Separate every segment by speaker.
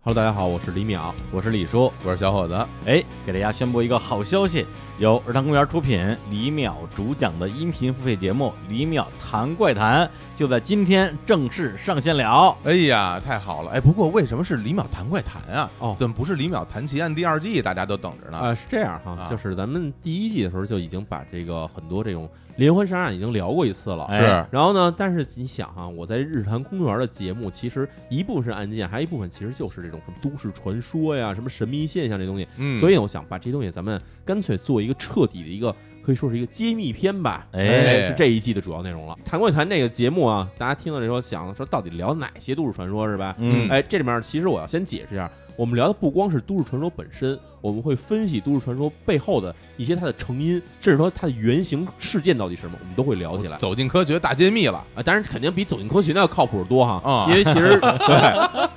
Speaker 1: Hello，大家好，我是李淼，我是李叔。
Speaker 2: 我是小伙子，
Speaker 3: 哎，给大家宣布一个好消息，由儿童公园出品、李淼主讲的音频付费节目《李淼谈怪谈》就在今天正式上线了。
Speaker 2: 哎呀，太好了！哎，不过为什么是李淼谈怪谈啊？
Speaker 1: 哦
Speaker 2: 怎么不是李淼谈奇案第二季？大家都等着呢。
Speaker 1: 啊，是这样哈，
Speaker 2: 啊
Speaker 1: 就是咱们第一季的时候就已经把这个很多这种连环杀案已经聊过一次了，
Speaker 3: 哎
Speaker 2: 是，
Speaker 1: 然后呢，但是你想哈、我在日坛公园的节目，其实一部分是案件，还有一部分其实就是这种什么都市传说呀、什么神秘现象这东西。
Speaker 2: 嗯，
Speaker 1: 所
Speaker 2: 以
Speaker 1: 以呢我想把这东西咱们干脆做一个彻底的一个，可以说是一个揭秘篇吧。
Speaker 3: 哎
Speaker 1: 是这一季的主要内容
Speaker 2: 嗯
Speaker 1: 了。谈怪谈这个节目啊，大家听到这时候想说到底聊哪些都市传说是吧？
Speaker 2: 嗯
Speaker 1: 哎，这里面其实我要先解释一下，我们聊的不光是都市传说本身，我们会分析都市传说背后的一些它的成因，甚至说它的原型事件到底是什么，我们都会聊起来。
Speaker 2: 走进科学大揭秘了。
Speaker 1: 啊，当然肯定比走进科学那要靠谱多哈，
Speaker 2: 啊
Speaker 1: 因为其实对。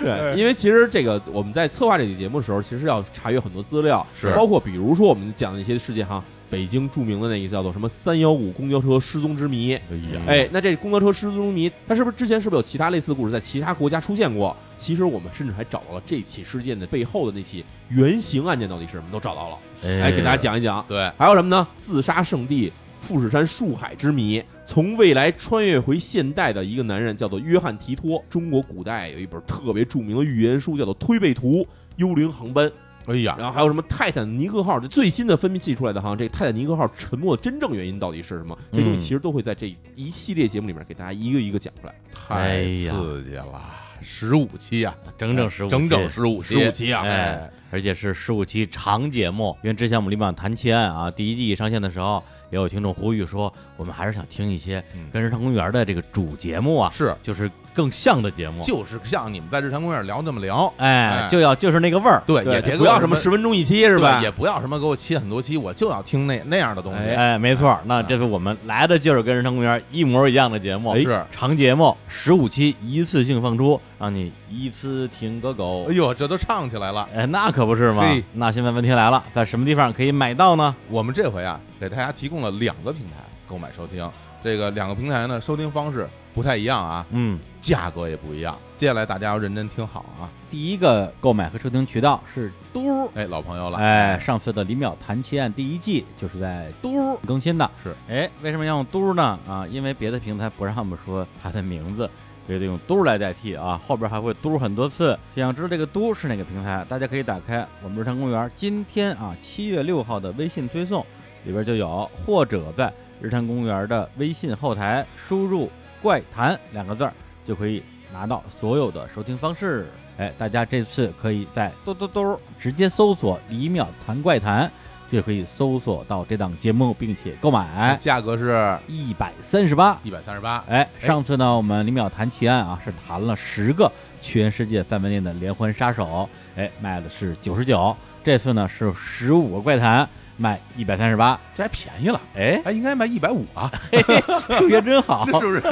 Speaker 1: 对，因为其实这个我们在策划这期节目的时候，其实要查阅很多资料，
Speaker 2: 是
Speaker 1: 包括比如说我们讲的一些事件哈，北京著名的那个叫做什么“三幺五公交车失踪之谜”，
Speaker 2: 哎呀，
Speaker 1: 哎，那这公交车失踪谜，它是不是之前是不是有其他类似的故事在其他国家出现过？其实我们甚至还找到了这起事件的背后的那起原型案件到底是什么，都找到了，哎，给大家讲一讲。
Speaker 2: 对，
Speaker 1: 还有什么呢？自杀圣地富士山树海之谜，从未来穿越回现代的一个男人叫做约翰提托。中国古代有一本特别著名的预言书，叫做《推背图》。幽灵航班，
Speaker 2: 哎呀，
Speaker 1: 然后还有什么泰坦尼克号？这最新的分析出来的哈，这泰坦尼克号沉没的真正原因到底是什么？这东西
Speaker 3: 嗯
Speaker 1: 其实都会在这一系列节目里面给大家一个一个讲出来。
Speaker 3: 哎
Speaker 2: 太
Speaker 3: 呀
Speaker 2: 刺激了！十五期啊，
Speaker 3: 整整十五，
Speaker 2: 整整十五
Speaker 1: 十五期啊，
Speaker 3: 哎，而且是十五期长节目。因为之前我们《李淼谈奇案》啊，第一季上线的时候，也有听众呼吁说，我们还是想听一些
Speaker 2: 嗯
Speaker 3: 跟日常公园的这个主节目啊，
Speaker 2: 是，
Speaker 3: 就是更像的节目。
Speaker 2: 就是像你们在日坛公园聊那么聊，
Speaker 3: 哎
Speaker 2: 哎，
Speaker 3: 就要就是那个味儿。
Speaker 2: 对，
Speaker 1: 对
Speaker 2: 也
Speaker 1: 就
Speaker 2: 别
Speaker 1: 不
Speaker 2: 给我
Speaker 1: 要什么十分钟一期是吧
Speaker 2: 对？也不要什么给我切很多期，我就要听那那样的东西。
Speaker 3: 哎，没错，那这是我们来的就是跟人生公园一模一样的节目，
Speaker 1: 哎
Speaker 2: 是
Speaker 3: 长节目，十五期一次性放出，让你一次听个够
Speaker 2: 哎。呦，这都唱起来了。
Speaker 3: 哎，那可不是嘛
Speaker 2: 嘿。
Speaker 3: 那现在问题来了，在什么地方可以买到呢？
Speaker 2: 我们这回啊，给大家提供了两个平台购买收听。这个两个平台呢，收听方式不太一样啊，
Speaker 3: 嗯，
Speaker 2: 价格也不一样。接下来大家要认真听好啊！
Speaker 4: 第一个购买和收听渠道是嘟儿，
Speaker 2: 哎，老朋友了，
Speaker 4: 哎，上次的《李淼谈奇案》第一季就是在嘟儿更新的。
Speaker 2: 是，
Speaker 4: 哎，为什么要用嘟儿呢？啊，因为别的平台不让我们说它的名字，所以得用嘟儿来代替啊。后边还会嘟儿很多次。想知道这个嘟儿是哪个平台，大家可以打开我们日常公园今天啊七月六号的微信推送里边就有，或者在日常公园的微信后台输入“怪谈”两个字儿就可以拿到所有的收听方式。哎，大家这次可以在兜兜兜直接搜索“李淼谈怪谈”，就可以搜索到这档节目，并且购买
Speaker 2: 哎价格是
Speaker 4: 一百三十八。
Speaker 2: 一百三十八。
Speaker 4: 哎，上次呢，我们李淼谈奇案啊，是谈了十个全世界范围内的连环杀手，哎，卖的是九十九。这次呢是十五个怪谈，卖一百三十八。
Speaker 2: 这还便宜了，
Speaker 4: 哎，
Speaker 2: 哎，应该卖一百五啊，
Speaker 4: 数学真好。
Speaker 2: 这是不是？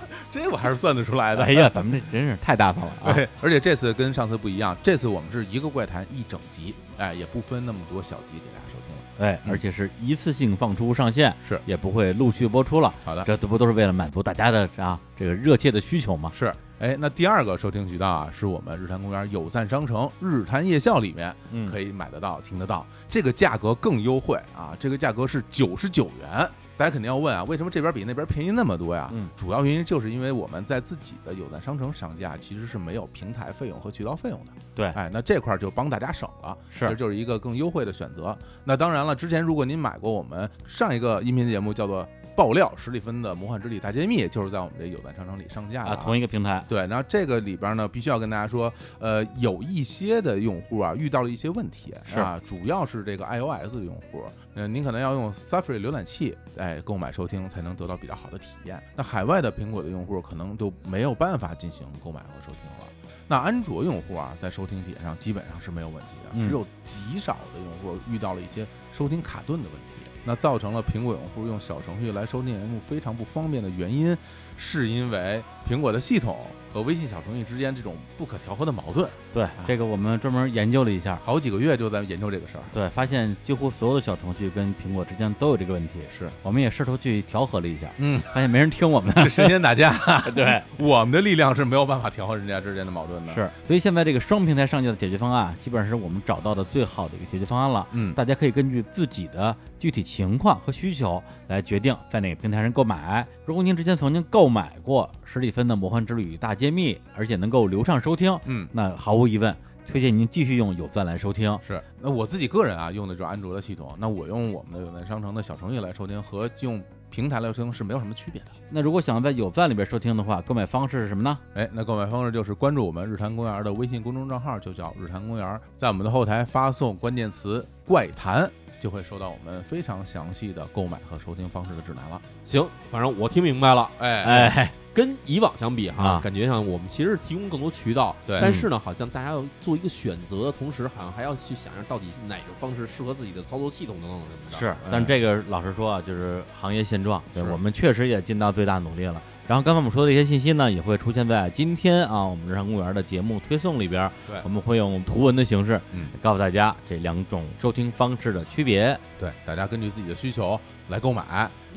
Speaker 2: 这我还是算得出来的
Speaker 4: 哎。呀，咱们这真是太大方了啊！
Speaker 2: 对，而且这次跟上次不一样，这次我们是一个怪谈一整集，哎，也不分那么多小集给大家收听了。
Speaker 4: 哎，而且是一次性放出上线，
Speaker 2: 是
Speaker 4: 也不会陆续播出了。
Speaker 2: 好的，
Speaker 4: 这不都是为了满足大家的啊这个热切的需求吗？
Speaker 2: 是，哎，那第二个收听渠道啊，是我们日坛公园友赞商城日坛夜校里面
Speaker 4: 嗯
Speaker 2: 可以买得到、听得到，这个价格更优惠啊，这个价格是九十九元。大家肯定要问啊，为什么这边比那边便宜那么多呀？
Speaker 4: 嗯，
Speaker 2: 主要原因就是因为我们在自己的友赞商城上架，其实是没有平台费用和渠道费用的。
Speaker 3: 对
Speaker 2: 哎，那这块儿就帮大家省了，
Speaker 3: 是
Speaker 2: 其实就是一个更优惠的选择。那当然了，之前如果您买过我们上一个音频节目叫做《爆料史蒂芬的魔幻之旅大揭秘》，就是在我们这友赞商城里上架的
Speaker 4: 啊，同一个平台，
Speaker 2: 对，然后这个里边呢，必须要跟大家说，呃，有一些的用户啊，遇到了一些问题
Speaker 4: 是
Speaker 2: 啊，主要是这个 iOS 的用户，嗯、您可能要用 Safari 浏览器哎购买收听，才能得到比较好的体验。那海外的苹果的用户可能就没有办法进行购买和收听了。那安卓用户啊，在收听体验上基本上是没有问题的，
Speaker 4: 嗯
Speaker 2: 只有极少的用户遇到了一些收听卡顿的问题。那造成了苹果用户用小程序来收听节目非常不方便的原因，是因为苹果的系统和微信小程序之间这种不可调和的矛盾。
Speaker 4: 对，这个我们专门研究了一下，
Speaker 2: 好几个月就在研究这个事儿。
Speaker 4: 对，发现几乎所有的小程序跟苹果之间都有这个问题。
Speaker 2: 是，
Speaker 4: 我们也试图去调和了一下，
Speaker 2: 嗯，
Speaker 4: 发现没人听我们的。
Speaker 2: 神仙打架，
Speaker 4: 对，
Speaker 2: 我们的力量是没有办法调和人家之间的矛盾的。，
Speaker 4: 是，所以现在这个双平台上架的解决方案，啊基本上是我们找到的最好的一个解决方案了。
Speaker 2: 嗯，
Speaker 4: 大家可以根据自己的具体情况和需求来决定在哪个平台上购买。如果您之前曾经购买过史蒂芬的《魔幻之旅大揭秘》，而且能够流畅收听，
Speaker 2: 嗯，
Speaker 4: 那毫无疑问，推荐您继续用有赞来收听。
Speaker 2: 是，那我自己个人啊，用的就是安卓的系统。那我用我们的有赞商城的小程序来收听和用平台来收听是没有什么区别的。
Speaker 4: 那如果想在有赞里边收听的话，购买方式是什么呢？
Speaker 2: 哎，那购买方式就是关注我们日坛公园的微信公众账号，就叫日坛公园，在我们的后台发送关键词“怪谈”，就会收到我们非常详细的购买和收听方式的指南了。
Speaker 1: 行，反正我听明白了。
Speaker 2: 哎，
Speaker 4: 哎，
Speaker 1: 跟以往相比哈，
Speaker 4: 啊
Speaker 1: 感觉上我们其实是提供更多渠道，
Speaker 2: 对
Speaker 1: 但是呢，好像大家要做一个选择的同时，好像还要去想想到底哪种方式适合自己的操作系统等等什么的。，
Speaker 4: 是，但这个老实说啊，就是行业现状，对
Speaker 2: 嗯是
Speaker 4: 我们确实也尽到最大努力了。然后刚才我们说的一些信息呢，也会出现在今天啊我们日常公园的节目推送里边，
Speaker 2: 对
Speaker 4: 我们会用图文的形式
Speaker 2: 嗯，
Speaker 4: 告诉大家这两种收听方式的区别。
Speaker 2: 对，大家根据自己的需求来购买。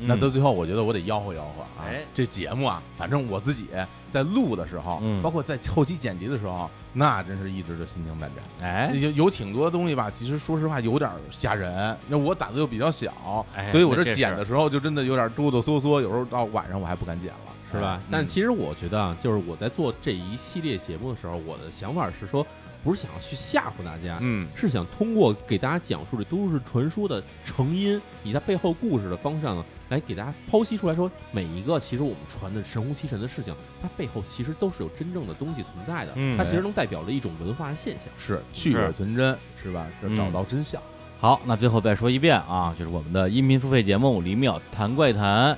Speaker 2: 那
Speaker 4: 嗯
Speaker 2: 到最后，我觉得我得吆喝吆喝啊
Speaker 4: 哎，
Speaker 2: 这节目啊，反正我自己在录的时候，
Speaker 4: 嗯
Speaker 2: 包括在后期剪辑的时候，那真是一直就心惊胆战。
Speaker 4: 哎，
Speaker 2: 有有挺多东西吧，其实说实话有点吓人。那我胆子又比较小，
Speaker 4: 哎
Speaker 2: 所以我
Speaker 4: 那
Speaker 2: 这
Speaker 4: 这是
Speaker 2: 剪的时候就真的有点哆哆嗦嗦，有时候到晚上我还不敢剪了，
Speaker 1: 是吧？
Speaker 2: 哎
Speaker 1: 但其实我觉得啊，就是我在做这一系列节目的时候，我的想法是说，不是想要去吓唬大家，
Speaker 2: 嗯
Speaker 1: 是想通过给大家讲述这都市传说的成因以及它背后故事的方向呢，啊来给大家剖析出来说，每一个其实我们传的神乎其神的事情，它背后其实都是有真正的东西存在的，
Speaker 4: 嗯
Speaker 1: 它其实能代表着一种文化的现象。
Speaker 2: 哎是去伪存真，是吧？
Speaker 4: 嗯
Speaker 2: 这找到真相，
Speaker 4: 好，那最后再说一遍啊，就是我们的音频付费节目《李淼谈怪谈》，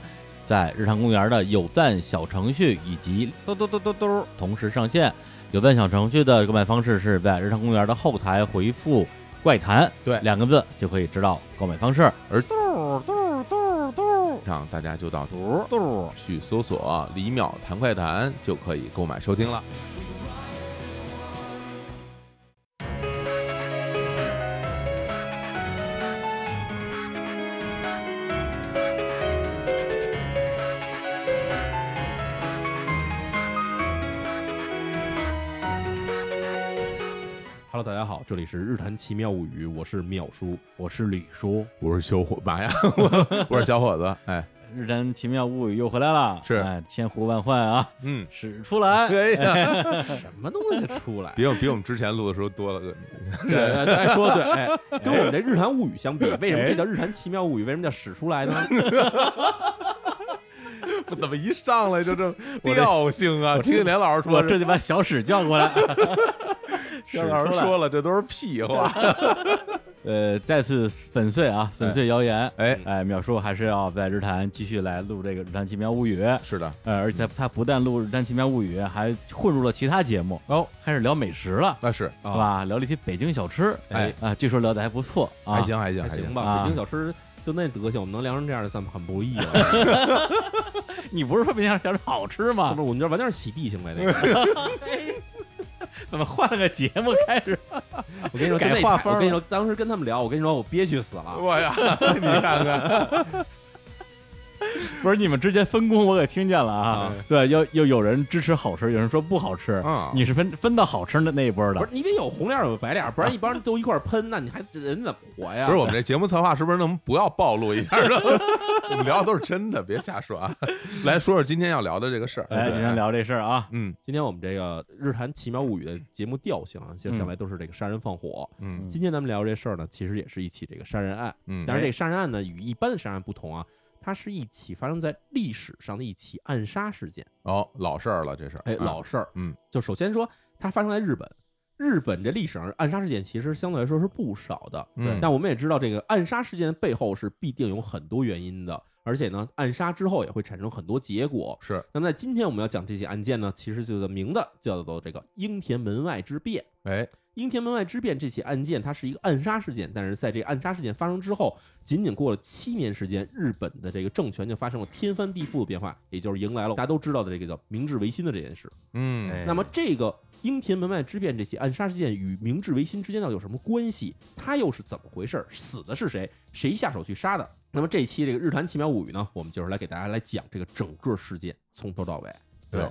Speaker 4: 在日常公园的有赞小程序以及嘟嘟嘟嘟嘟同时上线。有赞小程序的购买方式是在日常公园的后台回复“怪谈”
Speaker 2: 对
Speaker 4: 两个字，就可以知道购买方式。
Speaker 2: 让大家就到嘟嘟去搜索“李淼谈快谈”就可以购买收听了。
Speaker 1: Hello，大家好，这里是日谈奇妙物语，我是淼叔，我是李叔。
Speaker 2: 我是小伙，妈呀，我我是小伙子，哎，
Speaker 4: 日谈奇妙物语又回来了，
Speaker 2: 是
Speaker 4: 哎，千呼万唤啊，
Speaker 2: 嗯，
Speaker 4: 使出来。
Speaker 2: 可以，
Speaker 1: 什么东西出 来？
Speaker 2: 比我比我们之前录的时候多了个，
Speaker 1: 对，哎，说得对，哎，跟我们这日谈物语相比，为什么这叫日谈奇妙物语？为什么叫使出 来呢？
Speaker 2: 不怎么一上来就这么
Speaker 4: 这
Speaker 2: 调性啊？青年老师说
Speaker 4: 我这就把小史叫 过来。
Speaker 2: 这老师说了，这都是屁 话。
Speaker 4: 呃，再次粉碎啊，粉碎谣言。
Speaker 2: 哎，
Speaker 4: 哎，淼叔还是要在日坛继续来录这个《日坛奇妙物语》，
Speaker 2: 是的，
Speaker 4: 呃，而且他不但录《日坛奇妙物语》，还混入了其他节目，
Speaker 2: 哦，
Speaker 4: 开始聊美食了，
Speaker 2: 那是啊
Speaker 4: 是吧？聊了一些北京小吃，
Speaker 1: 哎
Speaker 4: 啊，据说聊的还不错啊。
Speaker 2: 还，行还行
Speaker 1: 还行
Speaker 2: 行，
Speaker 1: 吧，
Speaker 4: 啊
Speaker 1: 北京小吃就那德行，我们能聊成这样，算很不 易了。
Speaker 4: 你不是说北京小吃好吃
Speaker 1: 这
Speaker 4: 吗
Speaker 1: 不？是我们这完全是洗地行为那 个。
Speaker 4: 怎么换了个节目开始？
Speaker 1: 我跟你说，
Speaker 4: 改
Speaker 1: 就那
Speaker 4: 画
Speaker 1: 台
Speaker 4: 风
Speaker 1: 我跟你
Speaker 4: 了
Speaker 1: 说，当时跟他们聊，我跟你说，我憋屈死了。
Speaker 2: 我呀， 你看看，
Speaker 4: 不是你们之间分工，我给听见了啊。对，又又有人支持好吃，有人说不好吃，
Speaker 2: 嗯
Speaker 4: 你是分分到好吃的那一波的
Speaker 1: 不。是你得有红脸儿有白脸儿，不然一帮人都一块儿喷，那你还人怎么活呀？
Speaker 2: 不是我们这节目策划是不是能不要暴露一下？ 我们聊的都是真的，别瞎说 啊。来说说今天要聊的这个事儿，
Speaker 4: 哎，今天，聊这事儿啊，
Speaker 2: 嗯
Speaker 1: 今天我们这个《日谈奇妙物语》的节目调性啊，就
Speaker 4: 嗯
Speaker 1: 向来都是这个杀人放火。
Speaker 2: 嗯
Speaker 1: 今天咱们聊这事儿呢，其实也是一起这个杀人案，
Speaker 2: 嗯，
Speaker 4: 哎
Speaker 1: 但是这个杀人案呢，与一般的杀人案不同啊，它是一起发生在历史上的一起暗杀事件。
Speaker 2: 哦，老事儿了，这是，
Speaker 1: 哎，老事儿，
Speaker 2: 嗯，
Speaker 1: 就首先说它发生在日本，日本这历史上暗杀事件其实相对来说是不少的，
Speaker 2: 嗯
Speaker 1: 但我们也知道这个暗杀事件的背后是必定有很多原因的，而且呢，暗杀之后也会产生很多结果。
Speaker 2: 是
Speaker 1: 那么在今天我们要讲这起案件呢，其实就的名字叫做这个英田门外之变。
Speaker 2: 哎，
Speaker 1: 英田门外之变这起案件，它是一个暗杀事件，但是在这个暗杀事件发生之后，仅仅过了七年时间，日本的这个政权就发生了天翻地覆的变化，也就是迎来了大家都知道的这个叫明治维新的这件事。
Speaker 2: 嗯
Speaker 4: 哎
Speaker 1: 那么这个英田门外之变这起暗杀事件与明治维新之间到底有什么关系？它又是怎么回事？死的是谁？谁下手去杀的？那么这一期这个日谈奇妙物语呢，我们就是来给大家来讲这个整个事件从头到尾。
Speaker 2: 对，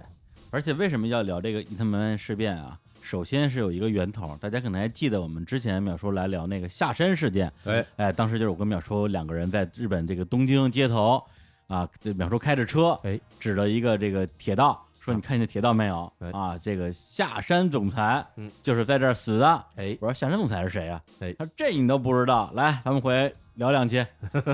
Speaker 4: 而且为什么要聊这个伊藤门外事变啊？首先是有一个源头，大家可能还记得我们之前淼叔来聊那个下山事件，
Speaker 2: 哎，
Speaker 4: 哎，当时就是我跟淼叔两个人在日本这个东京街头啊，这淼叔开着车，
Speaker 1: 哎，啊
Speaker 4: 指了一个这个铁道，说你看见铁道没有？
Speaker 1: 哎
Speaker 4: 啊，这个下山总裁，
Speaker 1: 嗯，
Speaker 4: 就是在这儿死的。
Speaker 1: 哎，
Speaker 4: 我说下山总裁是谁啊？
Speaker 1: 哎
Speaker 4: 他说这你都不知道，来，咱们回聊 两期，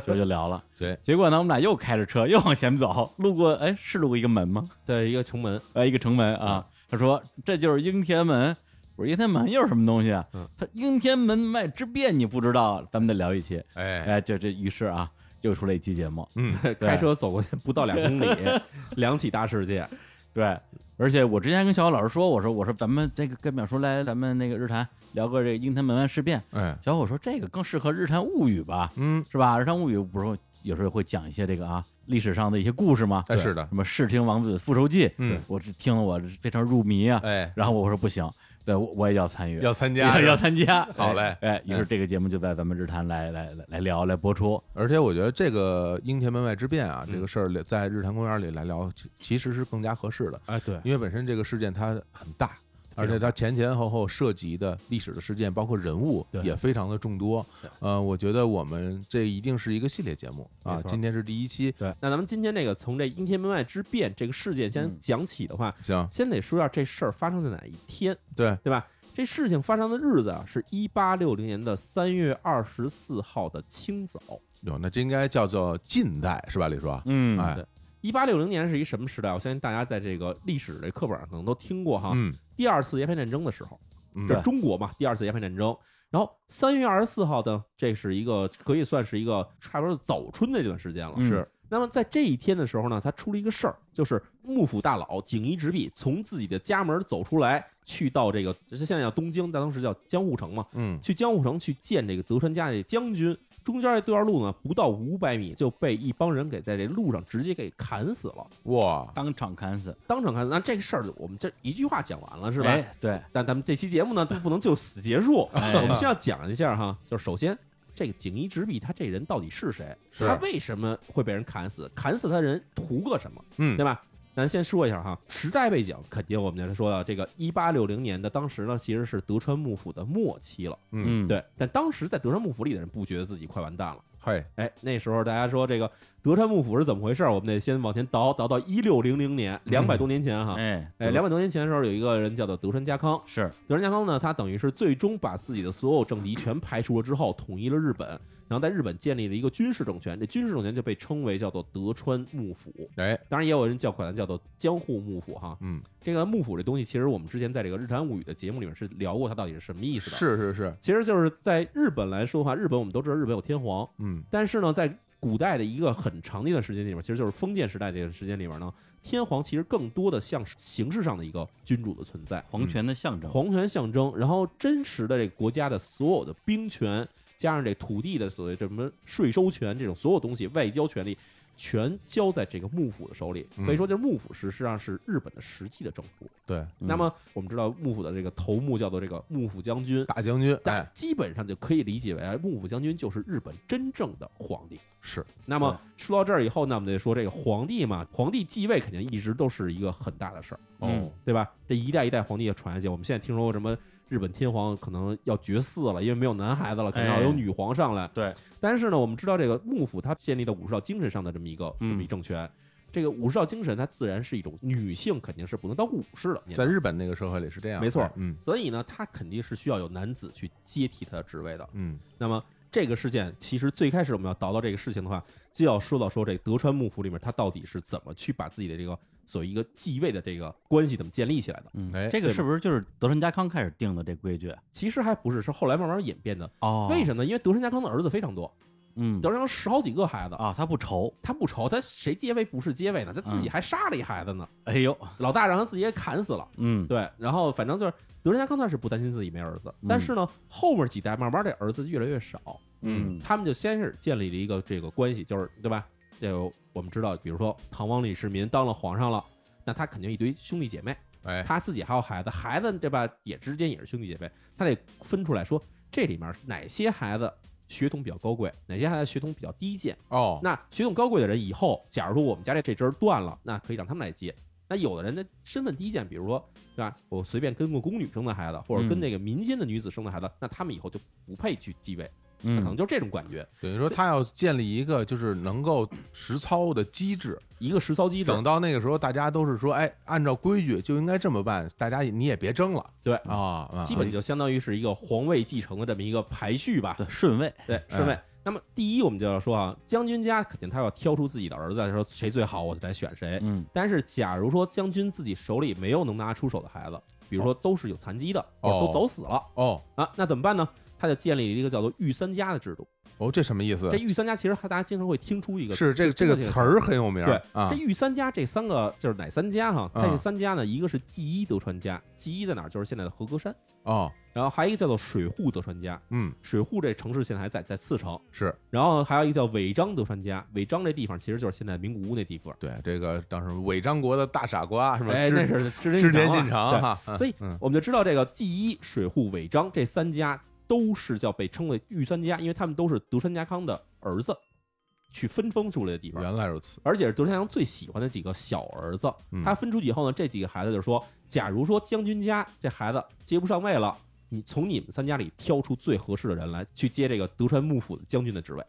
Speaker 4: 就就聊了。
Speaker 2: 对，
Speaker 4: 结果呢，我们俩又开着车又往前走，路过，哎，是路过一个门吗？
Speaker 1: 的一个城 门，
Speaker 4: 呃，一个城门啊。
Speaker 1: 嗯
Speaker 4: 他说这就是应天门。我说应天门又是什么东西啊？
Speaker 1: 嗯
Speaker 4: 他应天门外之变你不知道，咱们得聊一期。
Speaker 2: 哎，
Speaker 4: 哎，这这于是啊，又出了一期节目。
Speaker 2: 嗯，
Speaker 1: 开车走过去不到两 公里，两起大事件。
Speaker 4: 对，而且我之前还跟小虎老师说，我说我说咱们这个跟淼叔来咱们那个日坛聊个这个应天门外事变。
Speaker 2: 哎，
Speaker 4: 小虎说这个更适合日坛物语吧，
Speaker 2: 嗯，
Speaker 4: 是吧？日坛物语不是有时候会讲一些这个啊历史上的一些故事吗？
Speaker 2: 哎是的
Speaker 4: 什么视听王子复仇记，
Speaker 2: 嗯，
Speaker 4: 我这听了我非常入迷啊。
Speaker 2: 哎，
Speaker 4: 然后我说不行，对我我也要参与，
Speaker 2: 要参加
Speaker 4: 要
Speaker 2: 是吧
Speaker 4: 要参加，
Speaker 2: 好嘞
Speaker 4: 哎，哎于是这个节目就在咱们日坛来来来来聊来播出，
Speaker 2: 而且我觉得这个英田门外之变啊，这
Speaker 1: 嗯
Speaker 2: 个事儿在日坛公园里来聊，其其实是更加合适的，
Speaker 1: 哎，对，
Speaker 2: 因为本身这个事件它很大，
Speaker 1: 非常
Speaker 2: 而且它前前后后涉及的历史的事件，包括人物
Speaker 1: 对
Speaker 2: 也非常的众多
Speaker 1: 对。
Speaker 2: 呃，我觉得我们这一定是一个系列节目啊
Speaker 1: 没，错
Speaker 2: 今天是第一期，
Speaker 1: 那咱们今天这个从这应天门外之变这个事件先
Speaker 4: 嗯
Speaker 1: 讲起的话，
Speaker 2: 行，
Speaker 1: 先得说一下这事儿发生在哪一天，
Speaker 2: 对，
Speaker 1: 对吧？这事情发生的日子啊，是一八六零年的三月二十四号的清早。
Speaker 2: 有那这应该叫做近代是吧，李叔？
Speaker 4: 嗯
Speaker 2: 哎，
Speaker 1: 一八六零年是一什么时代？啊我相信大家在这个历史的课本上可能都听过哈。
Speaker 2: 嗯，
Speaker 1: 第二次鸦片战争的时候，
Speaker 2: 嗯
Speaker 1: 这是中国嘛？第二次鸦片战争。然后三月二十四号呢，这是一个可以算是一个差不多是早春的这段时间了。
Speaker 4: 嗯
Speaker 2: 是
Speaker 1: 那么在这一天的时候呢，他出了一个事儿，就是幕府大佬锦衣直弼从自己的家门走出来，去到这个这现在叫东京，但当时叫江户城嘛，
Speaker 2: 嗯，
Speaker 1: 去江户城去见这个德川家这将军。中间这对段路呢，不到五百米就被一帮人给在这路上直接给砍死了，
Speaker 2: 哇，
Speaker 4: 当场砍死
Speaker 1: 当场砍死。那这个事儿我们这一句话讲完了是吧？
Speaker 4: 哎对，
Speaker 1: 但咱们这期节目呢都不能就此结束，
Speaker 4: 哎
Speaker 1: 我们先要讲一下哈，就是首先这个锦衣直弼他这人到底是谁？
Speaker 2: 是
Speaker 1: 他为什么会被人砍死？砍死他的人图个什么？
Speaker 2: 嗯
Speaker 1: 对吧？咱先说一下哈，时代背景，肯定我们就是说到这个一八六零年的当时呢，其实是德川幕府的末期了。
Speaker 2: 嗯，
Speaker 4: 嗯，
Speaker 1: 对，但当时在德川幕府里的人不觉得自己快完蛋了。
Speaker 2: 嘿，
Speaker 1: 哎，那时候大家说这个德川幕府是怎么回事儿？我们得先往前倒，倒到一六零零年，两百多年前哈。
Speaker 4: 哎
Speaker 1: 哎，两百多嗯年前的时候，有一个人叫做德川家康，
Speaker 4: 是
Speaker 1: 德仁家康呢，他等于是最终把自己的所有政敌全排除了之后，统一了日本，然后在日本建立了一个军事政权。这军事政权就被称为叫做德川幕府，
Speaker 2: 哎，
Speaker 1: 当然也有人叫管它叫做江户幕府哈。
Speaker 2: 嗯，
Speaker 1: 这个幕府这东西，其实我们之前在这个《日谈物语》的节目里面是聊过它到底是什么意思的。，
Speaker 2: 是是是，
Speaker 1: 其实就是在日本来说的话，日本我们都知道日本有天皇，
Speaker 2: 嗯，
Speaker 1: 但是呢，在古代的一个很长的一段时间里面，其实就是封建时代这段时间里面呢，天皇其实更多的像是形式上的一个君主的存在。
Speaker 4: 皇权的象征，
Speaker 1: 皇权象征，然后真实的这个国家的所有的兵权，加上这土地的所谓这什么税收权这种所有东西，外交权利全交在这个幕府的手里。
Speaker 2: 嗯
Speaker 1: 可以说，这幕府实际上是日本的实际的政府。
Speaker 2: 对，
Speaker 4: 嗯
Speaker 1: 那么我们知道，幕府的这个头目叫做这个幕府将军，
Speaker 2: 大将军，
Speaker 1: 但
Speaker 2: 哎，
Speaker 1: 基本上就可以理解为哎幕府将军就是日本真正的皇帝。
Speaker 2: 是，嗯
Speaker 1: 那么说到这儿以后呢，我们得说这个皇帝嘛，皇帝继位肯定一直都是一个很大的事儿。
Speaker 4: 嗯
Speaker 2: 哦，
Speaker 1: 对吧？这一代一代皇帝也传下去，我们现在听说过什么日本天皇可能要绝嗣了，因为没有男孩子了，可能
Speaker 2: 哎
Speaker 1: 要有女皇上来。
Speaker 4: 对，
Speaker 1: 但是呢，我们知道这个幕府它建立的武士道精神上的这么一个这
Speaker 4: 嗯
Speaker 1: 么一政权，这个武士道精神它自然是一种女性肯定是不能当武士的，
Speaker 2: 在日本那个社会里是这样，
Speaker 1: 没错
Speaker 2: 哎嗯
Speaker 1: 所以呢，它肯定是需要有男子去接替他的职位的。
Speaker 2: 嗯，
Speaker 1: 那么这个事件其实最开始我们要倒到这个事情的话，就要说到说这德川幕府里面他到底是怎么去把自己的这个所一个继位的这个关系怎么建立起来的。
Speaker 3: 嗯，
Speaker 2: 哎
Speaker 3: 这个
Speaker 1: 对
Speaker 3: 是不是就是德川家康开始定的这规矩？
Speaker 1: 其实还不是，是后来慢慢演变的。
Speaker 3: 哦
Speaker 1: 为什么呢？因为德川家康的儿子非常多，
Speaker 3: 嗯
Speaker 1: 德川家康十好几个孩子，
Speaker 3: 啊，他不愁。
Speaker 1: 他不愁他谁接位不是接位呢，他自己还杀了一孩子呢，
Speaker 3: 哎呦，
Speaker 1: 老大让他自己给砍死了。
Speaker 3: 嗯，
Speaker 1: 对，然后反正就是德川家康那是不担心自己没儿子，
Speaker 3: 嗯
Speaker 1: 但是呢，后面几代慢慢这儿子越来越少，
Speaker 3: 嗯
Speaker 1: 他们就先是建立了一个这个关系，就是对吧？就我们知道，比如说唐王李世民当了皇上了，那他肯定一堆兄弟姐妹，
Speaker 2: 哎，
Speaker 1: 他自己还有孩子，孩子对吧？也之间也是兄弟姐妹，他得分出来说这里面哪些孩子血统比较高贵，哪些孩子血统比较低贱。
Speaker 2: 哦，
Speaker 1: 那血统高贵的人以后，假如说我们家这这枝儿断了，那可以让他们来接。那有的人的身份低贱，比如说，对吧？我随便跟个宫女生的孩子，或者跟那个民间的女子生的孩子，那他们以后就不配去继位，那可能
Speaker 3: 嗯，
Speaker 1: 就是这种感觉。
Speaker 2: 等于说他要建立一个就是能够实操的机制，
Speaker 1: 一个实操机制，
Speaker 2: 等到那个时候大家都是说，哎，按照规矩就应该这么办，大家也你也别争了
Speaker 1: 对，
Speaker 2: 啊，啊
Speaker 1: 嗯基本就相当于是一个皇位继承的这么一个排序吧。
Speaker 3: 对，顺位，
Speaker 1: 对，顺
Speaker 2: 嗯
Speaker 1: 位。那么第一，我们就要说啊，将军家肯定他要挑出自己的儿子，说谁最好，我就来选谁。
Speaker 3: 嗯
Speaker 1: 但是，假如说将军自己手里没有能拿出手的孩子，比如说都是有残疾的，或者
Speaker 2: 哦
Speaker 1: 都走死了
Speaker 2: 哦
Speaker 1: 啊，那怎么办呢？他就建立了一个叫做“御三家”的制度。
Speaker 2: 哦，这什么意思
Speaker 1: 这？御三家其实大家经常会听出一个
Speaker 2: 是这个这
Speaker 1: 个
Speaker 2: 个词儿很有名
Speaker 1: 对，
Speaker 2: 啊
Speaker 1: 这，御三家这三个就是哪三家哈？它
Speaker 2: 嗯
Speaker 1: 这三家呢，一个是纪伊德川家，纪伊在哪儿？就是现在的和歌山。
Speaker 2: 哦，
Speaker 1: 然后还有一个叫做水户德川家，
Speaker 2: 嗯，
Speaker 1: 水户这城市现在还在，在次城。
Speaker 2: 是
Speaker 1: 然后还有一个叫尾张德川家，尾张这地方其实就是现在名古屋那地方，
Speaker 2: 对这个当时伪张国的大傻瓜是吧？
Speaker 1: 哎，
Speaker 2: 织
Speaker 1: 那是织
Speaker 2: 织田
Speaker 1: 田
Speaker 2: 信
Speaker 1: 信
Speaker 2: 长
Speaker 1: 长啊。
Speaker 2: 哈，
Speaker 1: 对
Speaker 2: 嗯
Speaker 1: 所以
Speaker 2: 嗯
Speaker 1: 我们就知道这个纪伊、水户、尾张这三家都是叫被称为御三家，因为他们都是德川家康的儿子去分封出来的地方。
Speaker 2: 嗯原来 如此，
Speaker 1: 而且是德川家康最喜欢的几个小儿子
Speaker 2: 嗯，
Speaker 1: 他分出去以后呢，这几个孩子就说：假如说将军家这孩子接不上位了，你从你们三家里挑出最合适的人来去接这个德川幕府的将军的职位。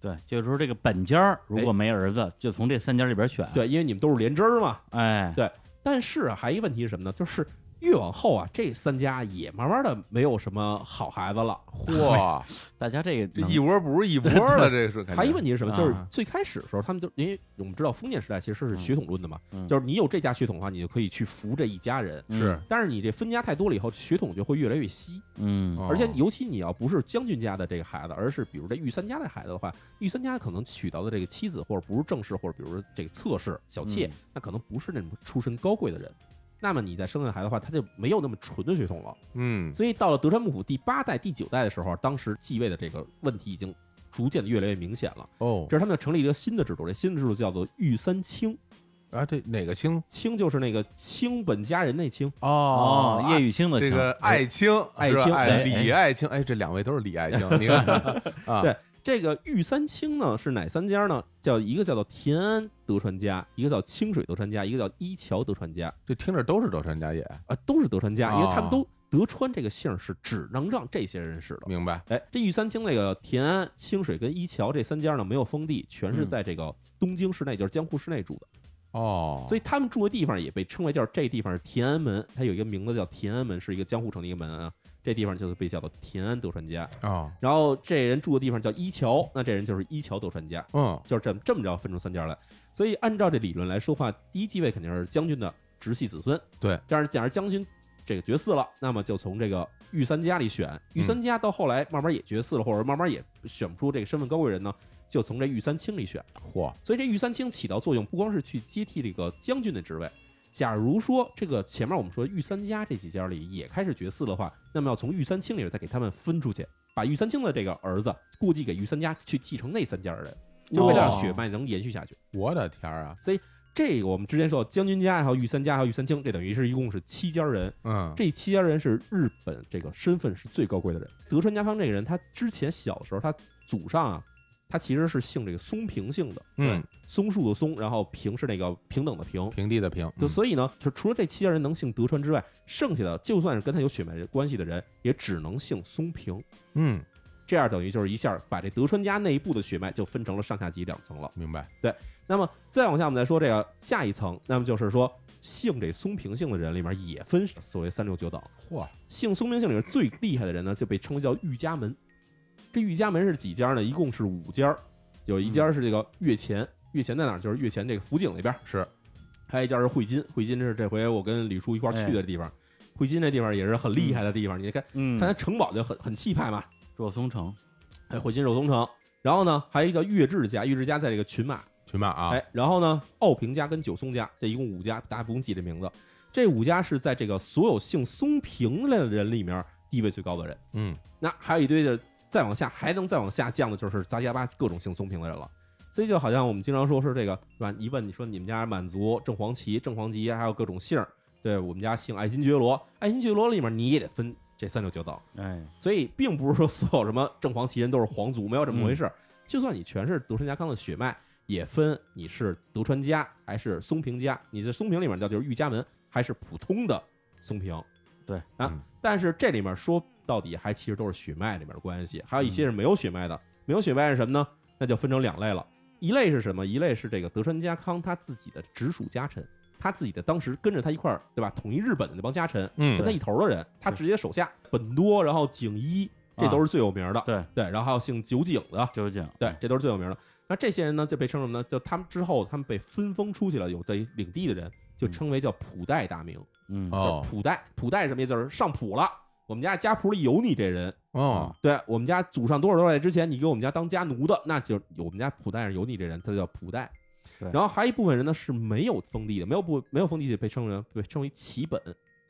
Speaker 3: 对，就是说这个本家儿如果没儿子，就从这三家里边
Speaker 4: 哎
Speaker 3: 选。，
Speaker 1: 对，因为你们都是连枝儿嘛，
Speaker 3: 哎，
Speaker 1: 但是啊，还有一个问题是什么呢？就是越往后啊，这三家也慢慢的没有什么好孩子了。
Speaker 2: 嚯，
Speaker 3: 大家这
Speaker 2: 这
Speaker 3: 个能
Speaker 2: 一窝不如一窝了，这是感觉
Speaker 1: 还有一个问题是什么？
Speaker 3: 啊
Speaker 1: 就是最开始的时候，他们就因为我们知道封建时代其实是血统论的嘛，
Speaker 3: 嗯
Speaker 1: 就是你有这家血统的话，你就可以去服这一家人。
Speaker 2: 嗯是
Speaker 1: 但是你这分家太多了以后，血统就会越来越稀，
Speaker 3: 嗯
Speaker 2: 哦
Speaker 1: 而且尤其你要不是将军家的这个孩子，而是比如这御三家的孩子的话，御三家可能娶到的这个妻子或者不是正室，或者比如说这个侧室、小妾
Speaker 3: 嗯，
Speaker 1: 那可能不是那种出身高贵的人。那么你再生下孩子的话，他就没有那么纯的血统了。
Speaker 2: 嗯
Speaker 1: 所以到了德川幕府第八代、第九代的时候，当时继位的这个问题已经逐渐的越来越明显了。
Speaker 2: 哦，
Speaker 1: 这是他们就成立一个新的制度，这新的制度叫做御三卿，
Speaker 2: 啊这哪个清
Speaker 1: 卿就是那个卿本家人那卿，
Speaker 2: 哦
Speaker 3: 叶玉卿的
Speaker 2: 这
Speaker 3: 情
Speaker 2: 个
Speaker 4: 哎
Speaker 2: 爱卿是吧，
Speaker 1: 爱卿
Speaker 2: 哎
Speaker 1: 哎
Speaker 2: 李爱卿，哎，这两位都是李爱卿，你看 啊，
Speaker 1: 对这个御三卿呢是哪三家呢？叫一个叫做田安德川家，一个叫清水德川家，一个叫一桥德川家，
Speaker 2: 这听着都是德川家业，
Speaker 1: 啊，都是德川家，因
Speaker 2: 哦
Speaker 1: 为他们都德川这个姓儿是只能让这些人使的。
Speaker 2: 明白？
Speaker 1: 哎，这御三卿那个田安、清水跟一桥这三家呢，没有封地，全是
Speaker 3: 嗯
Speaker 1: 在这个东京市内，就是江户市内住的，
Speaker 2: 哦，
Speaker 1: 所以他们住的地方也被称为就是这地方是田安门，它有一个名字叫田安门，是一个江户城的一个门啊，这地方就是被叫做田安德川家。
Speaker 2: 哦，
Speaker 1: 然后这人住的地方叫一桥，那这人就是一桥德川家。
Speaker 2: 嗯，
Speaker 1: 就是这么这么着分出三家来。所以按照这理论来说话，第一继位肯定是将军的直系子孙。
Speaker 2: 对，
Speaker 1: 但是假如将军这个绝嗣了，那么就从这个御三家里选。御三家到后来慢慢也绝嗣了，或者慢慢也选不出这个身份高贵人呢，就从这御三卿里选。
Speaker 2: 嚯，
Speaker 1: 所以这御三卿起到作用，不光是去接替这个将军的职位。假如说这个前面我们说御三家这几家里也开始绝嗣的话，那么要从御三卿里边再给他们分出去，把御三卿的这个儿子过继给御三家去继承那三家的人，就为了让血脉能延续下去。
Speaker 2: 我的天儿啊，
Speaker 1: 这个我们之前说到将军家，还有御三家，还有御三卿，这等于是一共是七家人。
Speaker 2: 嗯，
Speaker 1: 这七家人是日本这个身份是最高贵的人。德川家康这个人，他之前小时候他祖上啊，他其实是姓这个松平姓的，
Speaker 2: 嗯，
Speaker 1: 松树的松，然后平是那个平等的平。
Speaker 2: 平嗯地的平，
Speaker 1: 就所以呢，就除了这七家人能姓德川之外，剩下的就算是跟他有血脉关系的人，也只能姓松平。
Speaker 2: 嗯，
Speaker 1: 这样等于就是一下把这德川家内部的血脉就分成了上下级两层了。
Speaker 2: 明白，
Speaker 1: 那么再往下，我们再说这个下一层，那么就是说姓这松平姓的人里面也分所谓三六九等。
Speaker 2: 嚯，
Speaker 1: 姓松平姓里面最厉害的人呢，就被称为叫御家门。这御家门是几家呢？一共是五家儿，有一家是这个越前，越前在哪儿？就是越前这个福井那边儿
Speaker 2: 是
Speaker 1: 还有一家是汇金，汇金是这回我跟李叔一块儿去的地方。汇金这地方也是很厉害的地方，你看，
Speaker 4: 嗯
Speaker 1: 看它城堡就很很气派嘛，
Speaker 4: 若松城，
Speaker 1: 哎，汇金肉松城。然后呢，还有一个叫月之家，月之家在这个群马，
Speaker 2: 群马啊，
Speaker 1: 哎，然后呢，奥平家跟九松家，这一共五家，大家不用记这名字。这五家是在这个所有姓松平的人里面地位最高的人。
Speaker 2: 嗯，
Speaker 1: 那还有一堆的，再往下还能再往下降的就是杂七杂八各种姓松平的人了。所以就好像我们经常说是这个，是吧？一问你说你们家满族、正黄旗、正黄旗，还有各种姓儿，对我们家姓爱新觉罗，爱新觉罗里面你也得分这三六九等。
Speaker 4: 哎，
Speaker 1: 所以并不是说所有什么正黄旗人都是皇族，没有这么回事。儿。就算你全是德川家康的血脉，也分你是德川家还是松平家，你是松平里面叫就是御家门，还是普通的松平。
Speaker 4: 对
Speaker 1: 啊，
Speaker 2: 嗯
Speaker 1: 但是这里面说到底还其实都是血脉里面的关系，还有一些是没有血脉的。没有血脉是什么呢？那就分成两类了。一类是什么？一类是这个德川家康他自己的直属家臣，他自己的当时跟着他一块儿，对吧？统一日本的那帮家臣，
Speaker 2: 嗯
Speaker 1: 跟他一头的人，他直接手下本多，然后景一，这都是最有名的。
Speaker 4: 啊对
Speaker 1: 对，然后还有姓酒井的，
Speaker 4: 究竟
Speaker 1: 对，这都是最有名的。那这些人呢，就被称什么呢？就他们之后，他们被分封出去了，有的领地的人就称为叫普代大名，
Speaker 4: 嗯
Speaker 1: 就是
Speaker 2: 哦
Speaker 1: 普代，普代是什么意思？就是上谱了。我们家家谱里有你这人，
Speaker 2: 哦，
Speaker 1: 对我们家祖上多少多少代之前，你给我们家当家奴的，那就是我们家普代上有你这人，他就叫普代。
Speaker 4: 对
Speaker 1: 然后还有一部分人呢是没有封地的，没有不没有封地就被称为被称为旗本，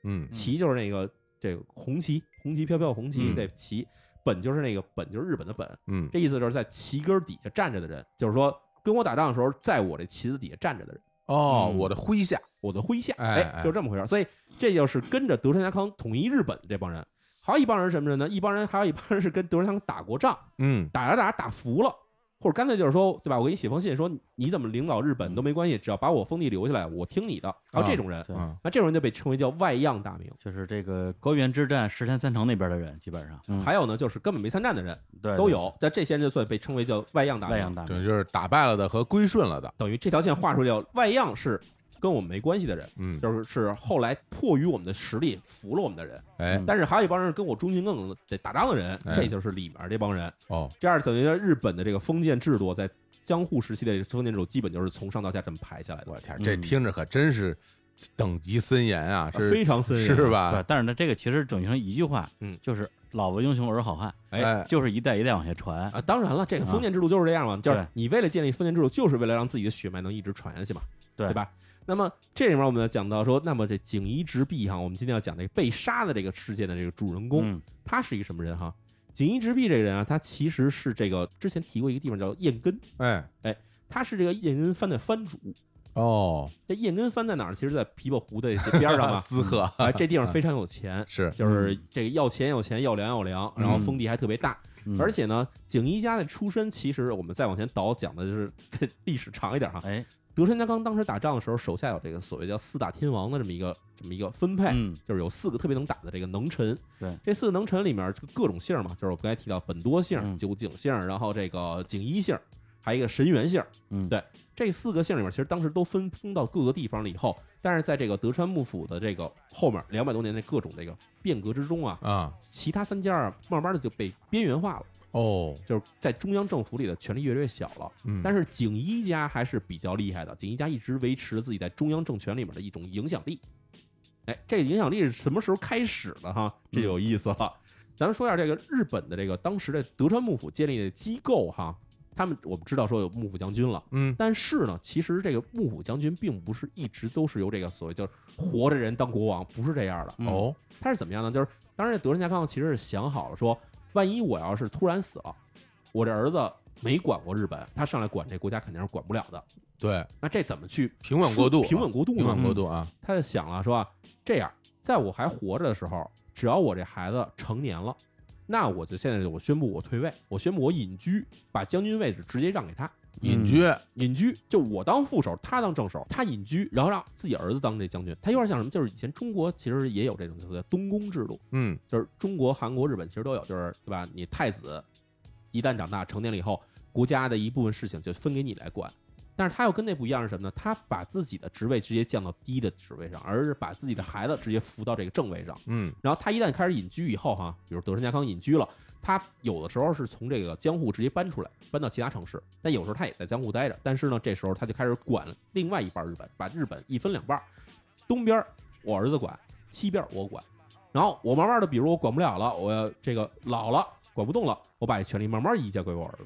Speaker 2: 嗯
Speaker 1: 旗就是那个这个红旗，红旗飘飘红旗
Speaker 2: 嗯
Speaker 1: 这旗，本就是那个本就是日本的本，
Speaker 2: 嗯
Speaker 1: 这意思就是在旗根儿底下站着的人，就是说跟我打仗的时候，在我这旗子底下站着的人，
Speaker 2: 哦，
Speaker 1: 嗯
Speaker 2: 我的麾下，
Speaker 1: 我的麾下，
Speaker 2: 哎
Speaker 1: 哎，就这么回事儿。所以这就是跟着德川家康统一日本的这帮人，还有一帮人是什么人呢？一帮人还有一帮人是跟德川家康打过仗，
Speaker 2: 嗯
Speaker 1: 打着打着打服了。或者干脆就是说，对吧？我给你写封信，说你怎么领导日本
Speaker 2: 嗯
Speaker 1: 都没关系，只要把我封地留下来，我听你的。还有这种人，
Speaker 4: 对
Speaker 2: 嗯
Speaker 1: 那这种人就被称为叫外样大名。
Speaker 4: 就是这个高原之战石田三成那边的人，基本上嗯
Speaker 1: 还有呢，就是根本没参战的人
Speaker 4: 对
Speaker 2: 哎
Speaker 1: 都有，但这些人就算被称为叫外样大
Speaker 4: 外
Speaker 1: 名
Speaker 4: 洋。大
Speaker 2: 对，
Speaker 4: 名，
Speaker 2: 就是打败了的和归顺了的，
Speaker 1: 等于这条线画出来叫外样是跟我们没关系的人，
Speaker 2: 嗯，
Speaker 1: 就是是后来迫于我们的实力服了我们的人。
Speaker 2: 哎
Speaker 1: 但是还有一帮人跟我忠心耿耿的得打仗的人，
Speaker 2: 哎
Speaker 1: 这就是里面这帮人。
Speaker 2: 哦，
Speaker 1: 这样等于日本的这个封建制度在江户时期的这个封建制度基本就是从上到下这么排下来的，
Speaker 2: 我天，这听着可真是等级森严啊，是
Speaker 1: 非常森严。
Speaker 2: 是
Speaker 4: 对
Speaker 2: 吧？，
Speaker 4: 但是呢，这个其实整成一句话，
Speaker 1: 啊嗯
Speaker 4: 就是老婆英雄儿好汉，
Speaker 2: 哎，
Speaker 4: 就是一代一代往下传，
Speaker 1: 啊，当然了，这个封建制度就是这样嘛，就是
Speaker 4: 对
Speaker 1: 你为了建立封建制度，就是为了让自己的血脉能一直传下去嘛，
Speaker 4: 对
Speaker 1: 吧？那么这里面我们要讲到说，那么这锦衣直弼哈，我们今天要讲这个被杀的这个事件的这个主人公，
Speaker 4: 嗯
Speaker 1: 他是一个什么人哈？锦衣直弼这个人啊，他其实是这个之前提过一个地方叫燕根，
Speaker 2: 哎，
Speaker 1: 他是这个燕根藩的藩主。
Speaker 2: 哦，
Speaker 1: 这燕根藩在哪儿？其实，在琵琶湖的这边上 嘛。
Speaker 2: 滋贺
Speaker 1: 啊，这地方非常有钱，
Speaker 2: 嗯是，
Speaker 1: 就是这个要钱要钱，要粮要粮，然后封地还特别大。
Speaker 4: 嗯
Speaker 1: 而且呢，景一家的出身，其实我们再往前倒讲的就是 历史长一点哈。
Speaker 4: 哎，
Speaker 1: 德川家康当时打仗的时候，手下有这个所谓叫四大天王的这么一个这么一个分配，
Speaker 4: 嗯
Speaker 1: 就是有四个特别能打的这个能臣。
Speaker 4: 对，
Speaker 1: 这四个能臣里面就各种姓嘛，就是我刚才提到本多姓、
Speaker 4: 嗯
Speaker 1: 酒井姓，然后这个景一姓，还有一个神原姓。
Speaker 4: 嗯
Speaker 1: 对，这四个姓里面，其实当时都分封到各个地方了以后，但是在这个德川幕府的这个后面两百多年的各种这个变革之中啊，
Speaker 2: 啊，
Speaker 1: 其他三家啊，慢慢的就被边缘化了。
Speaker 2: 哦，
Speaker 1: 就是在中央政府里的权力越来越小了。
Speaker 2: 嗯，
Speaker 1: 但是锦衣家还是比较厉害的，锦衣家一直维持着自己在中央政权里面的一种影响力。哎，这影响力是什么时候开始的哈？这就有意思了。咱们说一下这个日本的这个当时的德川幕府建立的机构哈，他们我们知道说有幕府将军了。
Speaker 2: 嗯，
Speaker 1: 但是呢，其实这个幕府将军并不是一直都是由这个所谓叫活着人当国王，不是这样的。
Speaker 4: 嗯
Speaker 2: 哦，
Speaker 1: 他是怎么样呢？就是当然，德川家康其实是想好了说，万一我要是突然死了，我这儿子没管过日本，他上来管这国家肯定是管不了的。
Speaker 2: 对，
Speaker 1: 那这怎么去
Speaker 2: 平稳过渡，
Speaker 1: 平稳过渡呢？嗯
Speaker 2: 平稳过渡啊，
Speaker 1: 他就想了说，这样，在我还活着的时候，只要我这孩子成年了，那我就现在就我宣布我退位，我宣布我隐居，把将军位置直接让给他。
Speaker 2: 隐
Speaker 4: 嗯
Speaker 2: 居，
Speaker 1: 隐居，就我当副手，他当正手，他隐居，然后让自己儿子当这将军。他有点像什么？就是以前中国其实也有这种所谓的东宫制度，
Speaker 2: 嗯，
Speaker 1: 就是中国、韩国、日本其实都有，就是对吧？你太子一旦长大成年了以后，国家的一部分事情就分给你来管。但是他又跟那不一样是什么呢？他把自己的职位直接降到低的职位上，而是把自己的孩子直接扶到这个正位上。
Speaker 2: 嗯，
Speaker 1: 然后他一旦开始隐居以后，哈，比如德川家康隐居了，它有的时候是从这个江户直接搬出来，搬到其他城市，但有时候它也在江户待着。但是呢，这时候它就开始管另外一半日本，把日本一分两半儿，东边儿我儿子管，西边儿我管。然后我慢慢的，比如我管不了了，我这个老了管不动了，我把这权力慢慢移交给我儿子。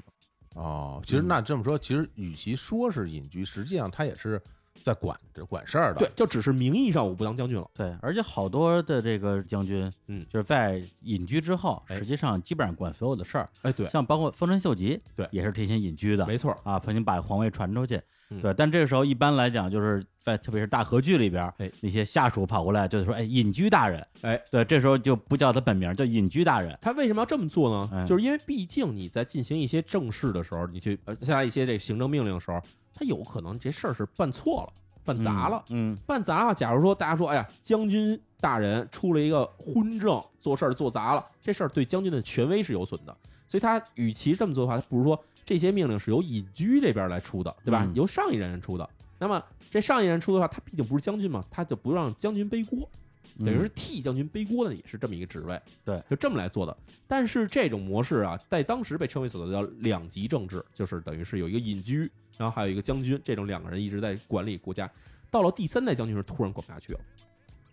Speaker 2: 哦，
Speaker 1: 嗯
Speaker 2: 其实那这么说，其实与其说是隐居，实际上他也是在管着管事儿的。
Speaker 1: 对，，就只是名义上我不当将军了。
Speaker 4: 对，而且好多的这个将军，
Speaker 1: 嗯
Speaker 4: 就是在隐居之后，
Speaker 1: 哎
Speaker 4: 实际上基本上管所有的事儿，
Speaker 1: 哎，对，
Speaker 4: 像包括丰臣秀吉，
Speaker 1: 对
Speaker 4: 也是提前隐居的，
Speaker 1: 没错儿，
Speaker 4: 啊，曾经把皇位传出去，
Speaker 1: 嗯
Speaker 4: 对。但这个时候一般来讲，就是在特别是大和剧里边，
Speaker 1: 哎
Speaker 4: 那些下属跑过来就是说，哎，隐居大人，
Speaker 1: 哎，
Speaker 4: 对，这时候就不叫他本名，叫隐居大人，
Speaker 1: 他为什么要这么做呢？
Speaker 4: 嗯
Speaker 1: 就是因为毕竟你在进行一些正事的时候，你去呃下达一些这个行政命令的时候，他有可能这事儿是办错了、办砸了、
Speaker 4: 嗯，
Speaker 1: 办砸了。假如说大家说，哎呀，将军大人出了一个昏政，做事儿做砸了，这事儿对将军的权威是有损的。所以他与其这么做的话，他不如说这些命令是由隐居这边来出的，对吧？
Speaker 4: 嗯
Speaker 1: 由上一任人出的。那么这上一任出的话，他毕竟不是将军嘛，他就不让将军背锅。
Speaker 4: 嗯
Speaker 1: 等于是替将军背锅的，也是这么一个职位，
Speaker 4: 对，
Speaker 1: 就这么来做的。但是这种模式啊，在当时被称为所谓的叫两级政治，就是等于是有一个隐居，然后还有一个将军，这种两个人一直在管理国家。到了第三代将军时，突然管不下去了，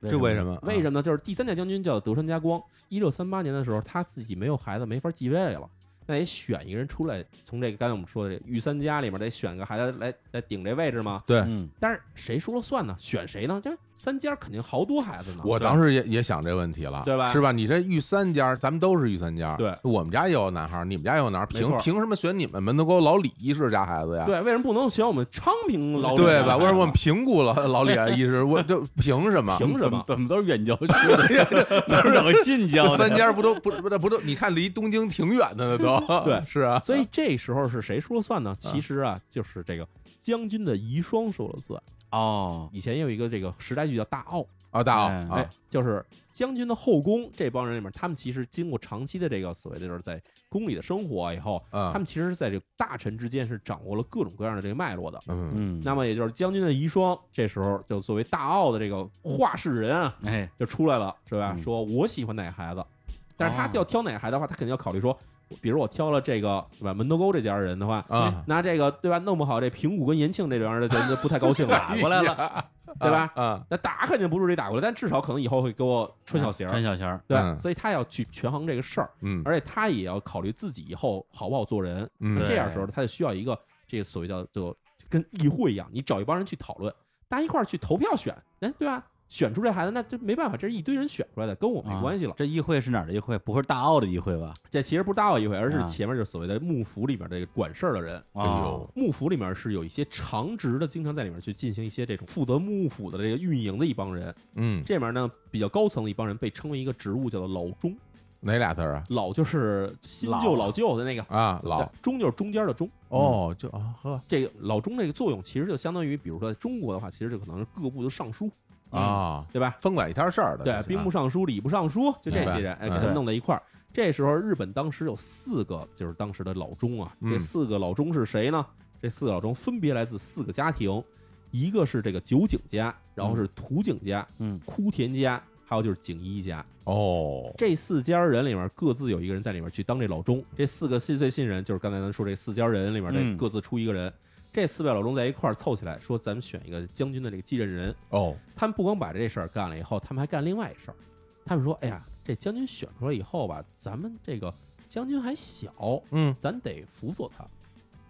Speaker 2: 这为什
Speaker 4: 啊
Speaker 2: 么？
Speaker 1: 为什么呢？就是第三代将军叫德川家光，一六三八年的时候，他自己没有孩子，没法继位了，那也选一个人出来，从这个刚才我们说的这御三家里面得选个孩子来来顶这位置嘛。
Speaker 2: 对
Speaker 4: 嗯，
Speaker 1: 但是谁说了算呢？选谁呢？就是三家肯定好多孩子呢。
Speaker 2: 我当时也也想这问题了，
Speaker 1: 啊对吧
Speaker 2: 是吧？你这御三家，咱们都是御三家，
Speaker 1: 对
Speaker 2: 我们家也有男孩，你们家也有男孩，
Speaker 1: 没
Speaker 2: 凭
Speaker 1: 错
Speaker 2: 凭什么选你们门头沟老李医师家孩子呀？
Speaker 1: 对，为什么不能选我们昌平老李
Speaker 2: 对
Speaker 1: 家
Speaker 2: 吧？
Speaker 1: 的
Speaker 2: 为 什么我
Speaker 1: 孩
Speaker 2: 们
Speaker 1: 子
Speaker 2: 评估了老李医师？我就凭什么？
Speaker 1: 凭什么
Speaker 4: 怎么都是远郊区 的，哪儿找个近郊
Speaker 2: 这
Speaker 4: 的？
Speaker 2: 三家不都不不不都？你看离东京挺远的呢，都
Speaker 1: 对
Speaker 2: 是啊，
Speaker 1: 所以这时候是谁说了算呢？其实啊，就是这个将军的遗孀说了算。啊
Speaker 4: 哦，
Speaker 1: 以前也有一个这个时代剧叫《大奥》，
Speaker 2: 啊，大奥
Speaker 4: 哎
Speaker 2: 啊
Speaker 1: 哎，，就是将军的后宫这帮人里面，他们其实经过长期的这个所谓的就是在宫里的生活以后，
Speaker 2: 嗯
Speaker 1: 他们其实是在这个大臣之间是掌握了各种各样的这个脉络的。
Speaker 2: 嗯，
Speaker 4: 嗯，
Speaker 1: 那么也就是将军的遗孀，这时候就作为大奥的这个话事人啊，
Speaker 4: 哎，
Speaker 1: 就出来了，是吧？
Speaker 4: 嗯
Speaker 1: 说我喜欢哪个孩子，但是他
Speaker 4: 哦
Speaker 1: 要挑哪个孩子的话，他肯定要考虑说，比如我挑了这个对吧，门头沟这家人的话，
Speaker 2: 啊
Speaker 1: 那这个对吧，弄不好这平谷跟延庆这边的人就不太高兴了
Speaker 4: 打，过来了，
Speaker 2: 了，
Speaker 1: 嗯对吧？
Speaker 2: 啊，
Speaker 1: 那打肯定不是这打过来，但至少可能以后会给我穿小鞋儿，
Speaker 4: 穿小鞋儿，
Speaker 1: 对，
Speaker 2: 嗯
Speaker 1: 所以他要去权衡这个事儿，
Speaker 2: 嗯
Speaker 1: 而且他也要考虑自己以后好不好做人。那
Speaker 2: 嗯，
Speaker 1: 这样时候，他就需要一个这个所谓叫做跟议会一样，你找一帮人去讨论，大家一块儿去投票选，哎，对吧？选出这孩子，那这没办法，这是一堆人选出来的，跟我没
Speaker 4: 啊
Speaker 1: 关系了。
Speaker 4: 这议会是哪儿的议会？不会是大澳的议会吧？
Speaker 1: 这其实不是大奥一回，而是
Speaker 4: 啊
Speaker 1: 前面就是所谓的幕府里面这个管事儿的人。
Speaker 4: 哎呦
Speaker 1: 幕府里面是有一些长职的，经常在里面去进行一些这种负责幕府的这个运营的一帮人。
Speaker 2: 嗯，
Speaker 1: 这里面呢，比较高层的一帮人被称为一个职务叫做老中，
Speaker 2: 哪俩字儿啊？
Speaker 1: 老就是新旧
Speaker 4: 老
Speaker 1: 老旧的那个，
Speaker 2: 啊，老
Speaker 1: 对中就是中间的中。
Speaker 2: 哦，就啊呵
Speaker 1: 这个老中这个作用，其实就相当于，比如说在中国的话，其实就可能是各部的尚书，
Speaker 2: 啊，
Speaker 1: 对吧？
Speaker 2: 分管一摊事儿
Speaker 1: 嗯
Speaker 2: 的，
Speaker 1: 对，兵部尚书、礼部尚书，就这些人，哎，
Speaker 2: 啊明白
Speaker 1: 给
Speaker 2: 嗯
Speaker 1: 他们弄到一块儿。这时候，日本当时有四个，就是当时的老中啊。
Speaker 2: 嗯
Speaker 1: 这四个老中是谁呢？这四个老中分别来自四个家庭，一个是这个酒井家，然后是土井家、
Speaker 4: 嗯，
Speaker 1: 枯田家，还有就是景一家。
Speaker 2: 哦，
Speaker 1: 这四家人里面各自有一个人在里面去当这老中。这四个细碎信人，就是刚才咱说这四家人里面
Speaker 4: 嗯
Speaker 1: 这各自出一个人。这四位老中在一块儿凑起来说，咱们选一个将军的这个继任人。
Speaker 2: 哦，
Speaker 1: 他们不光把这事儿干了以后，他们还干另外一事儿。他们说：“哎呀，这将军选出来以后吧，咱们这个将军还小，
Speaker 2: 嗯
Speaker 1: 咱得辅佐他，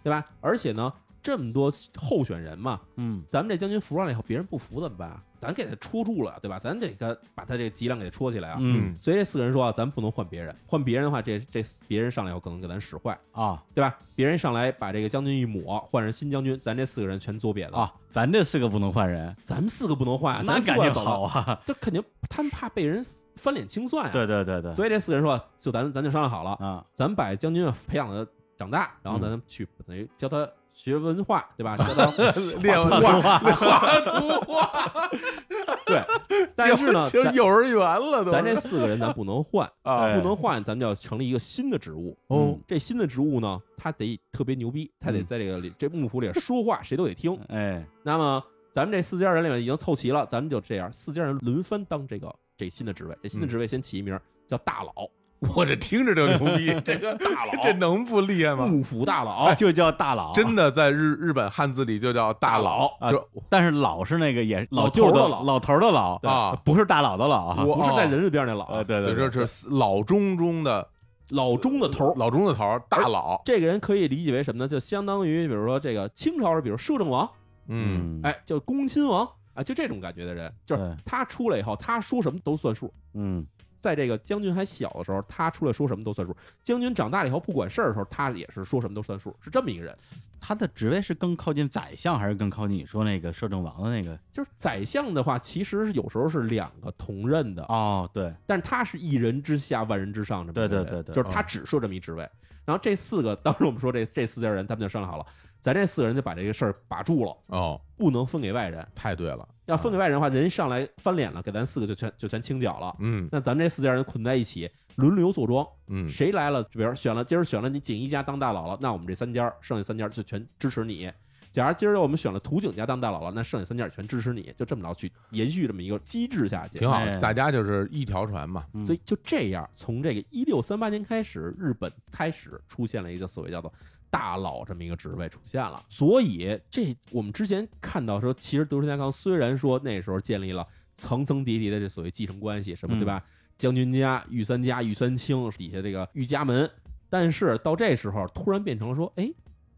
Speaker 1: 对吧？而且呢，这么多候选人嘛，
Speaker 4: 嗯，
Speaker 1: 咱们这将军服上了以后，别人不服怎么办啊？咱给他戳住了，对吧？咱得给他把他这个脊梁给他戳起来啊！
Speaker 4: 嗯，
Speaker 1: 所以这四个人说啊，咱不能换别人，换别人的话，这这别人上来以后可能给咱使坏，
Speaker 4: 啊
Speaker 1: 对吧？别人上来把这个将军一抹，换成新将军，咱这四个人全作瘪的！
Speaker 4: 啊，咱这四个不能换人，
Speaker 1: 咱们四个不能换啊，
Speaker 4: 那
Speaker 1: 咱四
Speaker 4: 感
Speaker 1: 个
Speaker 4: 觉
Speaker 1: 要走了
Speaker 4: 好啊，
Speaker 1: 这肯定他们怕被人翻脸清算呀、啊
Speaker 4: 对对对对，
Speaker 1: 所以这四个人说，啊就咱咱就商量好了，
Speaker 4: 啊，
Speaker 1: 咱们把将军培养的长大，然
Speaker 4: 嗯
Speaker 1: 后咱们去等于教他学文化，对吧？教 他
Speaker 2: 练
Speaker 4: 画图画
Speaker 2: 画图画，
Speaker 1: 对。但是呢，
Speaker 2: 就
Speaker 1: 啊咱
Speaker 2: 幼儿园了都是，
Speaker 1: 咱这四个人咱不能 换，
Speaker 2: 啊
Speaker 1: 不能换，咱们就要成立一个新的职务。
Speaker 2: 哦，
Speaker 1: 这新的职务呢，他得特别牛逼，他得在这个里这幕府里说话，谁都得听。
Speaker 4: 哎，
Speaker 1: 那么咱们这四家人里面已经凑齐了，咱们就这样，四家人轮番当这个这新的职位。这新的职位先起一名叫大佬，
Speaker 2: 我这听着就牛逼，这个
Speaker 1: 大佬，嗯
Speaker 2: 这能不厉害吗？
Speaker 1: 幕府大佬，
Speaker 4: 就叫大佬，
Speaker 2: 真的在日日本汉字里就叫大佬，
Speaker 4: 啊
Speaker 2: 就
Speaker 4: 但是老是那个也
Speaker 1: 老头
Speaker 4: 舅
Speaker 1: 儿的
Speaker 4: 的
Speaker 1: 老
Speaker 4: 老头儿的老
Speaker 2: 啊
Speaker 4: 不是大佬的老啊，
Speaker 2: 我
Speaker 1: 不是在
Speaker 2: 哦
Speaker 1: 人字边那老
Speaker 4: 呃，
Speaker 1: 啊，
Speaker 4: 对
Speaker 2: 对，
Speaker 4: 对，
Speaker 2: 这这是老中中的
Speaker 1: 老钟的头儿。
Speaker 2: 老中的头儿大佬，
Speaker 1: 这个人可以理解为什么呢？就相当于比如说这个清朝时，比如摄政王，
Speaker 2: 嗯，
Speaker 4: 哎，
Speaker 1: 哎，叫恭亲王，啊，就这种感觉的人，就是
Speaker 4: 对
Speaker 1: 他出来以后，他说什么都算数。
Speaker 4: 嗯，
Speaker 1: 在这个将军还小的时候，他出来说什么都算数；将军长大了以后不管事儿的时候，他也是说什么都算数，是这么一个人。
Speaker 4: 他的职位是更靠近宰相，还是更靠近你说那个摄政王的那个？
Speaker 1: 就是宰相的话，其实是有时候是两个同任的，
Speaker 4: 哦，对，
Speaker 1: 但是他是一人之下，万人之上这么一个
Speaker 4: 对对
Speaker 1: 人
Speaker 4: 对嗯对
Speaker 1: 就是他只设这么一职位。然后这四个，当时我们说这这四家人，他们就商量好了，咱这四个人就把这个事儿把住了，
Speaker 2: 哦，
Speaker 1: 不能分给外人。
Speaker 2: 太对了，
Speaker 1: 要分给
Speaker 4: 啊
Speaker 1: 外人的话，人一上来翻脸了，给咱四个就全就全清剿了。
Speaker 2: 嗯
Speaker 1: 那咱们这四家人捆在一起，轮流坐庄，
Speaker 2: 嗯
Speaker 1: 谁来了，比如选了，今儿选了你锦衣家当大佬了，那我们这三家剩下三家就全支持你。假如今儿我们选了涂景家当大佬了，那剩下三家也全支持你，就这么着去延续这么一个机制下去
Speaker 2: 挺。好
Speaker 4: 哎，
Speaker 2: 大家就是一条船嘛，
Speaker 4: 嗯
Speaker 1: 所以就这样，从这个一六三八年开始，日本开始出现了一个所谓叫做大佬这么一个职位出现了。所以这我们之前看到说，其实德川家康虽然说那时候建立了层层叠叠的这所谓继承关系，什么
Speaker 4: 嗯
Speaker 1: 对吧？将军家、御三家、御三卿底下这个御家门，但是到这时候突然变成了说，哎，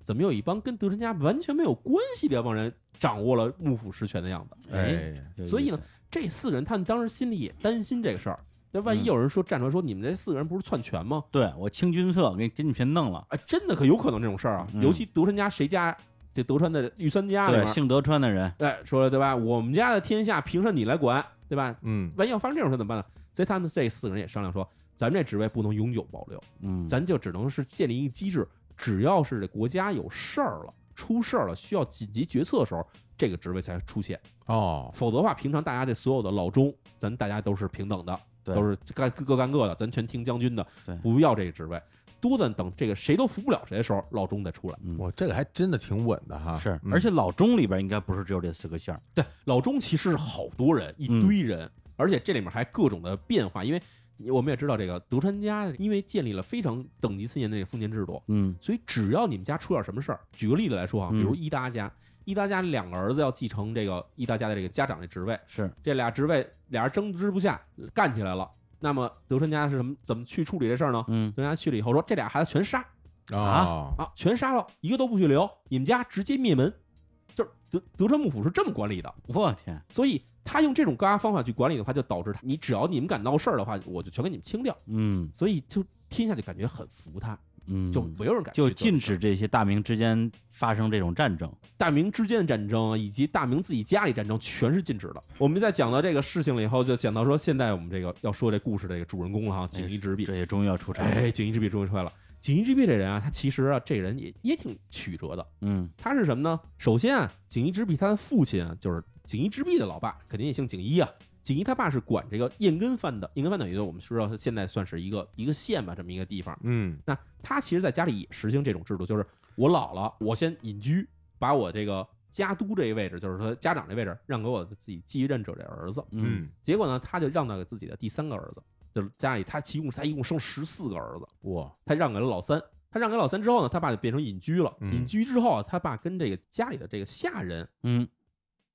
Speaker 1: 怎么有一帮跟德川家完全没有关系的一帮人掌握了幕府实权的样子？
Speaker 2: 哎，
Speaker 4: 有意思
Speaker 1: 所以呢，这四个人他们当时心里也担心这个事儿。那
Speaker 4: 嗯
Speaker 1: 万一有人说站出来说你们这四个人不是篡权吗？
Speaker 4: 对我清君侧给给你们全弄了。
Speaker 1: 哎，真的可有可能这种事儿啊！
Speaker 4: 嗯
Speaker 1: 尤其德川家谁家这德川的御三家里
Speaker 4: 对，
Speaker 1: 面，
Speaker 4: 姓德川的人，
Speaker 1: 哎，说了对吧？我们家的天下凭什么你来管，对吧？
Speaker 2: 嗯
Speaker 1: 万一要发生这种事儿怎么办呢？所以他们这四个人也商量说，咱们这职位不能永久保留，
Speaker 4: 嗯，
Speaker 1: 咱就只能是建立一个机制，只要是这国家有事儿了、出事儿了，需要紧急决策的时候，这个职位才出现。
Speaker 2: 哦，
Speaker 1: 否则的话，平常大家这所有的老中，咱大家都是平等的，
Speaker 4: 对
Speaker 1: 都是干各干各的，咱全听将军的
Speaker 4: 对，
Speaker 1: 不要这个职位。多的等这个谁都服不了谁的时候，老中再出来。
Speaker 2: 我这个还真的挺稳的哈，
Speaker 4: 是，
Speaker 2: 嗯
Speaker 4: 啊而且老钟里边应该不是只有这四个姓儿，
Speaker 1: 对，老中其实是好多人，一
Speaker 4: 嗯
Speaker 1: 堆人，而且这里面还各种的变化，因为我们也知道这个德川家，因为建立了非常等级森严的这个封建制度，
Speaker 4: 嗯
Speaker 1: 所以只要你们家出点什么事儿，举个例子来说啊，
Speaker 4: 嗯
Speaker 1: 比如伊达家，伊达家两个儿子要继承这个伊达家的这个家长这职位，
Speaker 4: 是，
Speaker 1: 这俩职位俩人争执不下，干起来了。那么德川家是什么怎么去处理这事儿呢？
Speaker 4: 嗯
Speaker 1: 德川家去了以后说，这俩孩子全杀
Speaker 2: 啊，
Speaker 1: 啊，全杀了，一个都不许留，你们家直接灭门。就是德德川幕府是这么管理的，
Speaker 4: 我天，
Speaker 1: 所以他用这种高压方法去管理的话，就导致他，你只要你们敢闹事儿的话，我就全给你们清掉。
Speaker 4: 嗯
Speaker 1: 所以就天下就感觉很服他，
Speaker 4: 嗯，
Speaker 1: 就没有人敢去
Speaker 4: 就
Speaker 1: 做
Speaker 4: 禁止这些大明之间发生这种战争，
Speaker 1: 大明之间的战争啊，以及大明自己家里战争，全是禁止的。我们在讲到这个事情了以后，就讲到说，现在我们这个要说这故事这个主人公了哈，锦衣之
Speaker 4: 哎这
Speaker 1: 弊。
Speaker 4: 也终于要出场了，
Speaker 1: 哎，锦衣之弊终于出来了。锦衣之弊这人啊，他其实啊，这人也也挺曲折的。
Speaker 4: 嗯
Speaker 1: 他是什么呢？首先啊，锦衣之弊他的父亲啊，就是锦衣之弊的老爸，肯定也姓锦衣啊。锦衣他爸是管这个燕根藩的，燕根藩等于我们知道现在算是一个一个县吧，这么一个地方。
Speaker 2: 嗯
Speaker 1: 那他其实在家里也实行这种制度，就是我老了，我先隐居，把我这个家督这一位置，就是说家长这位置，让给我自己继任者这儿子。
Speaker 4: 嗯，
Speaker 2: 嗯，
Speaker 1: 结果呢，他就让到给自己的第三个儿子，就是家里他一共他一共生十四个儿子，
Speaker 2: 哇，
Speaker 1: 他让给了老三。他让给老三之后呢，他爸就变成隐居了。
Speaker 2: 嗯
Speaker 1: 隐居之后啊，他爸跟这个家里的这个下人
Speaker 4: 嗯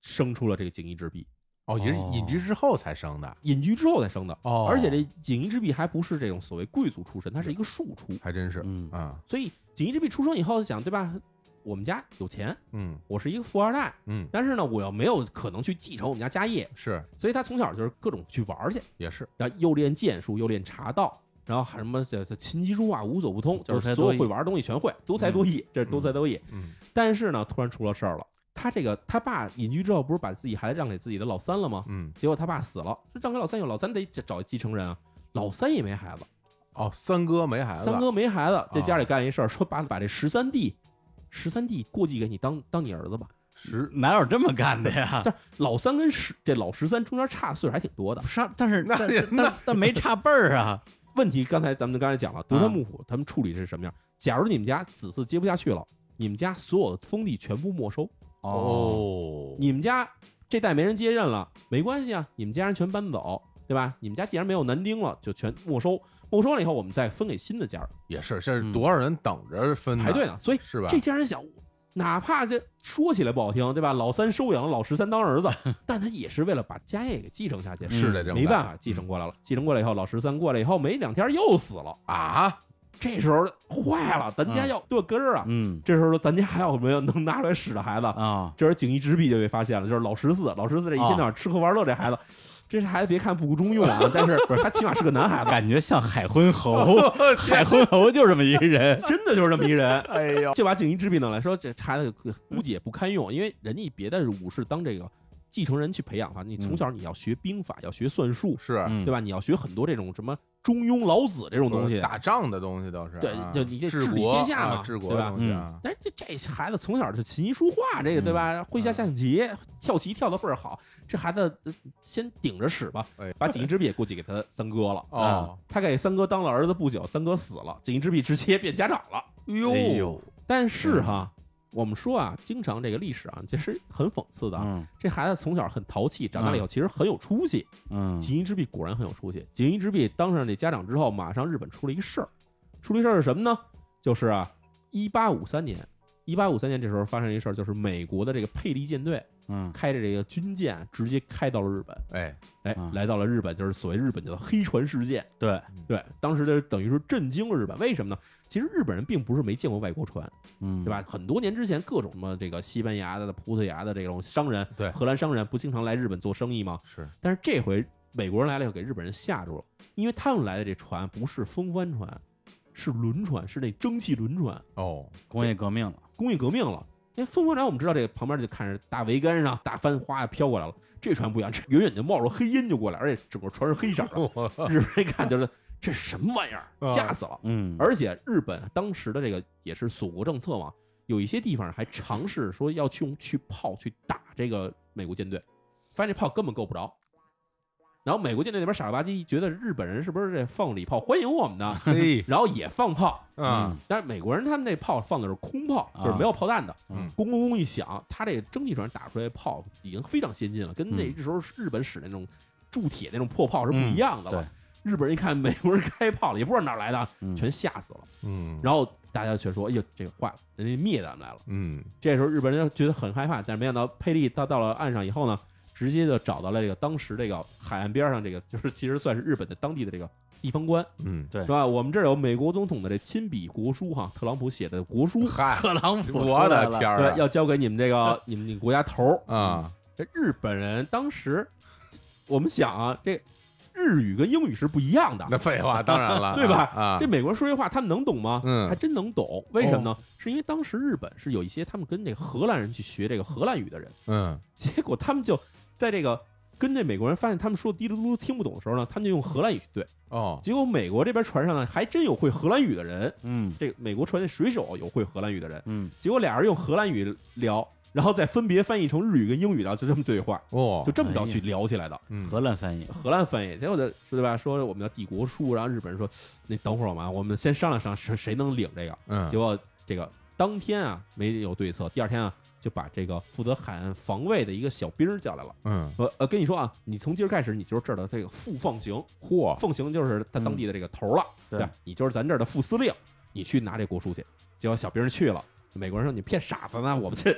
Speaker 1: 生出了这个锦衣之弊，
Speaker 2: 哦，也是
Speaker 4: 哦
Speaker 2: 隐居之后才生的，
Speaker 1: 隐居之后才生的。
Speaker 2: 哦
Speaker 1: 而且这锦衣之弊还不是这种所谓贵族出身，他是一个庶出。
Speaker 2: 还真是，
Speaker 4: 嗯
Speaker 2: 啊，
Speaker 1: 所以锦衣之弊出生以后想，对吧？我们家有钱，
Speaker 2: 嗯
Speaker 1: 我是一个富二代，
Speaker 2: 嗯，
Speaker 1: 但是呢，我又没有可能去继承我们家家业，
Speaker 2: 是
Speaker 1: 所以他从小就是各种去玩儿去，
Speaker 2: 也是，
Speaker 1: 然后又练剑术，又练茶道，然后还什么这这琴棋书画无所不通，就
Speaker 4: 多才
Speaker 1: 是
Speaker 4: 多艺
Speaker 1: 所有会玩的东西全会，多才多艺，这是多才多艺。
Speaker 2: 嗯
Speaker 1: 但是呢，突然出了事儿了，他这个他爸隐居之后，不是把自己孩子让给自己的老三了吗？
Speaker 2: 嗯，
Speaker 1: 结果他爸死了，这让给老三有，老三得找继承人啊。老三也没孩子，
Speaker 2: 哦，三哥没孩子，啊
Speaker 1: 三哥没孩子，在家里干一事儿，说把把这十三弟，十三弟过继给你当当你儿子吧。
Speaker 2: 十，
Speaker 4: 嗯哪有这么干的 呀？
Speaker 1: 但老三跟十这老十三中间差岁数还挺多的。
Speaker 4: 是，但是
Speaker 2: 那
Speaker 4: 但
Speaker 2: 也
Speaker 4: 但但没差辈儿啊，
Speaker 1: 问题刚才咱们刚才讲
Speaker 2: 啊
Speaker 1: 了，德川幕府他们处理是什么样？假如你们家子嗣接不下去了，你们家所有的封地全部没收，
Speaker 2: 哦，
Speaker 1: 你们家这代没人接任了，没关系啊，你们家人全搬走，对吧？你们家既然没有男丁了，就全没收。没收完了以后，我们再分给新的家儿
Speaker 2: 也是，这是
Speaker 1: 嗯
Speaker 2: 多少人等着分呢
Speaker 1: 排队呢。所以
Speaker 2: 嗯啊是吧？
Speaker 1: 这家人想，哪怕这说起来不好听，对吧？老三收养了老十三当 儿子，但他也是为了把家业给继承下去，
Speaker 2: 是得嗯这么
Speaker 1: 没
Speaker 2: 办
Speaker 1: 办法继承过来了。继承过来以后，老十三过来以后没两天又死了，
Speaker 2: 啊，
Speaker 1: 这时候坏了，咱家要剁根儿啊！
Speaker 4: 嗯
Speaker 1: 这时候说咱家还有没有能拿出来使的孩子？
Speaker 4: 啊，
Speaker 1: 这时候警一直毙就被发现了，就是老十四，老十四这一天到晚吃喝玩乐这孩子。这孩子别看不中用啊， 但是他起码是个男孩子，
Speaker 4: 感觉像海昏 侯，海昏侯就这么一个 人，
Speaker 1: 真的就是这么一人。
Speaker 2: 哎呦，
Speaker 1: 就把锦衣之笔弄来说，这孩子估计也不堪用，因为人家别的武士当这个继承人去培养的话，你从小你要学兵法，要学算术，
Speaker 2: 是
Speaker 4: 嗯
Speaker 1: 对吧？你要学很多这种什么中庸、老子这种嗯东西。
Speaker 2: 打仗的东西都是，
Speaker 1: 对
Speaker 2: 啊
Speaker 1: 就你这
Speaker 2: 治
Speaker 1: 治理
Speaker 2: 国
Speaker 1: 天下
Speaker 2: 啊
Speaker 1: 嘛
Speaker 2: 治国
Speaker 1: 对
Speaker 2: 的
Speaker 1: 吧嗯
Speaker 2: 东西啊，
Speaker 1: 但是这这孩子从小就琴棋书画，这个对吧？
Speaker 4: 嗯
Speaker 1: 会下象棋、跳棋跳得倍儿好，这孩子呃先顶着使吧
Speaker 2: 哎。
Speaker 1: 把锦衣之笔也估计给他三哥了。啊
Speaker 2: 哦，
Speaker 1: 他给三哥当了儿子不久，三哥死了，锦衣之笔直接变家长了。
Speaker 2: 哟
Speaker 4: 哎呦，嗯
Speaker 1: 但是哈，我们说啊，经常这个历史啊，其实很讽刺的啊。
Speaker 4: 嗯
Speaker 1: 这孩子从小很淘气，长大了以后其实很有出息。
Speaker 4: 嗯
Speaker 1: 锦衣之弊果然很有出息。锦衣之弊当上这家长之后，马上日本出了一事儿，出了一事儿是什么呢？就是啊，一八五三年，一八五三年这时候发生一事儿，就是美国的这个佩利舰队
Speaker 4: 嗯
Speaker 1: 开着这个军舰直接开到了日本，
Speaker 2: 哎，
Speaker 1: 哎，
Speaker 4: 啊
Speaker 1: 来到了日本，就是所谓日本叫做黑船事件。
Speaker 4: 对，
Speaker 1: 对，当时的等于是震惊了日本，为什么呢？其实日本人并不是没见过外国船，
Speaker 4: 嗯
Speaker 1: 对？吧？很多年之前，各种什么这个西班牙的、葡萄牙的这种商人，
Speaker 2: 对
Speaker 1: 荷兰商人不经常来日本做生意吗？
Speaker 2: 是
Speaker 1: 但是这回美国人来了以后，给日本人吓住了，因为他们来的这船不是风帆船，是轮船，是那蒸汽轮船，
Speaker 2: 哦，
Speaker 4: 工业革命了，
Speaker 1: 工业革命了。那风帆船我们知道，这个旁边就看着大桅杆上大帆哗飘过来了，这船不一样，这远远就冒着黑烟就过来，而且整个船是黑色 的。日本人一看就是这是什么玩意儿，吓死了。
Speaker 4: 嗯
Speaker 1: 而且日本当时的这个也是锁国政策嘛，有一些地方还尝试说要去用去炮去打这个美国舰队，发现这炮根本够不着。然后美国舰队那边傻了吧唧，觉得日本人是不是这放礼炮欢迎我们
Speaker 4: 嗯
Speaker 1: 呢？
Speaker 2: 嘿
Speaker 1: 然后也放炮，
Speaker 2: 啊，
Speaker 1: 但是美国人他们那炮放的是空炮，
Speaker 4: 啊
Speaker 1: 就是没有炮弹的。
Speaker 2: 嗯
Speaker 1: 咣咣咣一响，他这蒸汽船打出来的炮已经非常先进了，跟那时候日本使那种铸铁那种破炮是不一样的了。
Speaker 4: 嗯
Speaker 1: 日本人一看美国人开炮了，也不知道哪儿来的，
Speaker 4: 嗯
Speaker 1: 全吓死了。
Speaker 2: 嗯，
Speaker 1: 然后大家全说：“哎呦，这个坏了，人家灭咱们来了。
Speaker 2: 嗯，”
Speaker 1: 这时候日本人就觉得很害怕，但是没想到佩利他到了岸上以后呢，直接就找到了这个当时这个海岸边上这个，就是其实算是日本的当地的这个地方官，
Speaker 2: 嗯，
Speaker 1: 是吧？我们这儿有美国总统的这亲笔国书哈，特朗普写的国书，
Speaker 2: 嗨，
Speaker 4: 特朗普
Speaker 2: 我的天儿
Speaker 1: 对，
Speaker 2: 啊
Speaker 1: 要交给你们这个你们你们国家头儿。
Speaker 2: 啊，
Speaker 1: 这日本人当时，我们想啊，这日语跟英语是不一样的，
Speaker 2: 那废话当然了，
Speaker 1: 对吧
Speaker 2: 啊，
Speaker 1: 这美国人说这话，他们能懂吗？
Speaker 2: 嗯
Speaker 1: 还真能懂。为什么呢？是因为当时日本是有一些他们跟这个荷兰人去学这个荷兰语的人，
Speaker 2: 嗯，
Speaker 1: 结果他们就在这个跟这美国人发现他们说的嘀哩嘟噜听不懂的时候呢，他们就用荷兰语去对。
Speaker 2: 哦，
Speaker 1: 结果美国这边船上呢，还真有会荷兰语的人，
Speaker 4: 嗯
Speaker 1: 这个美国船的水手有会荷兰语的人，
Speaker 4: 嗯
Speaker 1: 结果俩人用荷兰语聊，然后再分别翻译成日语跟英语，然后就这么对话，
Speaker 2: 哦，
Speaker 1: 就这么着
Speaker 4: 哎呀
Speaker 1: 去聊起来的。
Speaker 2: 嗯
Speaker 4: 荷兰翻译，
Speaker 1: 荷兰翻译，结果就是对吧？说我们叫帝国书，然后日本人说，那等会儿我们啊我们先商量商量，谁谁能领这个？
Speaker 2: 嗯
Speaker 1: 结果这个当天啊没有对策，第二天啊就把这个负责海岸防卫的一个小兵儿叫来了。
Speaker 2: 嗯，
Speaker 1: 呃呃，跟你说啊，你从今儿开始，你就是这儿的这个副放行，
Speaker 2: 嚯，
Speaker 1: 奉行就是他当地的这个头儿了，
Speaker 4: 对
Speaker 1: 吧你就是咱这儿的副司令，你去拿这国书去。结果小兵儿去了。美国人说你骗傻子呢，我们这，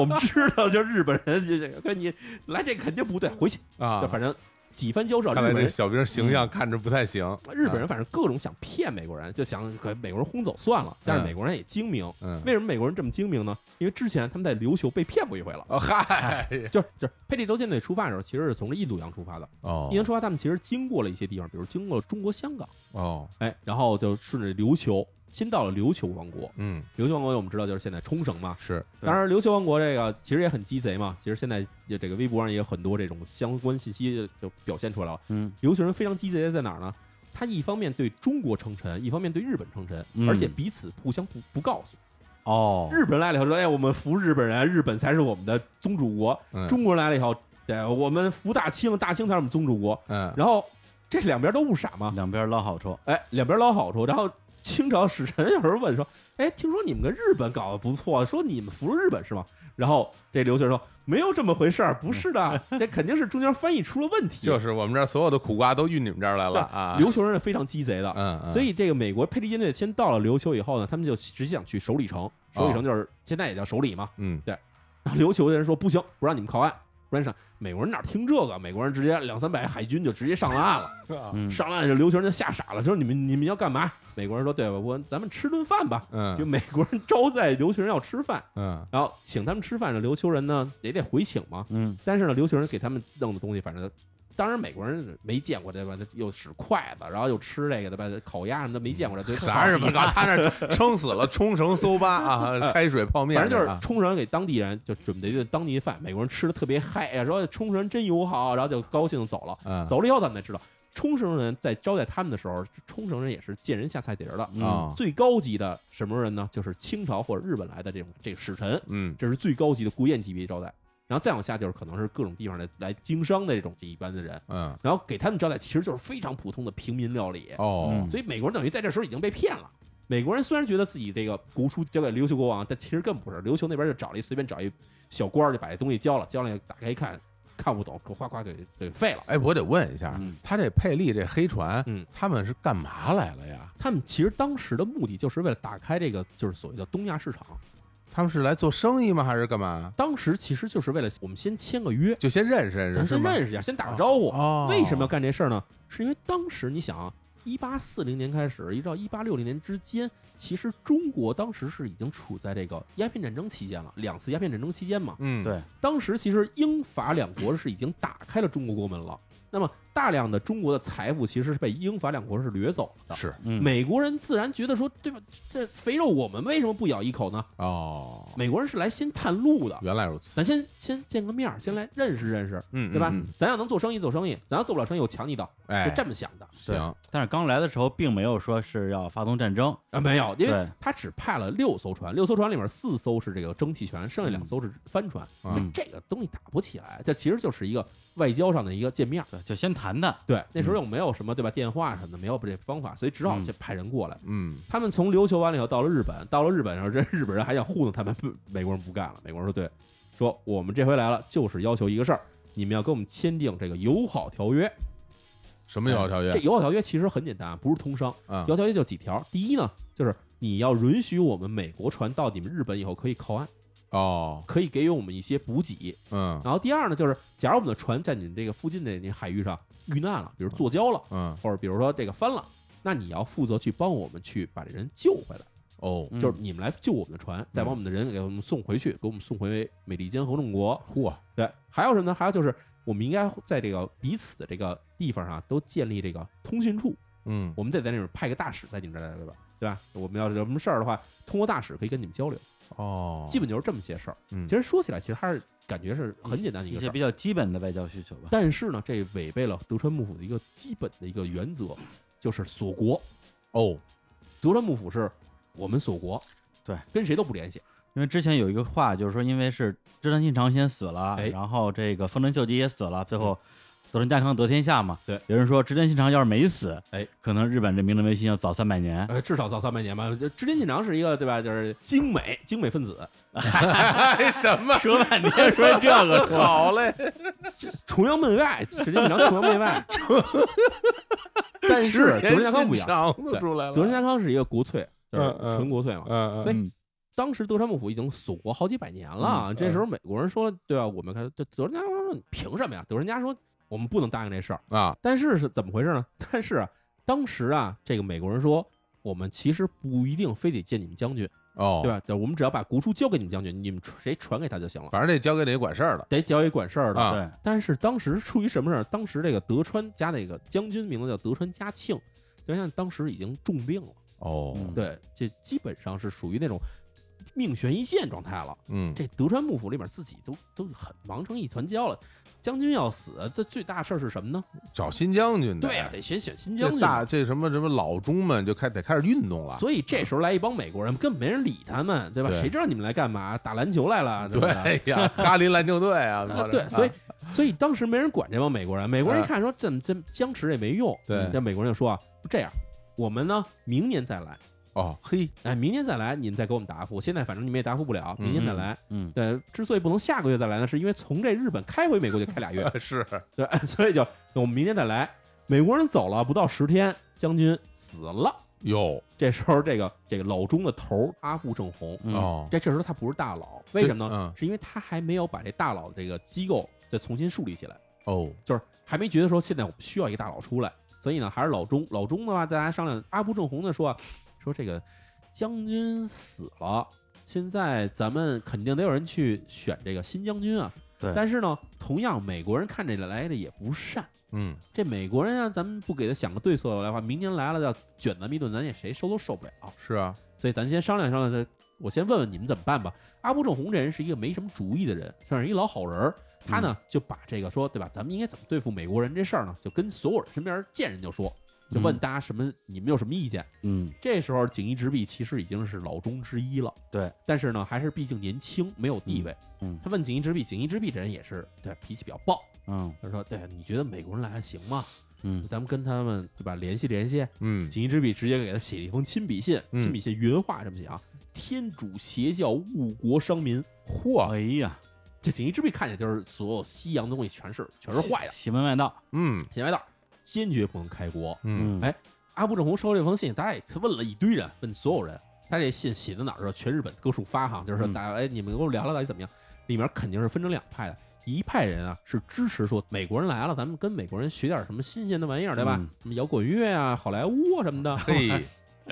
Speaker 1: 我们知道，就日本人就这跟你来这肯定不对，回去
Speaker 2: 啊
Speaker 1: 就，反正几番交涉，日
Speaker 2: 看来啊
Speaker 1: 本
Speaker 2: 这
Speaker 1: 人嗯啊
Speaker 2: 小兵形象看着不太行，
Speaker 1: 日本人反正各种想骗美国人，就想给美国人轰走算了。但是
Speaker 2: 嗯
Speaker 1: 美国人也精明，
Speaker 2: 嗯，
Speaker 1: 为什么美国人这么精明呢？因为之前他们在琉球被骗过一回了。
Speaker 2: 哦嗨，
Speaker 1: 就是就是佩利州舰队出发的时候，其实是从这印度洋出发的。
Speaker 2: 哦
Speaker 1: 印度洋出发，他们其实经过了一些地方，比如经过了中国香港，
Speaker 2: 哦，
Speaker 1: 哎，然后就顺着琉球，先到了琉球王国。
Speaker 2: 嗯，
Speaker 1: 琉球王国我们知道就是现在冲绳嘛。
Speaker 2: 是，
Speaker 4: 对
Speaker 1: 当然，琉球王国这个其实也很鸡贼嘛。其实现在就这个微博上也有很多这种相关信息就就表现出来了。
Speaker 4: 嗯
Speaker 1: 琉球人非常鸡贼在哪儿呢？他一方面对中国称臣，一方面对日本称臣，
Speaker 4: 嗯
Speaker 1: 而且彼此互相不不告诉。
Speaker 4: 哦，
Speaker 1: 日本来了以后说：“哎，我们服日本人，日本才是我们的宗主国。
Speaker 2: 嗯
Speaker 1: 中国人来了以后，对，我们服大清，大清才是我们宗主国。
Speaker 2: 嗯，
Speaker 1: 然后这两边都不傻嘛，
Speaker 4: 两边捞好处，
Speaker 1: 哎，两边捞好处。然后清朝使臣有时候问说：“哎，听说你们跟日本搞得不错，说你们服了日本是吗？”然后这刘秀说：“没有这么回事儿，不是 的，这肯定是中间翻译出了问题。”
Speaker 2: 就是啊我们这儿所有的苦瓜都运你们这儿来了啊。
Speaker 1: 琉球人是非常鸡贼的，
Speaker 2: 嗯，嗯
Speaker 1: 所以这个美国佩利舰队先到了琉球以后呢，他们就直接想去首里城，
Speaker 2: 哦
Speaker 1: 首里城就是现在也叫首里嘛。
Speaker 2: 嗯
Speaker 1: 然后琉球的人说不行，不让你们靠岸，不让上。美国人哪听这个？美国人直接两三百海军就直接上了岸了，
Speaker 4: 嗯
Speaker 1: 上了岸这琉球人就吓傻了，说你们你们要干嘛？美国人说对吧，我咱们吃顿饭吧。
Speaker 2: 嗯
Speaker 1: 就美国人招待琉球人要吃饭，
Speaker 2: 嗯
Speaker 1: 然后请他们吃饭，这琉球人呢也得回请嘛。
Speaker 4: 嗯，
Speaker 1: 但是呢，琉球人给他们弄的东西，反正当然美国人没见过对吧？又使筷子，然后又吃这个对吧？烤鸭什么的没见过这，对
Speaker 2: 啥什么？他那儿撑死了冲绳搜吧 啊，开水泡面，
Speaker 1: 反正就是
Speaker 2: 啊
Speaker 1: 冲绳人给当地人就准备的当地饭，美国人吃的特别嗨，哎呀，说冲绳人真友好，然后就高兴地走了。
Speaker 2: 嗯
Speaker 1: 走了以后，咱们才知道，冲绳人在招待他们的时候，冲绳人也是见人下菜碟儿的。
Speaker 4: 嗯
Speaker 2: 啊
Speaker 1: 最高级的什么人呢？就是清朝或者日本来的这种这个使臣，
Speaker 2: 嗯
Speaker 1: 这是最高级的国宴级别招待。然后再往下就是可能是各种地方来来经商的这种这一般的人，
Speaker 2: 嗯
Speaker 1: 然后给他们招待其实就是非常普通的平民料理。
Speaker 2: 哦
Speaker 4: 嗯
Speaker 1: 所以美国人等于在这时候已经被骗了。美国人虽然觉得自己这个古书交给琉球国王，但其实根本不是。琉球那边就找了一随便找一小官儿就把这东西交了，交了打开一看，看不懂，哗哗给给废了。
Speaker 2: 哎，我得问一下
Speaker 1: 嗯，
Speaker 2: 他这佩利这黑船
Speaker 1: 嗯，
Speaker 2: 他们是干嘛来了呀？
Speaker 1: 他们其实当时的目的就是为了打开这个就是所谓的东亚市场，
Speaker 2: 他们是来做生意吗？还是干嘛？
Speaker 1: 当时其实就是为了我们先签个约，啊
Speaker 2: 就先认识认识，
Speaker 1: 咱先
Speaker 2: 是吗
Speaker 1: 认识一下，先打个招呼。
Speaker 2: 哦，
Speaker 1: 为什么要干这事儿呢？是因为当时你想啊，一八四零年开始，一直到一八六零年之间，其实中国当时是已经处在这个鸦片战争期间了，两次鸦片战争期间嘛。
Speaker 2: 嗯，
Speaker 4: 对
Speaker 1: 当时其实英法两国是已经打开了中国国门了，那么大量的中国的财富其实是被英法两国是掠走了的。
Speaker 2: 是
Speaker 4: 嗯
Speaker 1: 美国人自然觉得说，对吧？这肥肉我们为什么不咬一口呢？
Speaker 2: 哦，
Speaker 1: 美国人是来先探路的，
Speaker 2: 原来如此，
Speaker 1: 咱先先见个面儿，先来认识认识，
Speaker 2: 嗯，
Speaker 1: 对吧
Speaker 2: 嗯？
Speaker 1: 咱要能做生意做生意，咱要做不了生意我抢你的，
Speaker 2: 哎，
Speaker 1: 是这么想的
Speaker 2: 行，
Speaker 4: 但是刚来的时候并没有说是要发动战争，
Speaker 1: 啊？没有，因为
Speaker 4: 对
Speaker 1: 他只派了六艘船，六艘船里面四艘是这个蒸汽船，剩下两艘是帆船，
Speaker 2: 嗯
Speaker 1: 所以这个东西打不起来。这其实就是一个外交上的一个见面儿。
Speaker 4: 对，就先谈谈，
Speaker 1: 对，那时候又没有什么对吧，电话什么的没有这方法，所以只好先派人过来。
Speaker 2: 嗯
Speaker 1: 他们从琉球完了以后到了日本，到了日本的时候，这日本人还想糊弄他们， 不美国人不干了。美国人说：“对，说我们这回来了，就是要求一个事儿，你们要跟我们签订这个友好条约。
Speaker 2: 什么友好条约
Speaker 1: 哎这？友好条约其实很简单，不是通商。
Speaker 2: 嗯
Speaker 1: 友好条约就几条，第一呢，就是你要允许我们美国船到你们日本以后可以靠岸，
Speaker 2: 哦，
Speaker 1: 可以给予我们一些补给。
Speaker 2: 嗯
Speaker 1: 然后第二呢，就是假如我们的船在你们这个附近的那海域上遇难了，比如坐礁了，
Speaker 2: 嗯
Speaker 1: 或者比如说这个翻了，那你要负责去帮我们去把这人救回来。
Speaker 2: 哦，
Speaker 4: 嗯
Speaker 1: 就是你们来救我们的船，再把我们的人给我们送回去，给我们送回美利坚合众国。
Speaker 2: 嚯，
Speaker 1: 对，还有什么呢？还有就是，我们应该在这个彼此的这个地方上都建立这个通讯处，
Speaker 2: 嗯
Speaker 1: 我们得在那边派个大使在你们这儿来，对吧？对吧？我们要是有什么事儿的话，通过大使可以跟你们交流。
Speaker 2: 哦，
Speaker 1: 基本就是这么些事儿。
Speaker 2: 嗯
Speaker 1: 其实说起来，其实还是感觉是很简单的一
Speaker 4: 一
Speaker 1: 个
Speaker 4: 些
Speaker 1: 事儿
Speaker 4: 比。较基本的外交需求吧。
Speaker 1: 但是呢，这违背了德川幕府的一个基本的一个原则，就是锁国。
Speaker 2: 哦，
Speaker 1: 德川幕府是我们锁国，
Speaker 4: 对，
Speaker 1: 跟谁都不联系。
Speaker 4: 因为之前有一个话，就是说，因为是织田信长先死了，
Speaker 1: 哎
Speaker 4: 然后这个丰臣秀吉也死了，最后德川家康得天下嘛。
Speaker 1: 对，
Speaker 4: 有人说织田信长要是没死，
Speaker 1: 哎，
Speaker 4: 可能日本这明治维新要早三百年。
Speaker 1: 呃，至少早三百年吧。这织田信长是一个对吧？就是精美精美分子，
Speaker 2: 哎，什 么？，
Speaker 4: 说半天说这个
Speaker 2: 好嘞，
Speaker 1: 崇洋媚外，织田信长崇洋媚 外。但 是德川家康不一样，
Speaker 2: 都出来了，
Speaker 1: 德川家康是一个国粹，就是
Speaker 2: 嗯嗯
Speaker 1: 纯国粹嘛。
Speaker 2: 嗯，
Speaker 1: 所
Speaker 2: 嗯
Speaker 1: 以当时德川幕府已经锁国好几百年了，啊这时
Speaker 2: 嗯
Speaker 1: 候美国人说，对吧？我们看德德川家康说，你凭什么呀？德川家说，我们不能答应这事儿。
Speaker 2: 啊，
Speaker 1: 但是是怎么回事呢？但是啊，当时啊，这个美国人说，我们其实不一定非得见你们将军，
Speaker 2: 哦，
Speaker 1: 对？吧？对，我们只要把国书交给你们将军，你们传谁传给他就行了，
Speaker 2: 反正这交给得管事儿的
Speaker 1: 得交给管事儿的。
Speaker 2: 啊，
Speaker 4: 对，
Speaker 1: 但是当时出于什么事儿？当时这个德川家那个将军名字叫德川家庆，德川家庆当时已经重病了，
Speaker 2: 哦，
Speaker 4: 嗯
Speaker 1: 对，这基本上是属于那种命悬一线状态了。
Speaker 2: 嗯，
Speaker 1: 这德川幕府里面自己都都很忙成一团焦了，将军要死，这最大事儿是什么呢？
Speaker 2: 找新将军的，
Speaker 1: 对呀、得选选新
Speaker 2: 啊这
Speaker 1: 将军。
Speaker 2: 大这什么什么老中们就开得开始运动了，
Speaker 1: 所以这时候来一帮美国人，根本没人理他们，对吧？
Speaker 2: 对
Speaker 1: 谁知道你们来干嘛？打篮球来了，吧？
Speaker 2: 对 呀，哈林篮球队啊，
Speaker 1: 啊， 对，所以所以当时没人管这帮美国人，美国人一看说，这这僵持也没用，
Speaker 2: 对
Speaker 1: 这美国人就说啊，这样，我们呢明年再来，
Speaker 2: 哦，嘿，
Speaker 1: 哎，明年再来，你们再给我们答复。现在反正你们也答复不了，明年再来。
Speaker 4: 嗯，
Speaker 1: 对，呃之所以不能下个月再来呢，是因为从这日本开回美国就开俩月，
Speaker 2: 是
Speaker 1: 对，所以就我们明年再来。美国人走了不到十天，将军死了。
Speaker 2: 哟
Speaker 1: 这时候，这个这个老钟的头儿阿部正红，啊
Speaker 4: 嗯
Speaker 2: 哦，
Speaker 1: 这这时候他不是大佬，为什么呢？
Speaker 2: 嗯
Speaker 1: 是因为他还没有把这大佬这个机构再重新树立起来，
Speaker 2: 哦，
Speaker 1: 就是还没觉得说现在我们需要一个大佬出来，所以呢还是老钟。老钟的话，大家商量，阿部正红的说啊，说这个将军死了，现在咱们肯定得有人去选这个新将军啊。
Speaker 4: 对
Speaker 1: 但是呢，同样美国人看这来的也不善。
Speaker 2: 嗯，
Speaker 1: 这美国人啊，咱们不给他想个对策来话，明年来了要卷咱们一顿，咱也谁收都受不了。
Speaker 2: 是啊，
Speaker 1: 所以咱先商量商量，这我先问问你们怎么办吧。阿部正红这人是一个没什么主意的人，算是一老好人儿。他
Speaker 4: 嗯
Speaker 1: 呢就把这个说，对吧？咱们应该怎么对付美国人这事儿呢？就跟所有人身边见人就说，就问大家什么，你们有什么意见？
Speaker 4: 嗯，
Speaker 1: 这时候锦衣直弼其实已经是老中之一了，
Speaker 4: 对。
Speaker 1: 但是呢，还是毕竟年轻，没有地位。
Speaker 4: 嗯嗯
Speaker 1: 他问锦衣直弼，锦衣直弼这人也是对脾气比较暴，
Speaker 4: 嗯
Speaker 1: 他说：“对，你觉得美国人来还行吗？
Speaker 4: 嗯
Speaker 1: 咱们跟他们对吧联系联系。”
Speaker 2: 嗯，
Speaker 1: 锦衣之笔直接给他写了一封亲笔信，
Speaker 2: 嗯
Speaker 1: 亲笔信原话这么写啊：天主邪教误国伤民。嚯！
Speaker 4: 哎呀，
Speaker 1: 这锦衣之笔看见就是所有西洋的东西全是全是坏的，
Speaker 4: 邪门外道，
Speaker 2: 嗯
Speaker 1: 邪外道，坚决不能开国。
Speaker 2: 嗯，
Speaker 1: 哎阿部正红收到这封信，大家也问了一堆人，问所有人，他这信写的哪儿啊？全日本各处发哈，就是说
Speaker 4: 嗯
Speaker 1: 大家哎，你们给我聊聊到底怎么样？里面肯定是分成两派的，一派人啊是支持说美国人来了，咱们跟美国人学点什么新鲜的玩意儿，对吧
Speaker 4: 嗯？
Speaker 1: 什么摇滚乐啊、好莱坞啊什 么的，
Speaker 2: 嘿，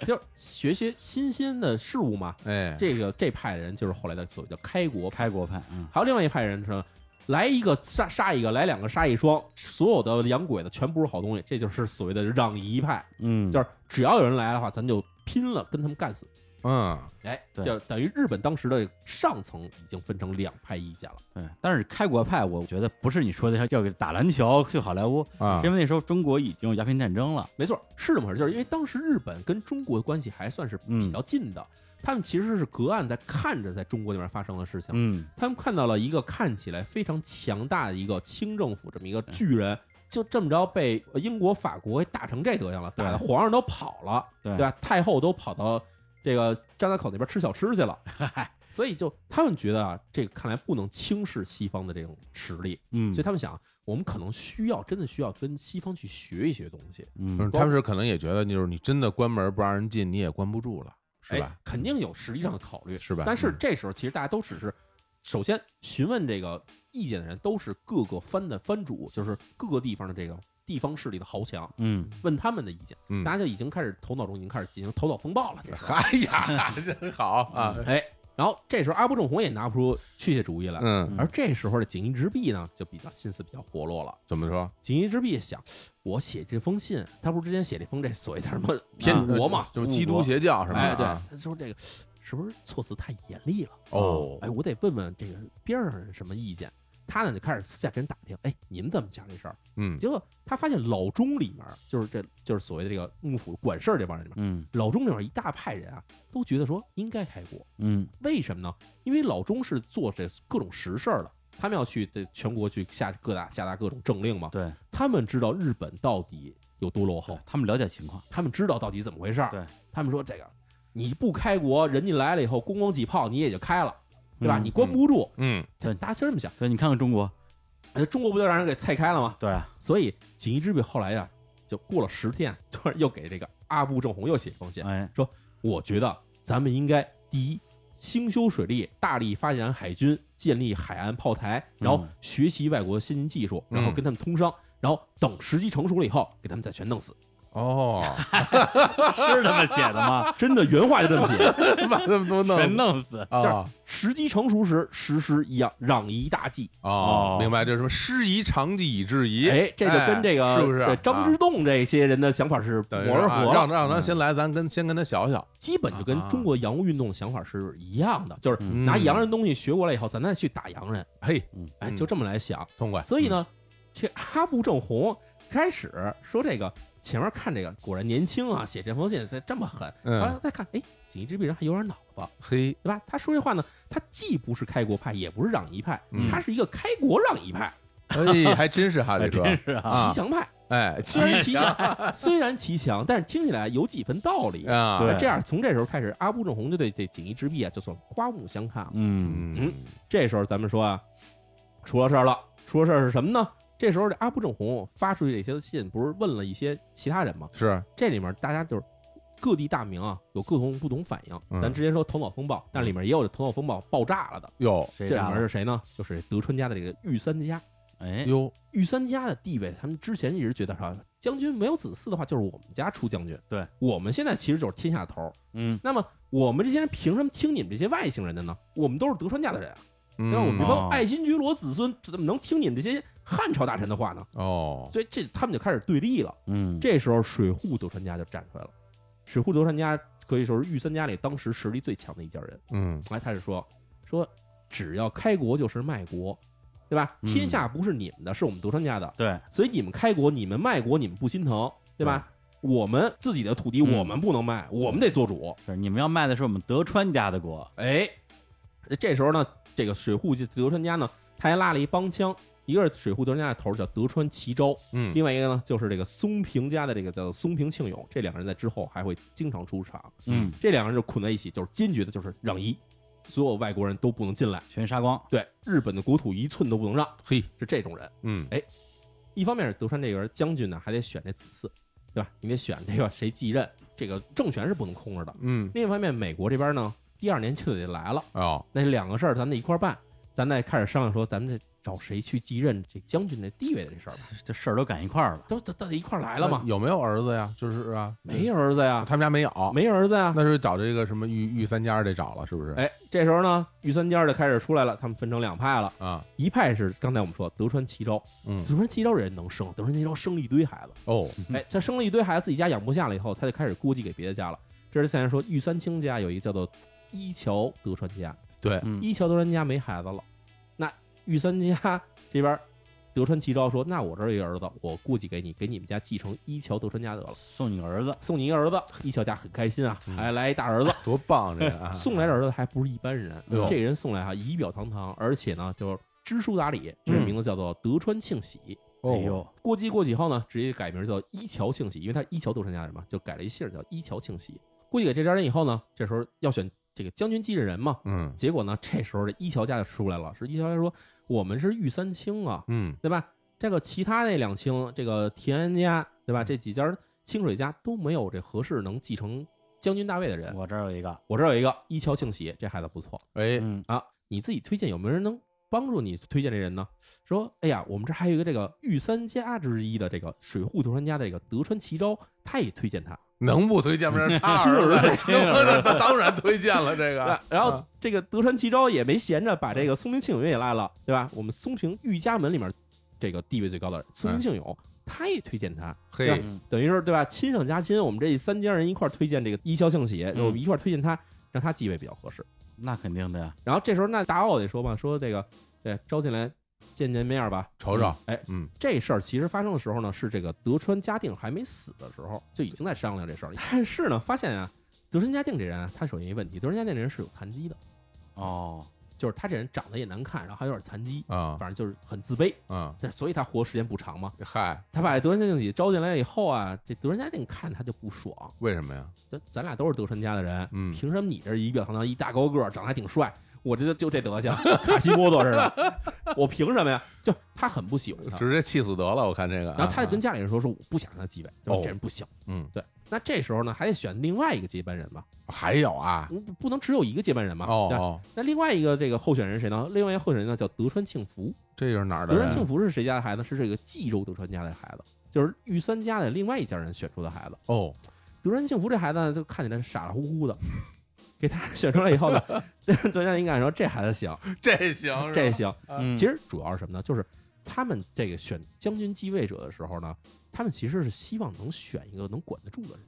Speaker 1: 就是学学新鲜的事物嘛。
Speaker 2: 哎，
Speaker 1: 这个这派人就是后来的所谓叫开国派，
Speaker 4: 开国派，嗯
Speaker 1: 还有另外一派人是来一个杀杀一个，来两个杀一双，所有的洋鬼子全不是好东西，这就是所谓的攘夷派，
Speaker 4: 嗯，
Speaker 1: 就是只要有人来的话，咱就拼了，跟他们干死。
Speaker 2: 嗯，
Speaker 1: 哎，
Speaker 4: 对
Speaker 1: 就等于日本当时的上层已经分成两派意见了。
Speaker 4: 对。但是开国派，我觉得不是你说的要要打篮球去好莱坞，
Speaker 2: 啊，
Speaker 1: 嗯
Speaker 4: 因为那时候中国已经有鸦片战争了，
Speaker 1: 没错，是这么回事，就是因为当时日本跟中国的关系还算是比
Speaker 4: 嗯
Speaker 1: 较近的，他们其实是隔岸在看着在中国那边发生的事情。
Speaker 4: 嗯
Speaker 1: 他们看到了一个看起来非常强大的一个清政府这么一个巨
Speaker 4: 嗯
Speaker 1: 人，就这么着被呃英国、法国给打成这德行了，
Speaker 4: 对
Speaker 1: 打的皇上都跑了，
Speaker 4: 对
Speaker 1: 吧？太后都跑到这个张家口那边吃小吃去了，所以就他们觉得啊，这个看来不能轻视西方的这种实力，
Speaker 4: 嗯，
Speaker 1: 所以他们想，我们可能需要真的需要跟西方去学一学东西，
Speaker 2: 嗯
Speaker 4: 嗯
Speaker 2: 他们是可能也觉得，就是你真的关门不让人进，你也关不住了，是
Speaker 1: 哎
Speaker 2: 吧？？
Speaker 1: 肯定有实际上的考虑，
Speaker 2: 是吧
Speaker 1: 但是
Speaker 2: 嗯
Speaker 1: 这时候其实大家都只是，首先询问这个意见的人都是各个藩的藩主，就是各个地方的这个地方势力的豪强，
Speaker 4: 嗯
Speaker 1: 问他们的意见，
Speaker 2: 嗯
Speaker 1: 大家就已经开始头脑中已经开始进行头脑风暴了。这时候
Speaker 2: 哎呀，真好啊，
Speaker 1: 哎，然后这时候阿部正红也拿不出确切主意来，
Speaker 2: 嗯，
Speaker 1: 而这时候的锦衣之弼呢，就比较心思比较活络了。
Speaker 2: 怎么说？
Speaker 1: 锦衣之弼想，我写这封信，他不是之前写了一封这所谓的什么
Speaker 4: 天
Speaker 1: 啊国嘛？
Speaker 2: 呃就是基督邪教是吧？
Speaker 1: 哎，对
Speaker 2: 啊，
Speaker 1: 他说这个是不是措辞太严厉了？
Speaker 2: 哦，
Speaker 1: 哎，我得问问这个边上人什么意见。他呢就开始私下跟人打听，哎，你们怎么想这事儿？
Speaker 2: 嗯，
Speaker 1: 结果他发现老钟里面，就是这就是所谓的这个幕府管事儿这帮人里面，
Speaker 4: 嗯
Speaker 1: 老钟里面一大派人啊，都觉得说应该开国，
Speaker 4: 嗯
Speaker 1: 为什么呢？因为老钟是做这各种实事儿的，他们要去这全国去下各大下达各种政令嘛，
Speaker 4: 对，
Speaker 1: 他们知道日本到底有多落后
Speaker 4: 对，他们了解情况，
Speaker 1: 他们知道到底怎么回事儿。
Speaker 4: 对，
Speaker 1: 他们说这个你不开国，人家来了以后，咣咣几炮你也就开了，对吧？
Speaker 4: 嗯
Speaker 1: 你关不住，
Speaker 2: 嗯，
Speaker 1: 对，
Speaker 4: 对
Speaker 1: 大家就这么想，
Speaker 4: 对你看看中国，
Speaker 1: 哎中国不就让人给菜开了吗？
Speaker 4: 对啊，
Speaker 1: 所以锦衣之笔后来呀、就过了十天， 突然又给这个阿部正红又写一封信，
Speaker 4: 哎，
Speaker 1: 我觉得咱们应该第一。兴修水利，大力发展海军，建立海岸炮台，然后
Speaker 4: 嗯
Speaker 1: 学习外国的先进技术，然后
Speaker 2: 嗯
Speaker 1: 跟他们通商，然后等时机成熟了以后，给他们再全弄死。
Speaker 2: 哦，
Speaker 4: 是这么写的吗？
Speaker 1: 真的原话就这么写，
Speaker 2: 把他们都
Speaker 4: 全
Speaker 2: 弄
Speaker 4: 弄死，
Speaker 2: 啊
Speaker 1: 时机成熟时实施攘攘夷大计。
Speaker 2: 哦
Speaker 4: 哦，
Speaker 2: 明白，就是什么师夷长技以制夷，
Speaker 1: 哎，这就跟这个
Speaker 2: 哎是不是
Speaker 1: 对张之
Speaker 2: 啊
Speaker 1: 洞这些人的想法是
Speaker 2: 等于
Speaker 1: 谋而
Speaker 2: 啊
Speaker 1: 合
Speaker 2: 让啊
Speaker 1: 了，
Speaker 2: 让他先来，咱跟先跟他小小，
Speaker 1: 基本就跟中国洋务运动的想法是一样的，就是
Speaker 4: 嗯
Speaker 1: 拿洋人东西学过来以后，咱再去打洋人，
Speaker 2: 嘿，
Speaker 1: 哎，
Speaker 2: 嗯
Speaker 1: 就这么来想。
Speaker 2: 痛快，
Speaker 1: 所以呢，这阿部正红开始说这个前面看这个果然年轻啊，写这封信这这么狠，
Speaker 2: 嗯
Speaker 1: 后来再看，哎，锦衣之弼人还有点脑子。
Speaker 2: 嗯，嘿，
Speaker 1: 对吧？他说这话呢，他既不是开国派，也不是攘夷派，
Speaker 2: 嗯
Speaker 1: 他是一个开国攘夷派。
Speaker 2: 哎，还真是哈利说，
Speaker 4: 真是啊，
Speaker 2: 啊
Speaker 1: 骑墙派
Speaker 2: 哎，其
Speaker 1: 虽然骑墙， 虽然骑墙，但是听起来有几分道理。
Speaker 2: 啊，
Speaker 1: 那
Speaker 4: 对
Speaker 1: 这样，从这时候开始，阿布正红就对这锦衣之弊啊，就算刮目相看了。
Speaker 4: 嗯，
Speaker 2: 嗯
Speaker 1: 这时候咱们说啊，出了事儿了，出了事儿是什么呢？这时候这阿布正红发出去这些信，不是问了一些其他人吗？
Speaker 2: 是
Speaker 1: 这里面大家就是各地大名啊，有各种不同反应。
Speaker 2: 嗯
Speaker 1: 咱之前说头脑风暴，但里面也有这头脑风暴爆炸了的。
Speaker 2: 哟
Speaker 1: 这
Speaker 4: 谁
Speaker 1: 里
Speaker 4: 炸
Speaker 1: 面
Speaker 4: 了？
Speaker 1: 是谁呢？就是德川家的这个御三家。
Speaker 4: 哎，
Speaker 2: 哟，
Speaker 1: 御三家的地位，他们之前一直觉得啥，将军没有子嗣的话，就是我们家出将军。
Speaker 4: 对，
Speaker 1: 我们现在其实就是天下头儿。
Speaker 4: 嗯，
Speaker 1: 那么我们这些人凭什么听你们这些外星人的呢？我们都是德川家的人啊，
Speaker 2: 嗯
Speaker 1: 对吧？我们这帮
Speaker 4: 哦
Speaker 1: 爱新觉罗子孙怎么能听你们这些汉朝大臣的话呢？
Speaker 2: 哦，
Speaker 1: 所以这他们就开始对立了。
Speaker 4: 嗯，
Speaker 1: 这时候水户德川家就站出来了。水户德川家可以说是御三家里当时实力最强的一家人。
Speaker 2: 嗯
Speaker 1: 哎，他是说说只要开国就是卖国，对吧？
Speaker 4: 嗯
Speaker 1: 天下不是你们的，是我们德川家的。
Speaker 4: 对，
Speaker 1: 所以你们开国，你们卖国，你们不心疼，对吧？我们自己的土地，
Speaker 4: 嗯
Speaker 1: 我们不能卖，我们得做主。
Speaker 4: 是你们要卖的是我们德川家的国，
Speaker 1: 哎，这时候呢，这个水户德川家呢，他还拉了一帮腔，一个是水户德川家的头儿叫德川齐昭，
Speaker 2: 嗯，
Speaker 1: 另外一个呢就是这个松平家的这个叫松平庆永，这两个人在之后还会经常出场。
Speaker 4: 嗯，
Speaker 1: 这两个人就捆在一起，就是坚决的，就是让一，所有外国人都不能进来，
Speaker 4: 全杀光，
Speaker 1: 对日本的国土一寸都不能让，
Speaker 2: 嘿，
Speaker 1: 是这种人。
Speaker 2: 嗯
Speaker 1: 一方面是德川这个人将军呢，还得选这子嗣，对吧？你得选这个谁继任，这个政权是不能空着的。
Speaker 2: 嗯
Speaker 1: 另一方面，美国这边呢，第二年就得来了，
Speaker 2: 哦，
Speaker 1: 那两个事儿咱得一块儿办，咱再开始商量说，咱们这找谁去继任这将军的地位的这事儿吧，
Speaker 4: 这这事儿都赶一块儿了，
Speaker 1: 都都都得一块儿来了嘛
Speaker 2: 那。有没有儿子呀？就是啊，
Speaker 1: 没儿子呀，
Speaker 2: 他们家没有，
Speaker 1: 没儿子呀。
Speaker 2: 那是找这个什么御御三家得找了，是不是？
Speaker 1: 哎，这时候呢，御三家就开始出来了，他们分成两派了，
Speaker 2: 啊，
Speaker 1: 一派是刚才我们说德川齐昭，
Speaker 2: 嗯
Speaker 1: 德川齐昭人能生，德川齐昭生了一堆孩子。
Speaker 2: 哦，
Speaker 1: 哎，他生了一堆孩子，自己家养不下了以后，他就开始估计给别的家了。这是现在说御三卿家有一个叫做一桥德川家，
Speaker 2: 对，
Speaker 4: 嗯，
Speaker 1: 一桥德川家没孩子了，那御三家这边德川齐昭说：“那我这儿有一儿子，我估计给你，给你们家继承一桥德川家得了，
Speaker 4: 送你个儿子，
Speaker 1: 送你一儿子。”一桥家很开心
Speaker 2: 嗯
Speaker 1: 啊，还来一大儿子。
Speaker 2: 多棒这个啊！
Speaker 1: 送来的儿子还不是一般人
Speaker 2: 哎呦，
Speaker 1: 这人送来哈仪表堂堂，而且呢就是知书达理，这
Speaker 2: 嗯
Speaker 1: 名字叫做德川庆喜。
Speaker 2: 哦
Speaker 4: 哎，呦，
Speaker 1: 过继过继以后呢，直接改名叫一桥庆喜，因为他一桥都是家人嘛，就改了一姓儿叫一桥庆喜。过继给这家人以后呢，这时候要选这个将军继任人嘛，
Speaker 2: 嗯
Speaker 1: 结果呢，这时候这一桥家就出来了，是一桥家说我们是御三卿啊，
Speaker 2: 嗯
Speaker 1: 对吧？这个其他那两卿，这个田安家，对吧？这几家清水家都没有这合适能继承将军大位的人。
Speaker 4: 我这儿有一个，
Speaker 1: 我这儿有一个一桥庆喜，这孩子不错，
Speaker 2: 哎，
Speaker 4: 嗯，
Speaker 1: 啊，你自己推荐有没有人能帮助你推荐这人呢？说，哎呀，我们这还有一个这个御三家之一的这个水户德川家的这个德川齐昭，他也推荐他。
Speaker 2: 能不推荐吗？这是他儿子， 那当然推荐了这个
Speaker 1: 啊。然后
Speaker 2: 啊
Speaker 1: 这个德川齐昭也没闲着，把这个松平庆永也拉了，对吧？我们松平御家门里面这个地位最高的人，松平庆永，他也推荐他，
Speaker 2: 嘿，
Speaker 4: 嗯
Speaker 1: 等于是对吧？亲上加亲，我们这三家人一块儿推荐这个一消庆喜，我们一块儿推荐他，让他继位比较合适。
Speaker 4: 那肯定的呀，
Speaker 1: 然后这时候那达奥得说嘛，说这个，对，招进来见见面吧，
Speaker 2: 瞅瞅，
Speaker 1: 哎，
Speaker 2: 嗯
Speaker 1: 这事儿其实发生的时候呢，是这个德川家定还没死的时候，就已经在商量这事儿了。但是呢，发现啊，德川家定这人啊，他首先一问题，德川家定这人是有残疾的，
Speaker 4: 哦，
Speaker 1: 就是他这人长得也难看，然后还有点残疾，
Speaker 2: 啊
Speaker 1: 反正就是很自卑。
Speaker 2: 啊，
Speaker 1: 但是所以他活时间不长嘛。
Speaker 2: 嗨，
Speaker 1: 他把德川家定己招进来以后啊，这德川家定看他就不爽，
Speaker 2: 为什么呀？
Speaker 1: 咱咱俩都是德川家的人，
Speaker 2: 嗯
Speaker 1: 凭什么你这仪表堂堂一大高个儿，长得还挺帅，我这就就这德行， 卡西波多似的，我凭什么呀？就他很不喜欢他，
Speaker 2: 直接气死得了，我看这个啊。
Speaker 1: 啊然后他就跟家里人说：“说我不想让他继位，
Speaker 2: 哦
Speaker 1: 这人不行。
Speaker 2: 嗯”，
Speaker 1: 对，那这时候呢，还得选另外一个接班人嘛，
Speaker 2: 还有啊，
Speaker 1: 你不能只有一个接班人嘛。
Speaker 2: 哦
Speaker 1: 嗯对吧
Speaker 2: 哦，
Speaker 1: 那另外一个这个候选人是谁呢？另外一个候选人呢叫德川庆福。
Speaker 2: 这就是哪儿的
Speaker 1: 德川
Speaker 2: 人？
Speaker 1: 庆福是谁家的孩子？是这个济州德川家的孩子，就是御三家的另外一家人选出的孩子。
Speaker 2: 哦，
Speaker 1: 德川庆福这孩子呢，就看起来傻傻乎乎的，给他 选出来以后 呢，德川家应该说这孩子行，
Speaker 2: 这行
Speaker 1: 这行。
Speaker 4: 嗯
Speaker 1: 其实主要是什么呢？就是他们这个选将军继位者的时候呢，他们其实是希望能选一个能管得住的人，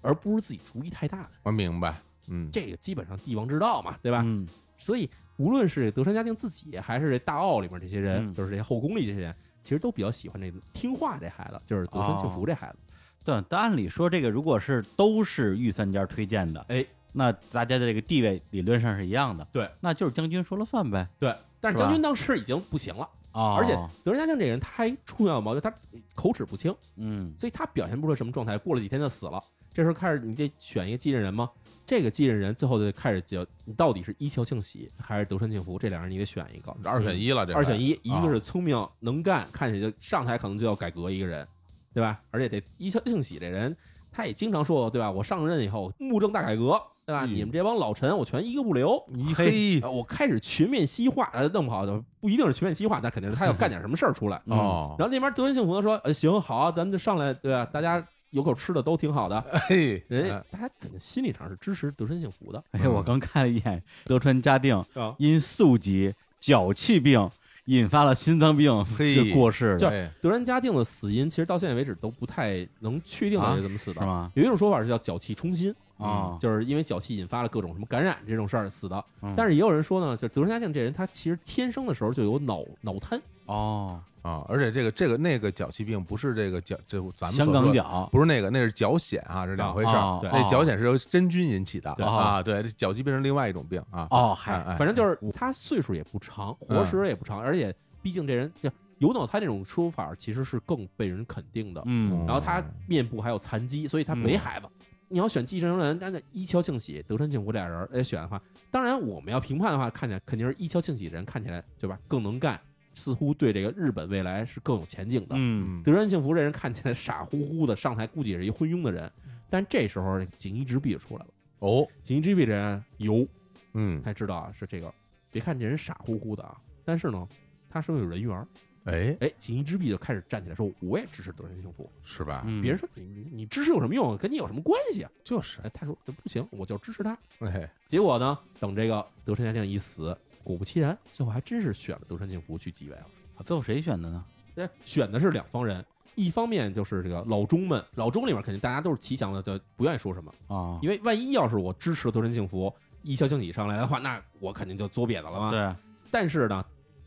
Speaker 1: 而不是自己主意太大的人。
Speaker 2: 我明白，嗯，
Speaker 1: 这个基本上帝王之道嘛，对吧？
Speaker 4: 嗯，
Speaker 1: 所以无论是德川家定自己，还是这大奥里面这些人，
Speaker 4: 嗯
Speaker 1: 就是这些后宫里这些人，其实都比较喜欢这个听话这孩子，就是德川庆
Speaker 4: 哦
Speaker 1: 福这孩子。
Speaker 4: 对，但按理说这个如果是都是御三家推荐的，
Speaker 1: 哎，
Speaker 4: 那大家的这个地位理论上是一样的，
Speaker 1: 对，
Speaker 4: 那就是将军说了算呗，
Speaker 1: 对，但是
Speaker 4: 是吧
Speaker 1: 将军当时已经不行了，
Speaker 4: 啊，
Speaker 1: 而且德仁家庆这个人，他还出现了毛病，他口齿不清，
Speaker 4: 嗯
Speaker 1: 所以他表现不出来什么状态。过了几天就死了。这时候开始，你得选一个继任人吗？这个继任人最后就开始就，你到底是一桥庆喜还是德川庆福？这两人你得选一个，嗯
Speaker 2: 这二选一啊了，这
Speaker 1: 二选
Speaker 2: 一，
Speaker 1: 一，一个是聪明能干，看起来就上台可能就要改革一个人，对吧？而且这一桥庆喜这人，他也经常说，对吧？我上任以后，幕政大改革，对吧？
Speaker 2: 嗯
Speaker 1: 你们这帮老臣，我全一个不留。
Speaker 2: 一黑
Speaker 1: 啊我开始全面西化，呃，弄不好的不一定是全面西化，那肯定是他要干点什么事儿出来。
Speaker 4: 嗯
Speaker 2: 哦，
Speaker 1: 然后那边德仁幸福说：“呃，行，好啊，咱们就上来，对吧？大家有口吃的都挺好 的，
Speaker 2: 嘿，
Speaker 1: 人
Speaker 2: 哎
Speaker 4: 嗯
Speaker 1: 家大家肯定心理上是支持德川幸福的
Speaker 4: 哎，我刚看了一眼，德川嘉定
Speaker 1: 啊。
Speaker 4: 因宿疾、脚气病引发了心脏病，
Speaker 2: 嘿
Speaker 4: 是过世的，
Speaker 2: 哎
Speaker 1: 德川家定的死因其实到现在为止都不太能确定到底是怎么死
Speaker 4: 啊是
Speaker 1: 的。
Speaker 4: 吗？
Speaker 1: 有一种说法是叫脚气冲心嗯
Speaker 4: 啊
Speaker 1: 就是因为脚气引发了各种什么感染这种事儿死的。
Speaker 4: 嗯
Speaker 1: 但是也有人说呢，就德川家定这人，他其实天生的时候就有脑脑瘫，
Speaker 4: 哦，
Speaker 2: 啊，而且这个这个那个脚气病不是这个脚，这咱们
Speaker 4: 香
Speaker 2: 所
Speaker 4: 港
Speaker 2: 说的
Speaker 4: 脚
Speaker 2: 不是那个，那是脚癣啊，这两回事儿。
Speaker 4: 哦
Speaker 1: 对
Speaker 2: 那脚癣是由真菌引起的
Speaker 4: 对
Speaker 2: 啊，对，这脚气病是另外一种病啊。
Speaker 4: 哦，
Speaker 2: 哎，
Speaker 4: 嗨，嗯
Speaker 2: 哎
Speaker 1: 反正就是他岁数也不长，活时也不长，而且毕竟这人就有脑瘫这种说法其实是更被人肯定的。
Speaker 4: 嗯
Speaker 2: 嗯
Speaker 1: 然后他面部还有残疾，所以他没孩子。你要选继承人，但是一桥庆喜、德川庆福俩人来选的话，当然我们要评判的话，看起来肯定是一桥庆喜这人看起来对吧更能干，似乎对这个日本未来是更有前景的。
Speaker 4: 嗯，
Speaker 2: 嗯，
Speaker 1: 德川庆福这人看起来傻乎乎的，上台估计也是一昏庸的人。但这时候锦衣直弼出来了，
Speaker 2: 哦，
Speaker 1: 锦衣直弼这人有，
Speaker 2: 嗯，
Speaker 1: 才知道啊是这个。别看这人傻乎乎的啊，但是呢，他身上有人缘儿。
Speaker 2: 哎，
Speaker 1: 哎，锦衣直弼就开始站起来说：“我也支持德川庆福。”
Speaker 2: 是吧？
Speaker 4: 嗯
Speaker 1: 别人说你你你支持有什么用？跟你有什么关系啊？
Speaker 2: 就是，
Speaker 1: 哎，他说不行，我就支持他。
Speaker 2: 哎，
Speaker 1: 结果呢，等这个德川家定一死，果不其然，最后还真是选了德川庆福去继位了。
Speaker 4: 啊最后谁选的呢？
Speaker 1: 哎，选的是两方人，一方面就是这个老中们，老中里面肯定大家都是齐祥的，对，不愿意说什么，
Speaker 4: 啊，
Speaker 1: 因为万一要是我支持了德川庆福，一消庆喜上来的话，那我肯定就作瘪子了嘛。
Speaker 4: 对，
Speaker 1: 但是呢，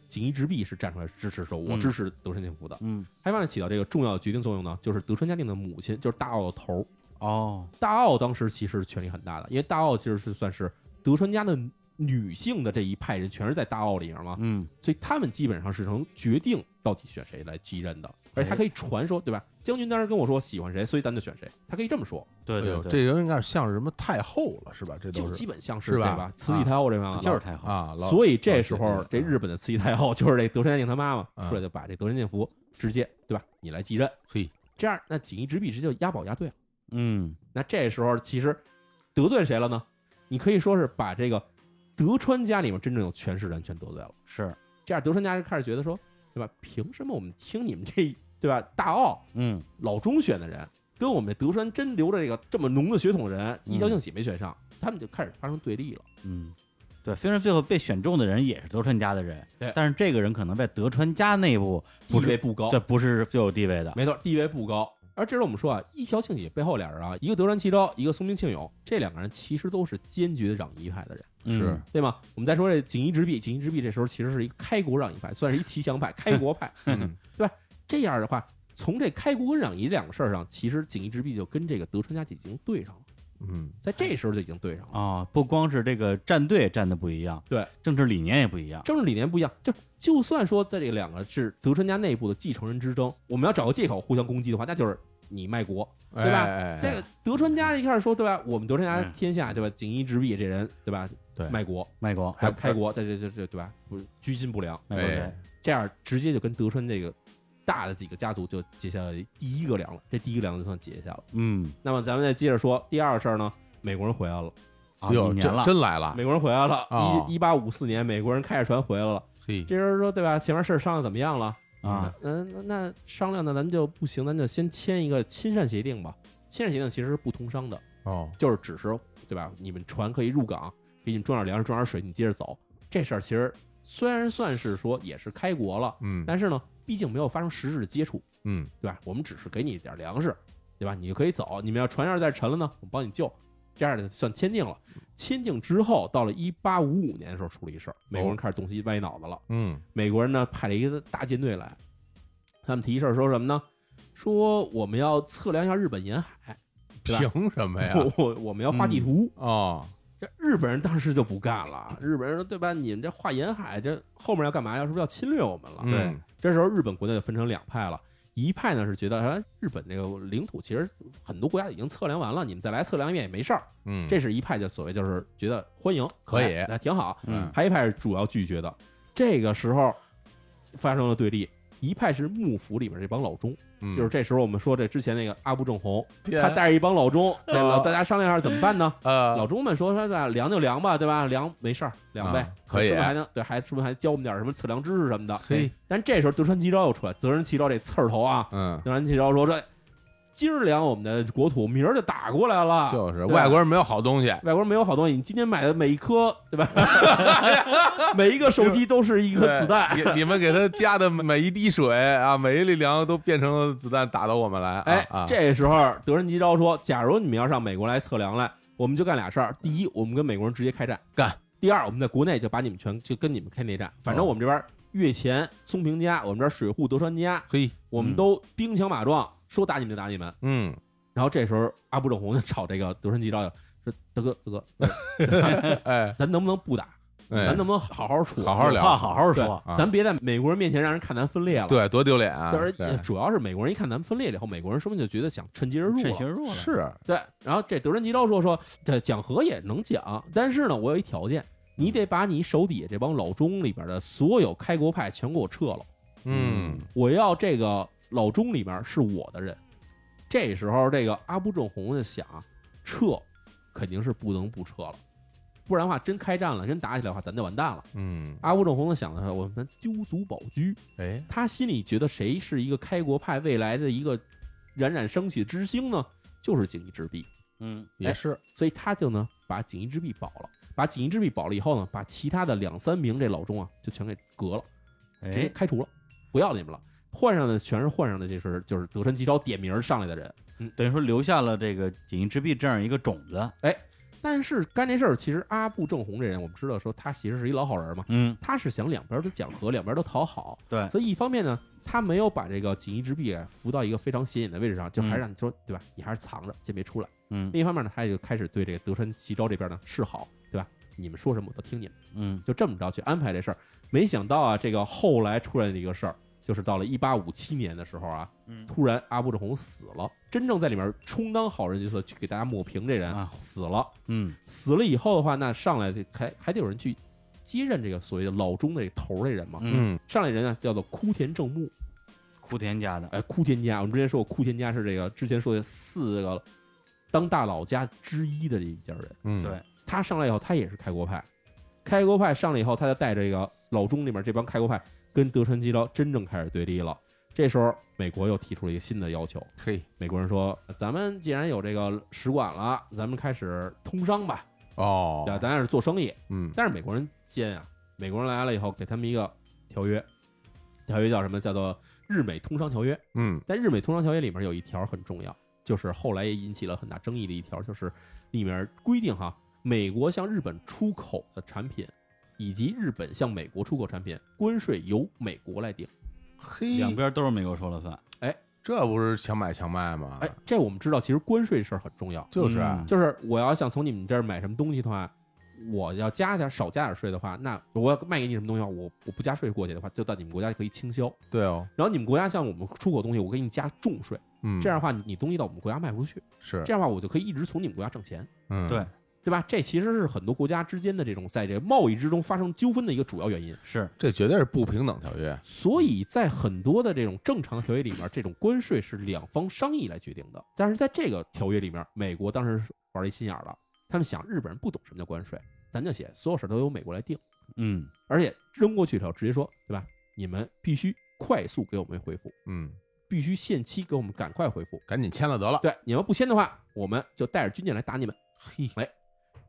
Speaker 1: 锦衣直弼是站出来支持说，我
Speaker 4: 嗯
Speaker 1: 支持德川庆福的。
Speaker 4: 嗯，
Speaker 1: 还发现起到这个重要的决定作用呢，就是德川家定的母亲，就是大奥的头儿
Speaker 4: 哦，
Speaker 1: 大奥当时其实权力很大的，因为大奥其实是算是德川家的女性的这一派人，全是在大奥里面
Speaker 2: 啊
Speaker 1: 嘛，
Speaker 4: 嗯，
Speaker 1: 所以他们基本上是能决定到底选谁来继任的，而
Speaker 2: 哎
Speaker 1: 且他可以传说，对吧？将军当时跟我说喜欢谁，所以咱就选谁，他可以这么说，
Speaker 4: 对
Speaker 2: 哎
Speaker 4: 对
Speaker 2: 呦，
Speaker 4: 对，
Speaker 2: 这人应该是像是什么太后了，是吧？这
Speaker 1: 就
Speaker 2: 都
Speaker 1: 基
Speaker 2: 是
Speaker 1: 本像是
Speaker 2: 是吧
Speaker 1: 对吧？慈禧太后这边
Speaker 4: 就是太好，
Speaker 2: 啊，老
Speaker 1: 所以这时
Speaker 2: 老啊
Speaker 1: 候
Speaker 2: 姐姐
Speaker 1: 这日本的慈禧太后就是这德川家定他妈妈
Speaker 2: 嗯
Speaker 1: 出来就把这德川家定福直接对吧？你来继任，
Speaker 2: 嘿，
Speaker 1: 这样那锦衣直弼直接就押宝押对了。
Speaker 4: 嗯，
Speaker 1: 那这时候其实得罪谁了呢？你可以说是把这个德川家里面真正有权势的人全得罪了。
Speaker 4: 是，
Speaker 1: 这样德川家就开始觉得说，对吧？凭什么我们听你们这对吧大奥
Speaker 4: 嗯，
Speaker 1: 老中选的人，跟我们这德川真留着这个这么浓的血统的人，一桥庆喜没选上，他们就开始发生对立了。
Speaker 4: 嗯，对，虽然最后被选中的人也是德川家的人
Speaker 1: 对，
Speaker 4: 但是这个人可能在德川家内部
Speaker 1: 地
Speaker 4: 不
Speaker 1: 位
Speaker 4: 是，
Speaker 1: 不
Speaker 2: 哦
Speaker 1: 高，
Speaker 4: 这不是最有地位的，
Speaker 1: 没错，地位不高。而这时候我们说啊，一桥庆喜背后俩人啊，一个德川齐昭，一个松平庆友，这两个人其实都是坚决攘夷派的人。
Speaker 4: 嗯
Speaker 2: 是
Speaker 1: 对吗？我们再说这锦衣之弊，锦衣之弊这时候其实是一个开国攘夷派，算是一骑降派、开国派。
Speaker 2: 嗯
Speaker 1: 这样的话，从这开国跟攘夷两个事儿上，其实锦衣之弊就跟这个德川家就已经对上了，
Speaker 2: 嗯，
Speaker 1: 在这时候就已经对上了。
Speaker 4: 啊，不光是这个战队站的不一样，
Speaker 1: 对，
Speaker 4: 政治理念也不一样，
Speaker 1: 政治理念不一样，就就算说在这两个是德川家内部的继承人之争，我们要找个借口互相攻击的话，那就是你卖国。 对吧
Speaker 2: 吧
Speaker 1: 这个德川家一开始说对吧，我们德川家天下对吧，锦衣之弊这人对吧，
Speaker 2: 对
Speaker 1: 卖国
Speaker 4: 卖国，
Speaker 1: 还有开国，这这这这对吧，不是居心不良。
Speaker 4: 卖国
Speaker 2: 哎
Speaker 4: 贼，
Speaker 1: 这样直接就跟德川这个大的几个家族就结下了第一个梁了，这第一个梁就算结下了。
Speaker 4: 嗯，
Speaker 1: 那么咱们再接着说第二个事儿呢，美国人回来了，
Speaker 4: 啊，一
Speaker 2: 哟，
Speaker 4: 年
Speaker 2: 真
Speaker 4: 了，
Speaker 2: 真来了，
Speaker 1: 美国人回来了
Speaker 2: 哦，
Speaker 1: 一一八五四年，美国人开着船回来了。
Speaker 2: 嘿，
Speaker 1: 这人说对吧？前面事儿商量怎么样了？
Speaker 4: 啊，
Speaker 1: 嗯，那那商量呢，咱们就不行，咱就先签一个亲善协定吧。亲善协定其实是不通商的，
Speaker 2: 哦，
Speaker 1: 就是只是对吧？你们船可以入港，给你们装点粮食，装点水，你接着走。这事儿其实虽然算是说也是开国了，
Speaker 2: 嗯
Speaker 1: 但是呢，毕竟没有发生实质的接触，
Speaker 2: 嗯，
Speaker 1: 对吧？我们只是给你点粮食，对吧？你就可以走。你们要船要是再沉了呢，我们帮你救。这样的算签订了。签订之后，到了一八五五年的时候出了一事儿，美
Speaker 2: 哦
Speaker 1: 国人开始动西歪脑子了。
Speaker 2: 嗯，
Speaker 1: 美国人呢派了一个大舰队来，他们提事儿说什么呢？说我们要测量一下日本沿海，对吧
Speaker 2: 哎凭什么呀？嗯
Speaker 1: 我我我们要画地图，
Speaker 2: 哦，
Speaker 1: 这日本人当时就不干了，日本人说对吧？你们这画沿海，这后面要干嘛呀？是不是要侵略我们了？
Speaker 2: 对嗯
Speaker 1: 这时候日本国内就分成两派了。一派呢是觉得，啊，日本这个领土其实很多国家已经测量完了，你们再来测量一遍也没事儿。
Speaker 2: 嗯，
Speaker 1: 这是一派就所谓就是觉得欢迎，
Speaker 2: 可以
Speaker 1: 哎那挺好。
Speaker 2: 嗯
Speaker 1: 还有一派是主要拒绝的。这个时候发生了对立，一派是幕府里边这帮老中，
Speaker 2: 嗯
Speaker 1: 就是这时候我们说这之前那个阿部正红，
Speaker 2: 天
Speaker 1: 他带着一帮老 中，对
Speaker 2: 啊
Speaker 1: 吧？大家商量一下怎么办 呢？
Speaker 2: 呃
Speaker 1: 老中们说说咱量就量吧，对吧？量没事儿，量呗
Speaker 2: 啊，可以
Speaker 1: 是不是还能对，还是不是还教我们点儿什么测量知识什么的？哎
Speaker 2: 嘿，
Speaker 1: 但这时候德川齐昭又出来，德川齐昭这刺儿头啊，
Speaker 2: 嗯，
Speaker 1: 德川齐昭说这今儿量我们的国土，明儿就打过来了，
Speaker 2: 就是
Speaker 1: 啊对吧
Speaker 2: 外国人没有好东西，
Speaker 1: 外国人没有好东西，你今天买的每一颗， 对吧？每一个手机都是一颗子弹。
Speaker 2: 对，你你们给他加的每一滴水啊，每一粒粮都变成了子弹打到我们来啊。
Speaker 1: 哎
Speaker 2: 啊，
Speaker 1: 这时候德川吉昭说：“假如你们要上美国来测量来，我们就干俩事儿：第一，我们跟美国人直接开战；
Speaker 2: 干。
Speaker 1: 第二，我们在国内就把你们全就跟你们开内战。反正
Speaker 2: 哦
Speaker 1: 我们这边越前松平家，我们这儿水户德川家，
Speaker 2: 嘿，
Speaker 1: 我们
Speaker 3: 嗯
Speaker 1: 都兵强马壮，说打你们就打你们。
Speaker 2: 嗯，
Speaker 1: 然后这时候阿部正红就吵这个德川吉昭了，说：“大哥，大哥，
Speaker 2: 哎，
Speaker 1: 咱能不能不打？
Speaker 2: 哎
Speaker 1: 咱能不能好好处？
Speaker 2: 好好聊
Speaker 3: 话好好
Speaker 1: 对
Speaker 3: 说，
Speaker 2: 啊
Speaker 1: 咱别在美国人面前让人看咱分裂了。
Speaker 2: 对，多丢脸啊！
Speaker 1: 但是
Speaker 2: 对
Speaker 1: 主要是美国人一看咱们分裂了以后，美国人说不定就觉得想趁机而入
Speaker 4: 趁虚
Speaker 1: 了。
Speaker 4: 而入了，
Speaker 2: 是，
Speaker 1: 对，然后这德川吉昭说说，这讲和也能讲，但是呢，我有一条件，
Speaker 2: 嗯
Speaker 1: 你得把你手底下这帮老中里边的所有开国派全给我撤了，
Speaker 2: 嗯
Speaker 1: 我要这个老中里边是我的人。这时候，这个阿部正弘就想，撤肯定是不能不撤了，不然的话，真开战了，真打起来的话，咱就完蛋了。
Speaker 2: 嗯，
Speaker 1: 阿部正弘就想的是，我们丢卒保车，
Speaker 2: 哎，
Speaker 1: 他心里觉得谁是一个开国派未来的一个冉冉升起之星呢？就是锦衣之弼，哎
Speaker 3: 嗯，
Speaker 2: 也是，
Speaker 1: 所以他就呢把锦衣之弼保了，把锦衣之弼保了以后呢，把其他的两三名这老中啊就全给革了，直接
Speaker 3: 哎，
Speaker 1: 开除了，不要你们了。换上的全是换上的，就是就是德川吉昭点名上来的人。
Speaker 3: 嗯等于说留下了这个锦衣之弊这样一个种子，
Speaker 1: 但是干这事儿，其实阿部正弘这人，我们知道说他其实是一老好人嘛，
Speaker 3: 嗯，
Speaker 1: 他是想两边都讲和，两边都讨好。
Speaker 3: 对
Speaker 1: 所以一方面呢，他没有把这个锦衣之弊啊扶到一个非常显眼的位置上，就还是让你说、对吧？你还是藏着，先别出来。
Speaker 3: 嗯
Speaker 1: 另一方面呢，他也就开始对这个德川齐昭这边呢示好，对吧？你们说什么我都听你们，
Speaker 3: 嗯，
Speaker 1: 就这么着去安排这事儿。没想到啊，这个后来出来的一个事儿，就是到了一八五七年的时候啊，
Speaker 3: 嗯
Speaker 1: 突然阿部正弘死了，真正在里面充当好人角色去给大家抹平这人、
Speaker 3: 啊
Speaker 1: 死了。
Speaker 3: 嗯，
Speaker 1: 死了以后的话，那上来得还还得有人去接任这个所谓的老中的这头儿这人嘛。
Speaker 3: 嗯，
Speaker 1: 上来人啊叫做枯田正木，
Speaker 3: 枯田家的，
Speaker 1: 哎，枯田家，我们之前说过，枯田家是这个之前说的四个当大佬家之一的这一家人。
Speaker 2: 嗯，
Speaker 3: 对
Speaker 1: 他上来以后，他也是开国派，开国派上来以后，他就带着这个老中里面这帮开国派跟德川吉昭真正开始对立了。这时候，美国又提出了一个新的要求，
Speaker 2: 嘿，
Speaker 1: 美国人说：“咱们既然有这个使馆了，咱们开始通商吧，
Speaker 2: 哦
Speaker 1: 对，吧？咱也是做生意。”
Speaker 2: 嗯，
Speaker 1: 但是美国人奸啊，美国人来了以后，给他们一个条约，条约叫什么？叫做《日美通商条约》。
Speaker 2: 嗯，
Speaker 1: 但日美通商条约里面有一条很重要，就是后来也引起了很大争议的一条，就是里面规定哈，美国向日本出口的产品，以及日本向美国出口产品，关税由美国来定。
Speaker 2: 嘿，
Speaker 3: 两边都是美国说了算，
Speaker 2: 这不是强买强卖吗？
Speaker 1: 哎，，这我们知道，其实关税事儿很重要，
Speaker 2: 就是啊，
Speaker 3: 嗯
Speaker 1: 就是我要想从你们这儿买什么东西的话。我要加点少加点税的话，那我要卖给你什么东西的话，我我不加税过去的话，就到你们国家可以倾销。
Speaker 2: 对哦，
Speaker 1: 然后你们国家向我们出口东西，我给你加重税，
Speaker 2: 嗯，
Speaker 1: 这样的话你你东西到我们国家卖不出去，
Speaker 2: 是
Speaker 1: 这，样的话我就可以一直从你们国家挣钱。
Speaker 2: 嗯，
Speaker 3: 对
Speaker 1: 对吧？这其实是很多国家之间的这种在这个贸易之中发生纠纷的一个主要原因。
Speaker 3: 是
Speaker 2: 这绝对是不平等条约，
Speaker 1: 所以在很多的这种正常条约里面，这种关税是两方商议来决定的。但是在这个条约里面，美国当时玩了一心眼儿了，他们想日本人不懂什么叫关税，咱就写所有事儿都由美国来定，
Speaker 3: 嗯，
Speaker 1: 而且扔过去以后直接说，对吧？你们必须快速给我们回复，
Speaker 2: 嗯，
Speaker 1: 必须限期给我们赶快回复。
Speaker 2: 赶紧签了得了，
Speaker 1: 对，你们不签的话，我们就带着军舰来打你们。哎
Speaker 2: 嘿，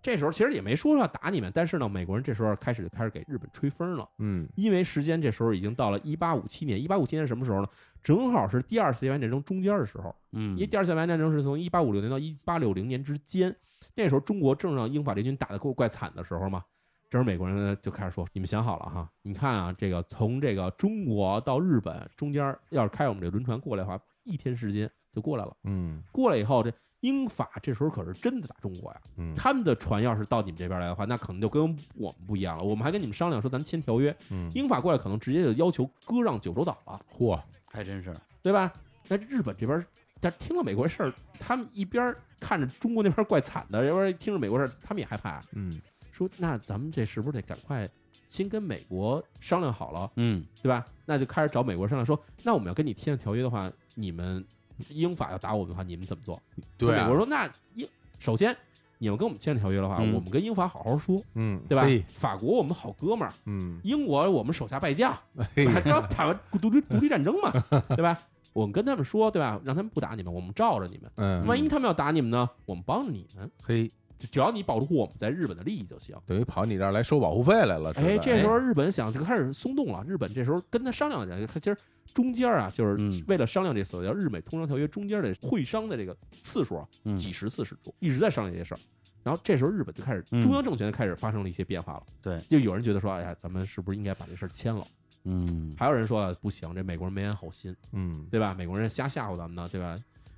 Speaker 1: 这时候其实也没说要打你们，但是呢，美国人这时候开始就开始给日本吹风了。
Speaker 2: 嗯，
Speaker 1: 因为时间这时候已经到了一八五七年，一八五七年是什么时候呢？正好是第二次鸦片战争中间的时候，
Speaker 3: 嗯
Speaker 1: 因为第二次鸦片战争是从一八五六年到一八六零年之间，那时候中国正让英法联军打得够怪惨的时候嘛。这时候美国人呢就开始说：“你们想好了哈？你看啊，这个从这个中国到日本中间，要是开我们这轮船过来的话，一天时间就过来了。
Speaker 2: 嗯，
Speaker 1: 过来以后，这英法这时候可是真的打中国呀，
Speaker 2: 嗯
Speaker 1: 他们的船要是到你们这边来的话，那可能就跟我们不一样了。我们还跟你们商量说，咱签条约，
Speaker 2: 嗯，
Speaker 1: 英法过来可能直接就要求割让九州岛了，
Speaker 2: 嚯，
Speaker 4: 还真是，
Speaker 1: 对吧？那日本这边，他听了美国事儿，他们一边看着中国那边怪惨的，一边听着美国事儿，他们也害怕，啊
Speaker 2: 嗯
Speaker 1: 说那咱们这是不是得赶快先跟美国商量好了，
Speaker 3: 嗯，
Speaker 1: 对吧？那就开始找美国商量说，那我们要跟你签的条约的话，你们英法要打我们的话，你们怎么做？
Speaker 2: 对
Speaker 1: 那
Speaker 2: 啊，
Speaker 1: 美国说那英首先你们跟我们签了条约的话，
Speaker 3: 嗯
Speaker 1: 我们跟英法好好说，
Speaker 2: 嗯，
Speaker 1: 对吧
Speaker 2: 嘿？
Speaker 1: 法国我们好哥们儿，
Speaker 2: 嗯，
Speaker 1: 英国我们手下败将，
Speaker 2: 嘿
Speaker 1: 哎还刚打完独立独立战 争嘛，对吧？我们跟他们说，对吧？让他们不打你们，我们罩着你们。
Speaker 2: 嗯，
Speaker 1: 万一他们要打你们呢？我们帮着你们，
Speaker 2: 嘿，
Speaker 1: 就只要你保护我们在日本的利益就行。
Speaker 2: 等于跑你这儿来收保护费来了，是吧
Speaker 1: 哎，这时候日本想就开始松动了。日本这时候跟他商量的人，他其实中间啊，就是
Speaker 3: 嗯
Speaker 1: 为了商量这所谓叫日美通商条约中间的会商的这个次数啊，
Speaker 3: 嗯
Speaker 1: 几十次使出，一直在商量这些事儿。然后这时候日本就开始，
Speaker 3: 嗯
Speaker 1: 中央政权开始发生了一些变化了。
Speaker 3: 对，
Speaker 1: 就有人觉得说，哎呀，咱们是不是应该把这事儿签了？
Speaker 3: 嗯，
Speaker 1: 还有人说啊不行，这美国人没安好心。
Speaker 2: 嗯
Speaker 1: 对吧？美国人瞎吓唬咱们呢，对吧？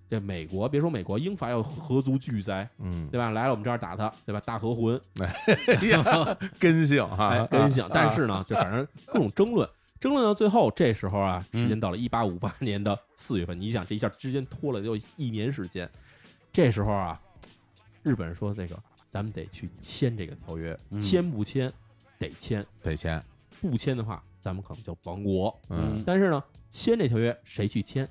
Speaker 1: 这美国别说美国，英法要合族拒灾，
Speaker 2: 嗯，
Speaker 1: 对吧？来了我们这儿打他，对吧？大合魂，
Speaker 2: 根性
Speaker 1: 哎
Speaker 3: 啊
Speaker 2: 哈，，
Speaker 1: 真相。但是呢，就反正各种争论，争论到最后，这时候啊，时
Speaker 3: 嗯
Speaker 1: 间到了一八五八年的四月份，你想这一下之间拖了就一年时间，这时候啊，日本人说这个咱们得去签这个条约，
Speaker 3: 嗯
Speaker 1: 签不签得签，
Speaker 2: 啊得签，
Speaker 1: 不签的话咱们可能就亡国。
Speaker 2: 嗯，
Speaker 1: 但是呢，签这条约谁去签，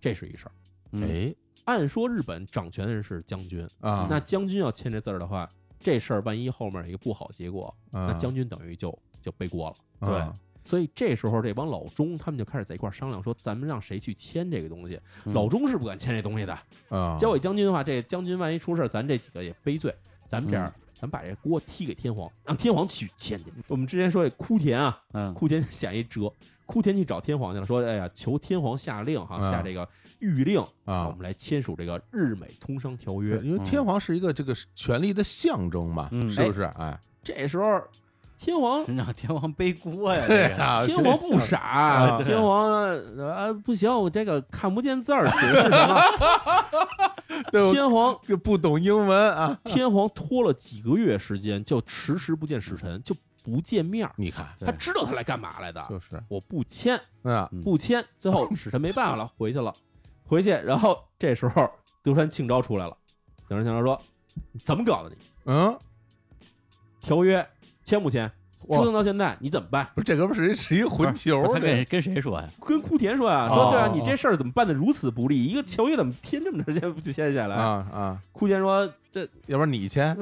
Speaker 1: 这是一事儿。
Speaker 3: 嗯
Speaker 2: 哎
Speaker 1: 按说日本掌权人是将军，
Speaker 2: 啊，
Speaker 1: 那将军要签这字儿的话，这事儿万一后面有一个不好结果，
Speaker 2: 那
Speaker 3: 啊
Speaker 1: 那将军等于就就背锅了。
Speaker 2: 对，
Speaker 1: 所以这时候，这帮老中他们就开始在一块儿商量，说咱们让谁去签这个东西。
Speaker 3: 嗯
Speaker 1: 老中是不敢签这东西的，
Speaker 2: 啊，
Speaker 1: 交给将军的话，这将军万一出事儿，咱这几个也背罪。咱们这
Speaker 2: 嗯
Speaker 1: 样，咱把这锅踢给天皇，让天皇去签去。我们之前说这枯田啊，
Speaker 3: 嗯
Speaker 1: 枯田想一辙，枯田去找天皇去了，说：“哎呀，求天皇下令哈，
Speaker 2: 嗯
Speaker 1: 下这个谕令
Speaker 2: 啊
Speaker 1: 我们来签署这个日美通商条约嗯
Speaker 2: 对，。因为天皇是一个这个权力的象征嘛，
Speaker 3: 嗯
Speaker 2: 是不是？哎，”
Speaker 1: 这时候，天皇
Speaker 3: 让天王背锅呀，
Speaker 2: 对
Speaker 3: 这个
Speaker 2: 啊，
Speaker 1: 天皇不
Speaker 2: 是，
Speaker 1: 傻，
Speaker 2: 啊对
Speaker 1: 天皇呃不行，我这个看不见字儿，写的是什么？
Speaker 2: 对，我
Speaker 1: 天皇
Speaker 2: 这不懂英文啊，
Speaker 1: 天皇拖了几个月时间，就迟迟不见使臣，就不见面儿。
Speaker 2: 你看，
Speaker 1: 他知道他来干嘛来的，
Speaker 2: 就是
Speaker 1: 我不签，
Speaker 2: 啊，
Speaker 3: 嗯
Speaker 1: 不签。最 后使臣没办法了，回去了，回去。然后这时候德川庆昭出来了，德川庆昭说：“怎么搞的你？
Speaker 2: 嗯，
Speaker 1: 条约签不签？
Speaker 2: 哇
Speaker 1: 折腾到现在，你怎么办？”
Speaker 2: 不是这哥们儿是一是一混球
Speaker 3: 不是他
Speaker 2: 呢，
Speaker 3: 跟跟谁说呀？
Speaker 1: 跟枯田说啊，
Speaker 2: 哦
Speaker 1: 说对啊
Speaker 2: 哦，
Speaker 1: 你这事儿怎么办的如此不利？一个条约怎么签这么长时间不就签下
Speaker 2: 啊
Speaker 1: 来？
Speaker 2: 啊，
Speaker 1: 枯田说这
Speaker 2: 要不然你签，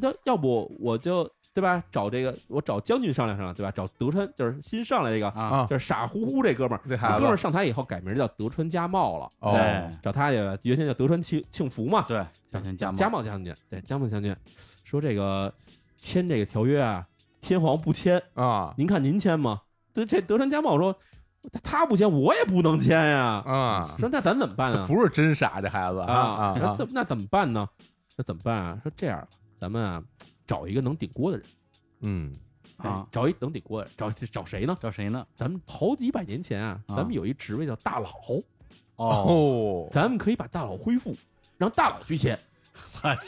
Speaker 1: 要要不我就对吧？找这个我找将军商量商量，对吧？找德川就是新上来这个
Speaker 2: 啊
Speaker 1: 就是傻乎乎这哥们儿，
Speaker 2: 这
Speaker 1: 这
Speaker 2: 孩
Speaker 1: 哥们儿
Speaker 2: 子，
Speaker 1: 上台以后改名叫德川家茂了，
Speaker 2: 哦，
Speaker 3: 对
Speaker 1: 找他去吧，原先叫德川庆庆福嘛，
Speaker 3: 对，叫人家
Speaker 1: 家茂将军，对家茂将军说这个签这个条约啊，天皇不签，
Speaker 2: 啊
Speaker 1: 您看您签吗？这这德川家茂说他他不签，我也不能签呀。
Speaker 2: 啊，
Speaker 1: 说那咱怎么办啊？
Speaker 2: 不是真傻这孩子啊
Speaker 1: 啊，那
Speaker 2: 啊
Speaker 1: 这，那怎么办呢？那怎么办啊？说这样，咱们啊找一个能顶锅的人哎
Speaker 2: 嗯
Speaker 3: 啊，
Speaker 1: 找一能顶锅的人，找找谁呢？
Speaker 3: 找谁呢？
Speaker 1: 咱们好几百年前啊，
Speaker 3: 啊
Speaker 1: 咱们有一职位叫大佬，
Speaker 3: 哦，
Speaker 2: 哦，
Speaker 1: 咱们可以把大佬恢复，让大佬去签，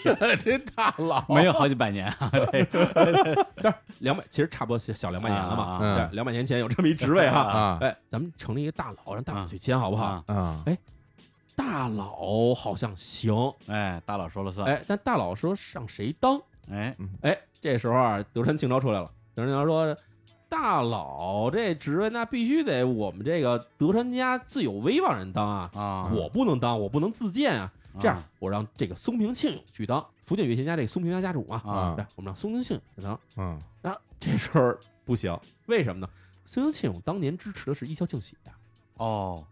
Speaker 2: 这大佬
Speaker 3: 没有好几百年啊，这个
Speaker 1: 两百其实差不多小小两百年了嘛，
Speaker 3: 啊
Speaker 2: 嗯
Speaker 1: 对，两百年前有这么一职位哈，
Speaker 2: 啊
Speaker 1: 哎，咱们成立一个大佬，让大佬去签好不好？
Speaker 3: 啊，
Speaker 2: 啊
Speaker 1: 大佬好像行，
Speaker 3: 哎，大佬说了算，
Speaker 1: 哎，但大佬说让谁当？
Speaker 3: 哎，
Speaker 1: 哎，这时候啊，德川庆昭出来了。德川庆昭说：“大佬这职位，那必须得我们这个德川家自有威望人当啊，
Speaker 3: 啊，
Speaker 1: 我不能当，我不能自荐啊。这样
Speaker 3: 啊，
Speaker 1: 我让这个松平庆永去当福建岳贤家这个松平家家主嘛。
Speaker 3: 啊，
Speaker 1: 来，我们让松平庆永去当。
Speaker 2: 嗯
Speaker 1: 啊，这事儿不行，为什么呢？松平庆永当年支持的是一消庆喜的，
Speaker 3: 哦，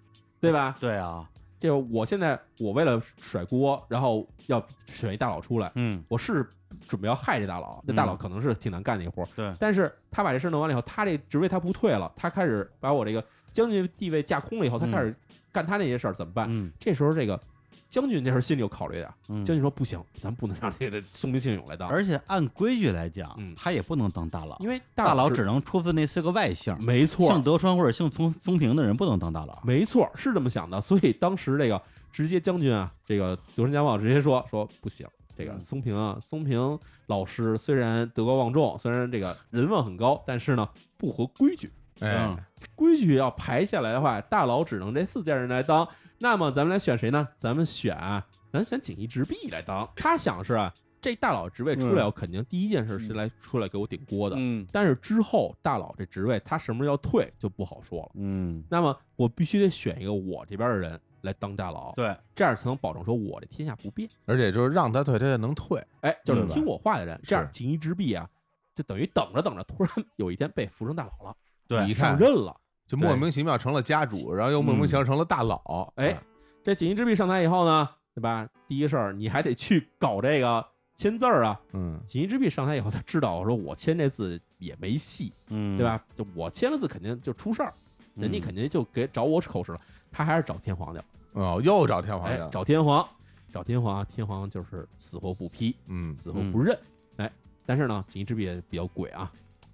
Speaker 1: 对吧？
Speaker 3: 对啊，
Speaker 1: 这个我现在我为了甩锅，然后要选一大佬出来，
Speaker 3: 嗯，
Speaker 1: 我是准备要害这大佬，这大佬
Speaker 3: 嗯
Speaker 1: 可能是挺难干的一活儿。
Speaker 3: 对
Speaker 1: 但是他把这事儿弄完了以后，他这职位他不退了，他开始把我这个将军地位架空了以后，他
Speaker 3: 嗯
Speaker 1: 开始干他那些事儿，怎么
Speaker 4: 啊
Speaker 1: 办？
Speaker 3: 嗯
Speaker 1: 这时候这个将军这时候心里有考虑的，
Speaker 3: 嗯
Speaker 1: 将军说不行，咱不能让这个宋明庆勇来当，
Speaker 3: 而且按规矩来讲，
Speaker 1: 嗯
Speaker 3: 他也不能当大佬，
Speaker 1: 因为
Speaker 3: 大佬
Speaker 1: 只
Speaker 3: 只能出自那四个外姓，
Speaker 1: 没错
Speaker 3: 姓德川或者姓松松平的人不能当大佬。
Speaker 1: 没错是这么想的，所以当时这个直接将军啊，这个德川家茂直接说说不行。这个松平啊，松平老师虽然德高望重，虽然这个人望很高，但是呢不合规矩。
Speaker 4: 嗯
Speaker 2: 哎，
Speaker 1: 规矩要排下来的话，大佬只能这四件人来当。那么咱们来选谁呢？咱们选啊，咱们选锦衣直弼来当。他想是啊，这大佬职位出来，我肯定第一件事是来出来给我顶锅的。
Speaker 4: 嗯
Speaker 1: 但是之后大佬这职位他什么时候要退就不好说了。
Speaker 4: 嗯，
Speaker 1: 那么我必须得选一个我这边的人来当大佬，
Speaker 4: 对，
Speaker 1: 这样才能保证说我这天下不变。
Speaker 2: 而且就是让他退，他也能退。
Speaker 1: 哎，就是
Speaker 2: 对吧
Speaker 1: 听我话的人，这样锦衣直弼啊，就等于等着等着，突然 有一天被扶成大佬了，
Speaker 2: 你
Speaker 1: 你
Speaker 2: 看
Speaker 1: 上任了。
Speaker 2: 就莫名其妙成了家主，然后又莫名其妙成了大佬。啊
Speaker 1: 哎这锦衣之璧上台以后呢，对吧？第一事儿你还得去搞这个签字儿啊。
Speaker 2: 嗯，
Speaker 1: 锦衣之璧上台以后，他知道说我签这字也没戏，
Speaker 4: 嗯
Speaker 1: 对？吧？就我签了字肯定就出事儿，人家
Speaker 4: 嗯
Speaker 1: 肯定就给找我口实了。他还是找天皇去了，
Speaker 2: 哦，又找天皇去
Speaker 1: 哎，
Speaker 2: 了。
Speaker 1: 找天皇，找天皇，啊天皇就是死活不批，
Speaker 2: 嗯
Speaker 1: 死活不认。哎，但是呢，锦衣之璧也比较鬼啊，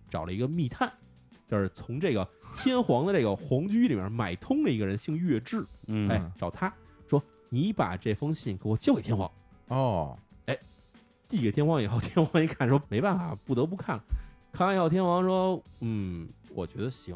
Speaker 1: 找了一个密探，就是从这个天皇的这个皇居里面买通了一个人，姓月志。
Speaker 4: 嗯，
Speaker 1: 哎，找他说你把这封信给我交给天皇，
Speaker 2: 哦，
Speaker 1: 递给天皇以后，天皇一看说没办法，不得不看了。看完以后，天皇说嗯，我觉得行。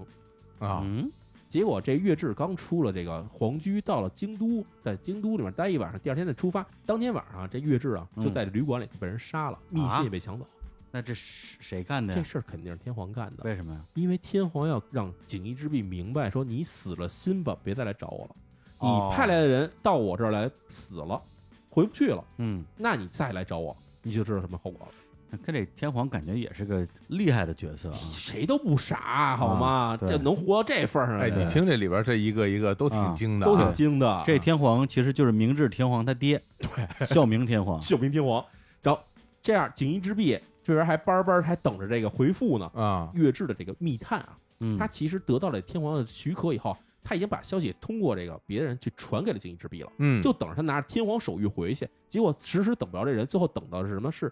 Speaker 2: 啊，
Speaker 4: 嗯
Speaker 1: 结果这月志刚出了这个皇居，到了京都，在京都里面待一晚上，第二天再出发。当天晚上啊，这月志啊
Speaker 4: 嗯
Speaker 1: 就在旅馆里被人杀
Speaker 4: 啊
Speaker 1: 了，密信也被抢走。
Speaker 4: 那这是谁干的
Speaker 1: 这
Speaker 4: 呀？
Speaker 1: 事儿肯定是天皇干的，
Speaker 4: 为什么呀？
Speaker 1: 因为天皇要让锦衣之弼明白说你死了心吧，别再来找我了。
Speaker 4: 哦
Speaker 1: 你派来的人到我这儿来死了，回不去了。
Speaker 4: 嗯，
Speaker 1: 那你再来找我，你就知道什么后果了。
Speaker 4: 那跟这天皇感觉也是个厉害的角色啊。
Speaker 1: 谁都不傻，好吗？
Speaker 4: 对
Speaker 1: 这能活到这份儿上
Speaker 2: 哎，
Speaker 1: 来的
Speaker 2: 你
Speaker 1: 人，
Speaker 2: 听这里边这一个一个都挺精的啊，
Speaker 1: 都挺精的。
Speaker 4: 这天皇其实就是明治天皇他爹，对， 孝明天皇。
Speaker 1: 秀明天皇，然后这样锦衣之璧这边还班班还等着这个回复呢。
Speaker 2: 啊，
Speaker 1: 月志的这个密探啊，
Speaker 4: 嗯
Speaker 1: 他其实得到了天皇的许可以后，他已经把消息通过这个别人去传给了锦衣之璧了，
Speaker 2: 嗯，
Speaker 1: 就等着他拿着天皇手谕回去。结果迟迟等不着这人，最后等到的是什么？是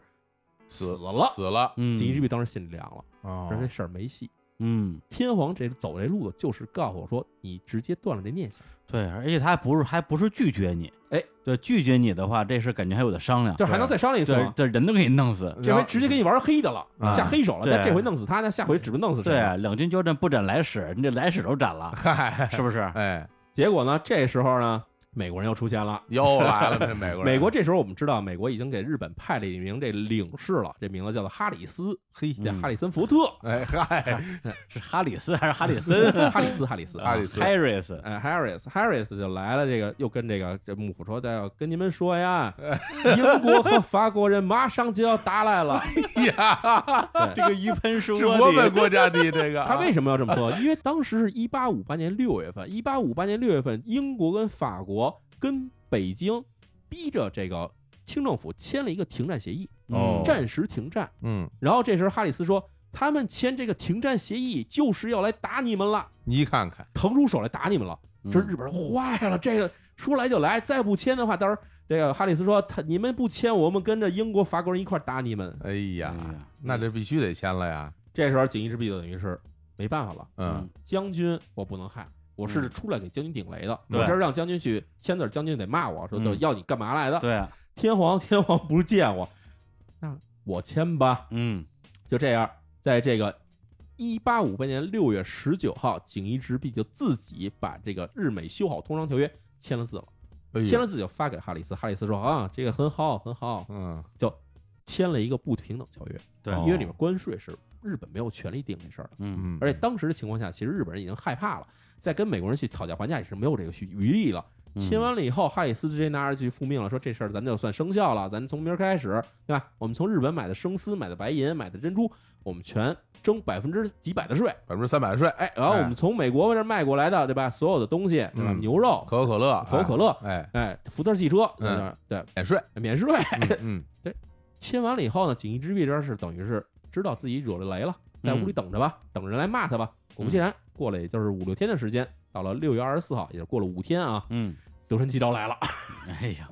Speaker 2: 死
Speaker 1: 了。
Speaker 2: 死了，
Speaker 4: 嗯
Speaker 1: 锦衣之璧当时心里凉了，
Speaker 2: 哦
Speaker 1: 说这事儿没戏。
Speaker 4: 嗯，
Speaker 1: 天皇这走这路子就是告诉我说，你直接断了这念想，
Speaker 4: 对，而且他还不是还不是拒绝你，
Speaker 1: 哎，
Speaker 4: 对，拒绝你的话，这事感觉还有的商量，
Speaker 1: 这还能再商量一次
Speaker 4: 对
Speaker 1: 吗？
Speaker 4: 这人都给你弄死。
Speaker 1: 这回直接给你玩黑的了，
Speaker 2: 啊
Speaker 1: 下黑手了。
Speaker 4: 对
Speaker 1: 那这回弄死他，那下回指不定弄死谁？
Speaker 4: 对，，啊两军交战不斩来使，你这来使都斩了，
Speaker 2: 嗨，
Speaker 4: 是不是？
Speaker 2: 哎，
Speaker 1: 结果呢，这时候呢，美国人又出现了。
Speaker 2: 又来了，这美 国人，
Speaker 1: 美国这时候我们知道，美国已经给日本派了一名这领事了，这名字叫做哈里斯，嘿，这
Speaker 4: 嗯
Speaker 1: 哈里森福特，
Speaker 2: 哎 嗨，
Speaker 4: 是哈里斯还是哈里森啊？
Speaker 1: 哈里斯，哈里斯，
Speaker 2: 哈里斯
Speaker 4: 哈 里斯，
Speaker 1: 哎，Harris，Harris 就来了，这个又跟这个这幕府说，他要跟你们说 呀，英国和法国人马上就要打来
Speaker 2: 哎
Speaker 1: 了。
Speaker 4: 这个鱼喷是
Speaker 2: 是我们国家的这个， 啊
Speaker 1: 他为什么要这么说？因为当时是一八五八年六月份，一八五八年六月份，英国跟法国跟北京逼着这个清政府签了一个停战协议，
Speaker 2: 哦
Speaker 1: 暂时停战。
Speaker 2: 嗯，
Speaker 1: 然后这时候哈里斯说，他们签这个停战协议就是要来打你们了，
Speaker 2: 你看看，
Speaker 1: 腾出手来打你们了。
Speaker 4: 嗯
Speaker 1: 这日本人坏了，这个说来就来，再不签的话，到时候这个哈里斯说他你们不签，我们跟着英国、法国人一块儿打你们。
Speaker 2: 哎
Speaker 4: 哎
Speaker 2: 呀
Speaker 4: 呀，
Speaker 2: 那这必须得签了呀，
Speaker 1: 这时候锦衣之弊等于是没办法了。
Speaker 2: 嗯，
Speaker 1: 将军我不能害，我是出来给将军顶雷的。
Speaker 4: 嗯对
Speaker 1: 我这让将军去签字，将军得骂我说
Speaker 4: 嗯
Speaker 1: 都要你干嘛来的？
Speaker 4: 对，啊
Speaker 1: 天皇天皇不是见我，那我签吧。
Speaker 4: 嗯
Speaker 1: 就这样，在这个一八五八年六月十九号，锦衣之弼就自己把这个日美修好通商条约签了字了，
Speaker 2: 哎呦
Speaker 1: 嗯签了字就发给哈里斯，哈里斯说啊，这个很好很好，
Speaker 2: 嗯，
Speaker 1: 就签了一个不平等条哦约。
Speaker 4: 对
Speaker 2: 哦
Speaker 4: 啊
Speaker 1: 因为里面关税是日本没有权利定这事儿的。
Speaker 4: 嗯
Speaker 2: 嗯，
Speaker 1: 而且当时的情况下，其实日本人已经害怕了，在跟美国人去讨价还价也是没有这个余力了。
Speaker 4: 嗯
Speaker 1: 签完了以后，哈里斯直接拿着去复命了，说这事儿咱就算生效了，咱从明儿开始，对吧？我们从日本买的生丝、买的白银、买的珍珠，我们全征百分之几百的税。
Speaker 2: 百分之三百的税，
Speaker 1: 哎，然后我们从美国这儿卖过来的，对吧？所有的东西，对吧？
Speaker 2: 嗯
Speaker 1: 牛肉、
Speaker 2: 可口可乐，
Speaker 1: 可口可乐，
Speaker 2: 哎，
Speaker 1: 哎，福特汽车，
Speaker 2: 嗯
Speaker 1: 对，
Speaker 2: 免税，
Speaker 1: 免税。
Speaker 2: 嗯，
Speaker 1: 签完了以后呢，锦衣之弊这边是等于是知道自己惹了雷了，在屋里等着吧，等人来骂他吧。果不其然，过了也就是五六天的时间，到了六月二十四号，也就过了五天啊，
Speaker 4: 嗯，
Speaker 1: 德川齐昭来了。
Speaker 4: 哎呀，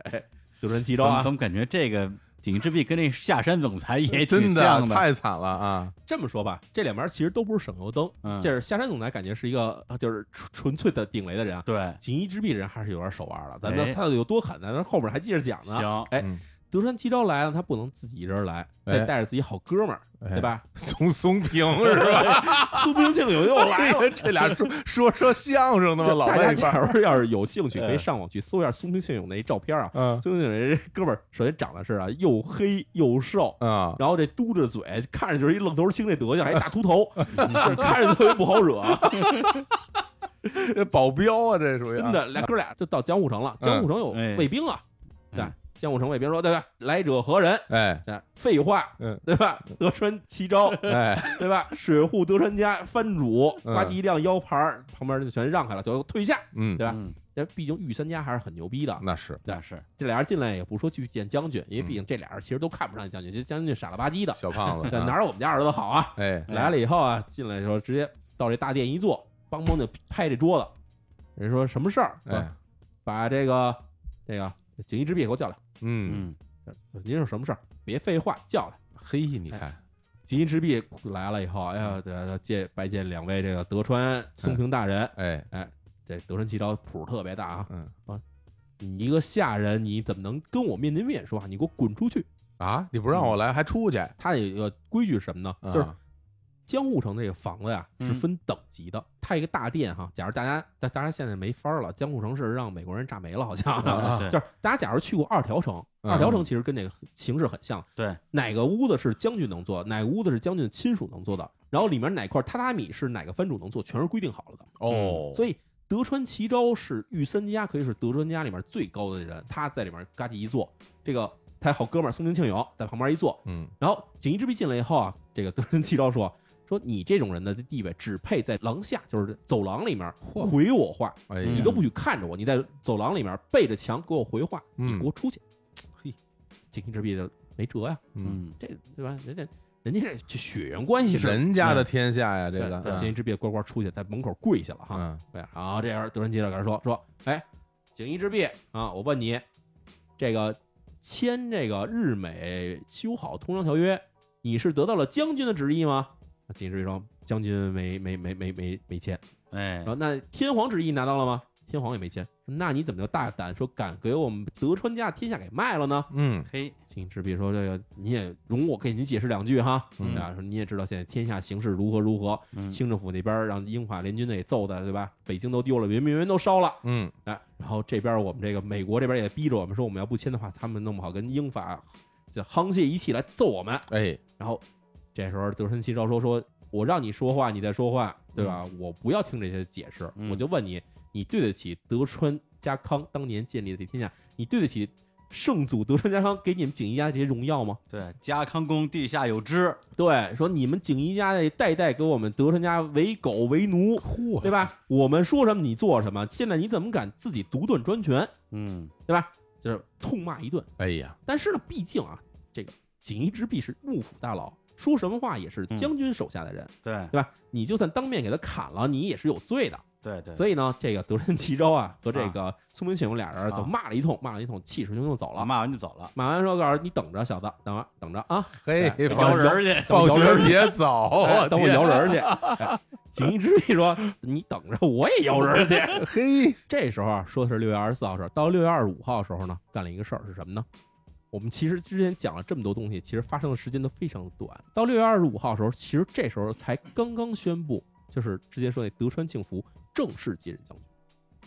Speaker 1: 德川齐
Speaker 4: 怎
Speaker 1: 昭
Speaker 4: 么
Speaker 1: 啊
Speaker 4: 怎，么感觉这个锦衣之弊跟那下山总裁
Speaker 1: 哎
Speaker 4: 也挺
Speaker 2: 真
Speaker 4: 像的，
Speaker 2: 太惨了啊！
Speaker 1: 这么说吧，这两边其实都不是省油灯。
Speaker 4: 嗯，
Speaker 1: 这是下山总裁，感觉是一个啊就是纯纯粹的顶雷的人啊。
Speaker 4: 对，
Speaker 1: 锦衣之弊人还是有点手腕了，咱
Speaker 4: 哎
Speaker 1: 们他有多狠，咱们后边还接着讲呢。
Speaker 4: 行，
Speaker 1: 哎
Speaker 2: 嗯，
Speaker 1: 德川吉昭来了，他不能自己一人来，
Speaker 2: 哎
Speaker 1: 得带着自己好哥们儿，
Speaker 2: 哎
Speaker 1: 对 吧？
Speaker 2: 松松平是吧？
Speaker 1: 苏冰庆有又来了。
Speaker 2: 这俩说说说相声的吗？
Speaker 1: 这
Speaker 2: 老
Speaker 1: 大
Speaker 2: 在
Speaker 1: 家
Speaker 2: 一块儿。
Speaker 1: 假如要是有兴趣，可
Speaker 4: 哎
Speaker 1: 以上网去搜一下苏冰庆勇那照片啊。
Speaker 2: 嗯
Speaker 1: 苏冰庆勇这哥们儿，首先长得是啊又黑又瘦，
Speaker 2: 啊，
Speaker 1: 然后这嘟着嘴，看着就是一愣头青那德行，还一大秃 头，就是看着特别不好惹。啊
Speaker 2: 这保镖啊，这属于啊
Speaker 1: 真的，俩哥俩就到江户城了。
Speaker 2: 嗯
Speaker 1: 江户城有
Speaker 4: 哎
Speaker 1: 卫兵啊，
Speaker 4: 嗯
Speaker 1: 对，江户城卫兵说，对吧？来者何人？
Speaker 2: 哎
Speaker 1: 对，废话，
Speaker 2: 嗯
Speaker 1: 对吧？德川齐昭，
Speaker 2: 哎
Speaker 1: 对吧？水户德川家藩主，
Speaker 2: 嗯
Speaker 1: 呱唧一亮腰牌儿，旁边就全让开了，就退下。
Speaker 2: 嗯
Speaker 1: 对吧
Speaker 4: 嗯，
Speaker 1: 但毕竟御三家还是很牛逼的，
Speaker 2: 那是
Speaker 4: 那是
Speaker 1: 这俩人进来也不说去见将军，因为
Speaker 2: 嗯
Speaker 1: 毕竟这俩人其实都看不上将军，这将军傻了吧唧的，
Speaker 2: 小胖子
Speaker 1: 对，
Speaker 2: 啊
Speaker 1: 哪有我们家儿子好啊？
Speaker 2: 哎
Speaker 1: 来了以后啊，进来的时候直接到这大殿一坐，梆梆就拍这桌子。人说什么事儿？
Speaker 2: 哎
Speaker 1: 把这个这个锦衣之弊给我叫来。
Speaker 2: 嗯，
Speaker 4: 嗯，
Speaker 1: 您是什么事儿？别废话，叫来。
Speaker 2: 嘿，
Speaker 1: 哎
Speaker 2: 你看
Speaker 1: 锦衣之弊来了以后，哎呀，这见拜见两位这个德川
Speaker 2: 嗯
Speaker 1: 松平大人，
Speaker 2: 哎
Speaker 1: 这德川齐昭谱儿特别大啊！
Speaker 2: 嗯
Speaker 1: 你一个下人，你怎么能跟我面对面说话？你给我滚出去！
Speaker 2: 啊，你不让我来还出去，
Speaker 1: 他有一个规矩是什么呢？嗯就是
Speaker 2: 啊
Speaker 1: 江户城这个房子呀
Speaker 4: 嗯
Speaker 1: 是分等级的，它一个大殿哈，假如大家，大大家现在没法儿了，江户城是让美国人炸没了，好像、
Speaker 2: 啊
Speaker 4: 对
Speaker 1: 就是大家假如去过二条城，
Speaker 2: 嗯
Speaker 1: 二条城其实跟这个形式很像，
Speaker 4: 对，
Speaker 1: 哪个屋子是将军能做，哪个屋子是将军亲属能做的，然后里面哪块榻榻米是哪个藩主能做，全是规定好了的。
Speaker 2: 哦，
Speaker 1: 嗯所以德川齐昭是御三家，可以是德川家里面最高的人，他在里面嘎叽一坐，这个他好哥们儿松平庆友在旁边一坐，
Speaker 2: 嗯
Speaker 1: 然后锦衣之弊进来以后啊，这个德仁齐昭说说你这种人的地位只配在廊下，就是走廊里面回我话，
Speaker 2: 哎
Speaker 4: 嗯
Speaker 1: 你
Speaker 2: 呀
Speaker 1: 都不许看着我，你在走廊里面背着墙给我回话，你给
Speaker 2: 嗯
Speaker 1: 我出去。嘿，锦衣之弊的没辙呀、
Speaker 2: 嗯，
Speaker 4: 嗯
Speaker 1: 这对吧？人家人家这血缘关系是。嗯
Speaker 2: 人家的天下呀，这
Speaker 1: 对
Speaker 2: 个啊
Speaker 1: 对锦衣之弊乖乖出去，在门口跪下了哈。
Speaker 2: 嗯
Speaker 1: 对，然后这样德仁齐昭跟他说说，哎，锦衣之弊啊，我问你，这个签这个日美修好通商条约，你是得到了将军的旨意吗？啊锦衣之弊说，将军没没没没没没签。
Speaker 4: 哎
Speaker 1: 然，后那天皇旨意拿到了吗？天皇也没签。那你怎么就大胆说敢给我们德川家天下给卖了呢？
Speaker 2: 嗯
Speaker 4: 嘿，
Speaker 1: 锦衣之弊说，这个你也容我给您解释两句哈。
Speaker 2: 嗯
Speaker 1: 啊，说你也知道现在天下形势如何如何，
Speaker 4: 嗯
Speaker 1: 清政府那边让英法联军给揍的，对吧？北京都丢了，圆明园都烧了。
Speaker 2: 嗯
Speaker 1: 哎，然后这边我们这个美国这边也逼着我们说，我们要不签的话，他们弄不好跟英法这沆瀣一气来揍我们。
Speaker 2: 哎
Speaker 1: 然后这时候德川齐昭说：“说我让你说话，你再说话，对吧？我不要听这些解释，
Speaker 4: 嗯
Speaker 1: 我就问你，你对得起德川家康当年建立的这天下？你对得起圣祖德川家康给你们锦衣家的这些荣耀吗？”
Speaker 4: 对，家康宫地下有知，
Speaker 1: 对，说你们锦衣家的代代给我们德川家为狗为奴，
Speaker 2: 嚯
Speaker 1: 对吧？我们说什么你做什么，现在你怎么敢自己独断专权，
Speaker 4: 嗯，
Speaker 1: 对吧？就是痛骂一顿。
Speaker 2: 哎呀
Speaker 1: 但是呢，毕竟啊，这个锦衣之弊是幕府大佬，说什么话也
Speaker 4: 嗯
Speaker 1: 是将军手下的人，
Speaker 4: 对
Speaker 1: 对吧？你就算当面给他砍了，你也是有罪的。
Speaker 4: 对对，
Speaker 1: 所以呢，这个德川齐昭啊和这
Speaker 4: 啊
Speaker 1: 个松平信勇俩人就
Speaker 4: 啊
Speaker 1: 骂了一通，骂了一通，气势汹汹就走
Speaker 4: 老
Speaker 1: 了。
Speaker 4: 骂完就走了，
Speaker 1: 骂完说：“告诉你等着，小子，等着等着啊，
Speaker 2: 嘿
Speaker 1: 哎，
Speaker 2: 放
Speaker 4: 摇人儿去，
Speaker 2: 放
Speaker 1: 摇
Speaker 2: 学
Speaker 1: 人
Speaker 2: 别走，
Speaker 1: 哎等我
Speaker 2: 哦天啊
Speaker 1: 摇人儿 去。哎”锦衣之弊说：“你等着，我也摇人儿去。
Speaker 2: 嘿，”
Speaker 1: 这时候啊，说的是六月二十四号事儿，到六月二十五号的时候呢，干了一个事儿是什么呢？我们其实之前讲了这么多东西，其实发生的时间都非常短。到六月二十五号的时候，其实这时候才刚刚宣布，就是之前说那德川庆福正式继任将军。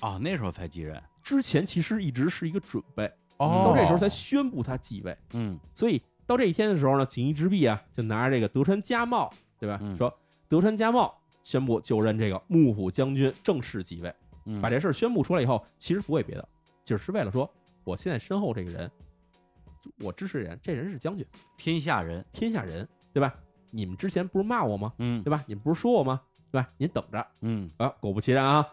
Speaker 4: 哦，那时候才继任，
Speaker 1: 之前其实一直是一个准备，
Speaker 2: 哦，
Speaker 1: 到这时候才宣布他继位。
Speaker 4: 嗯
Speaker 1: 所以到这一天的时候呢，锦衣之弊啊，就拿着这个德川家茂，对吧？
Speaker 4: 嗯
Speaker 1: 说德川家茂宣布就任这个幕府将军，正式继位。
Speaker 4: 嗯，
Speaker 1: 把这事儿宣布出来以后，其实不为别的，只是为了说，我现在身后这个人，我支持的人，这人是将军，
Speaker 4: 天下人，
Speaker 1: 天下人，对吧？你们之前不是骂我吗？
Speaker 4: 嗯
Speaker 1: 对吧？你们不是说我吗？对吧？您等着
Speaker 4: 嗯
Speaker 1: 啊！果不其然啊，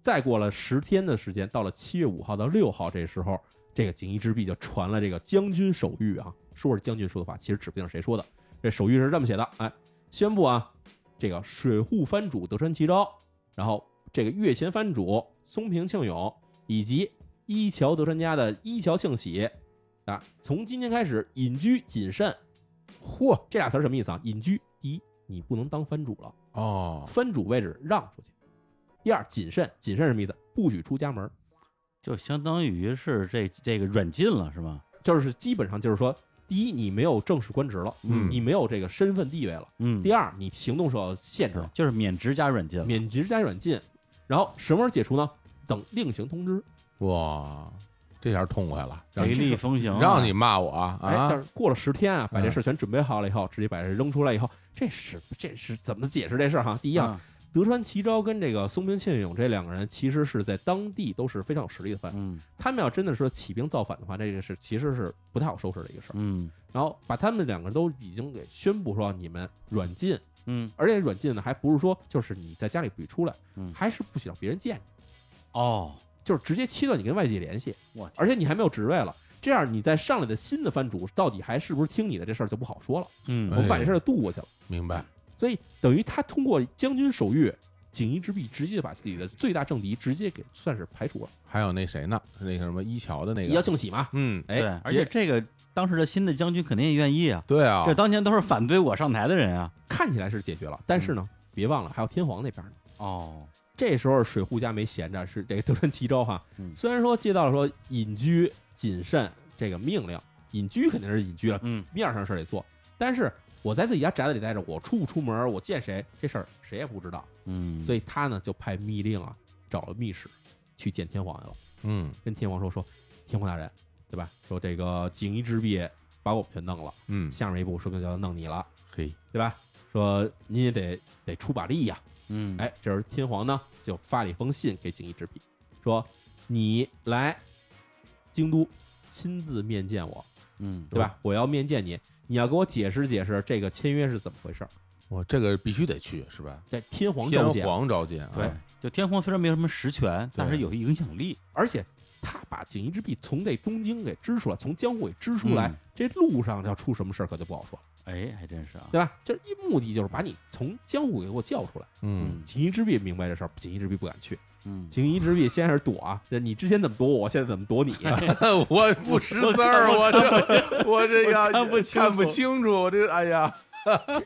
Speaker 1: 再过了十天的时间，到了七月五号到六号这时候，这个锦衣之弊就传了这个将军手谕啊，说是将军说的话，其实指不定是谁说的。这手谕是这么写的，哎，宣布啊，这个水户藩主德川齐昭，然后这个越前藩主松平庆永以及一桥德川家的一桥庆喜，啊，从今天开始隐居谨慎，
Speaker 2: 嚯
Speaker 1: 这俩词儿什么意思啊？隐居，第一，你不能当藩主了，
Speaker 2: 哦，
Speaker 1: 藩主位置让出去；第二，谨慎，谨慎什么意思？不许出家门儿，
Speaker 4: 就相当于是这这个软禁了，是吗？
Speaker 1: 就是基本上就是说，第一，你没有正式官职了，
Speaker 2: 嗯
Speaker 1: 你没有这个身份地位了；
Speaker 4: 嗯，
Speaker 1: 第二，你行动受到限制了，
Speaker 4: 就是免职加软禁
Speaker 2: 嗯
Speaker 4: 了。
Speaker 1: 免职加软禁。然后什么时候解除呢？等另行通知。
Speaker 2: 哇，这下痛快了，让
Speaker 4: 雷
Speaker 2: 你
Speaker 4: 厉风行啊，
Speaker 2: 让你骂我啊
Speaker 1: 哎，但
Speaker 2: 啊！
Speaker 1: 是过了十天啊，把这事儿全准备好了以后，直接把这扔出来以后，这是这是怎么解释这事儿哈？第一啊，
Speaker 2: 嗯
Speaker 4: 啊，
Speaker 1: 德川齐昭跟这个松平信勇这两个人，其实是在当地都是非常有实力的藩。
Speaker 4: 嗯
Speaker 1: 他们要真的说起兵造反的话，这个是其实是不太好收拾的一个事儿。
Speaker 4: 嗯
Speaker 1: 然后把他们两个都已经给宣布说你们软禁，
Speaker 4: 嗯，
Speaker 1: 而且软禁呢还不是说就是你在家里不许出来
Speaker 4: 嗯，
Speaker 1: 还是不许让别人见你，
Speaker 4: 哦，
Speaker 1: 就是直接切断你跟外界联系
Speaker 4: 我。
Speaker 1: 而且你还没有职位了，这样你再上来的新的藩主到底还是不是听你的这事儿就不好说了。
Speaker 4: 嗯
Speaker 1: 我们把这事儿渡过去了。
Speaker 2: 明白，
Speaker 1: 所以等于他通过将军手谕、锦衣之弊，直接把自己的最大政敌直接给算是排除了。
Speaker 2: 还有那谁呢？那个什么一桥的那
Speaker 1: 要
Speaker 2: 个，
Speaker 1: 庆喜嘛，
Speaker 2: 嗯，
Speaker 1: 哎，
Speaker 4: 对，而且这个当时的新的将军肯定也愿意啊，
Speaker 2: 对啊
Speaker 4: 这，当年都是反对我上台的人啊。
Speaker 1: 看起来是解决了，但是呢，别忘了还有天皇那边呢。
Speaker 4: 哦，
Speaker 1: 这时候水户家没闲着，是这个德川齐昭哈。
Speaker 4: 嗯
Speaker 1: 虽然说接到了说隐居谨慎这个命令，隐居肯定是隐居了，
Speaker 4: 嗯，
Speaker 1: 面上的事儿得做，但是我在自己家宅子里待着，我出不出门，我见谁这事儿谁也不知道，
Speaker 4: 嗯，
Speaker 1: 所
Speaker 4: 以
Speaker 1: 以他呢就派密令啊找了密使去见天皇去了。
Speaker 2: 嗯
Speaker 1: 跟天皇说说，天皇大人，对吧？说这个锦衣之弊把我们全弄了，
Speaker 2: 嗯，
Speaker 1: 下面一步说不定就要弄你了，
Speaker 2: 嘿，
Speaker 1: 对吧？说您也得得出把力呀、
Speaker 4: 嗯，
Speaker 1: 哎，这时候天皇呢就发了一封信给锦衣之弊，说你来京都亲自面见我，
Speaker 4: 嗯，
Speaker 1: 对吧？我要面见你，你要给我解释解释这个签约是怎么回事儿。
Speaker 2: 我这个必须得去是吧？
Speaker 1: 这天皇
Speaker 2: 天
Speaker 1: 召见，
Speaker 2: 皇召见，
Speaker 1: 对
Speaker 2: 啊，
Speaker 4: 哎就天皇虽然没有什么实权，但是有影响力。
Speaker 1: 而且他把锦衣之弊从这东京给支出来，从江户给支出来，
Speaker 4: 嗯
Speaker 1: 这路上要出什么事儿可就不好说了。
Speaker 4: 哎，还真是啊。
Speaker 1: 对吧？这一目的就是把你从江户给我叫出来。
Speaker 2: 嗯，
Speaker 1: 锦衣之弊明白这事儿，锦衣之弊不敢去。
Speaker 4: 嗯，
Speaker 1: 锦衣之弊先是躲啊，这你之前怎么躲我，我现在怎么躲你？啊
Speaker 2: 我不识字儿，我这 我这个
Speaker 4: 看不清楚
Speaker 2: 看不清楚，我这哎呀，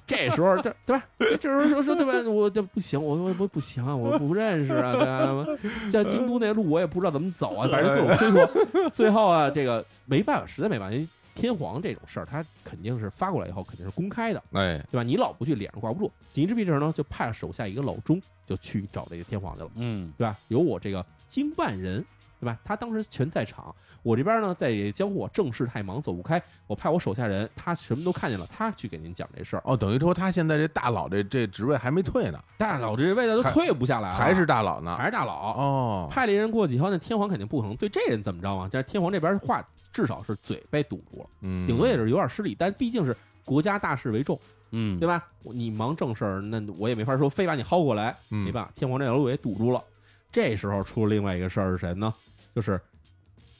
Speaker 1: 这时候这对吧？这时候说说对吧？我这不行，我我我不行啊，我不认识啊，对吧？像京都那路我也不知道怎么走啊，反正各种推脱。最后啊，这个没办法，实在没办法，因为天皇这种事儿，他肯定是发过来以后肯定是公开的，
Speaker 2: 哎，
Speaker 1: 对吧？你老不去，脸上挂不住。锦衣之弊这时候呢，就派了手下一个老钟，就去找这个天皇去了。
Speaker 4: 嗯，
Speaker 1: 对吧？有我这个经办人，对吧？他当时全在场，我这边呢在江户，我正事太忙走不开，我派我手下人，他什么都看见了，他去给您讲这事儿。
Speaker 2: 哦，等于说他现在这大佬这这职位还没退呢，
Speaker 1: 大佬这位置都
Speaker 2: 还
Speaker 1: 退不下来了，
Speaker 2: 还是大佬呢，
Speaker 1: 啊还是大佬。
Speaker 2: 哦，
Speaker 1: 派了一人过去以后，那天皇肯定不可能对这人怎么着啊？但是天皇这边话至少是嘴被堵住了，
Speaker 2: 嗯，
Speaker 1: 顶多也是有点失礼，但毕竟是国家大事为重，
Speaker 4: 嗯，
Speaker 1: 对吧？我你忙正事儿，那我也没法说非把你薅过来，
Speaker 2: 嗯
Speaker 1: 没办法，天皇这条路也堵住了。这时候出了另外一个事儿是谁呢？就是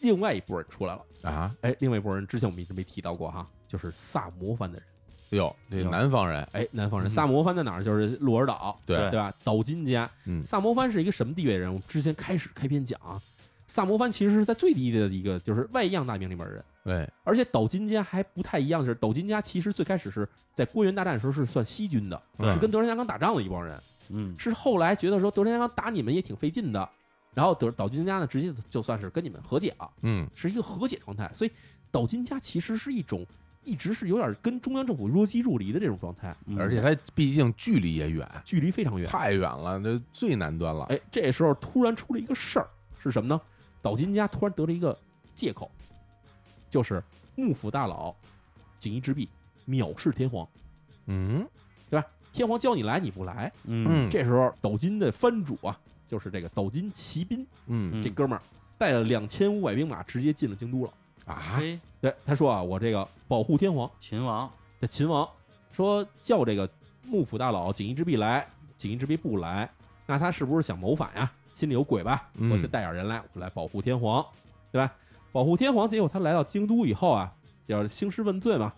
Speaker 1: 另外一拨人出来了。
Speaker 2: 啊，
Speaker 1: 哎，另外一拨人之前我们一直没提到过哈，就是萨摩藩的人。
Speaker 2: 哟，这
Speaker 1: 哟
Speaker 2: 南方人，
Speaker 1: 哎，南方
Speaker 2: 嗯
Speaker 1: 人，萨摩藩在哪儿？就是鹿儿岛，
Speaker 2: 对
Speaker 1: 对吧？岛津家。
Speaker 2: 嗯
Speaker 1: 萨摩藩是一个什么地位的人？我们之前开始开篇讲啊，萨摩藩其实是在最低的一个，就是外样大名里面的人。
Speaker 2: 对，
Speaker 1: 而且岛津家还不太一样的是，岛津家其实最开始是在关原大战的时候是算西军的，
Speaker 2: 对
Speaker 1: 是跟德川家康打仗的一帮人。
Speaker 4: 嗯
Speaker 1: 是后来觉得说德川家康打你们也挺费劲的，然后德岛津家呢直接就算是跟你们和解了，
Speaker 2: 嗯，
Speaker 1: 是一个和解状态。所以岛津家其实是一种一直是有点跟中央政府若即若离的这种状态，
Speaker 4: 嗯
Speaker 2: 而且他毕竟距离也远，
Speaker 1: 距离非常远。
Speaker 2: 太远了，这最南端了，
Speaker 1: 哎，这时候突然出了一个事儿，是什么呢？岛津家突然得了一个借口，就是幕府大佬锦衣之弊藐视天皇，
Speaker 2: 嗯
Speaker 1: 对吧？天皇叫你来你不来，
Speaker 4: 嗯
Speaker 2: 嗯，
Speaker 1: 这时候岛津的藩主啊，就是这个岛津骑兵。
Speaker 2: 嗯
Speaker 1: 这哥们儿带了两千五百兵马直接进了京都了。
Speaker 2: 啊，
Speaker 4: 嘿，
Speaker 1: 对，他说啊，我这个保护天皇，
Speaker 4: 秦王，
Speaker 1: 这秦王说叫这个幕府大佬锦衣之弊来，锦衣之弊不来，那他是不是想谋反呀？心里有鬼吧？
Speaker 2: 嗯
Speaker 1: 我先带点人来，我来保护天皇，对吧？保护天皇，结果他来到京都以后啊，叫兴师问罪嘛。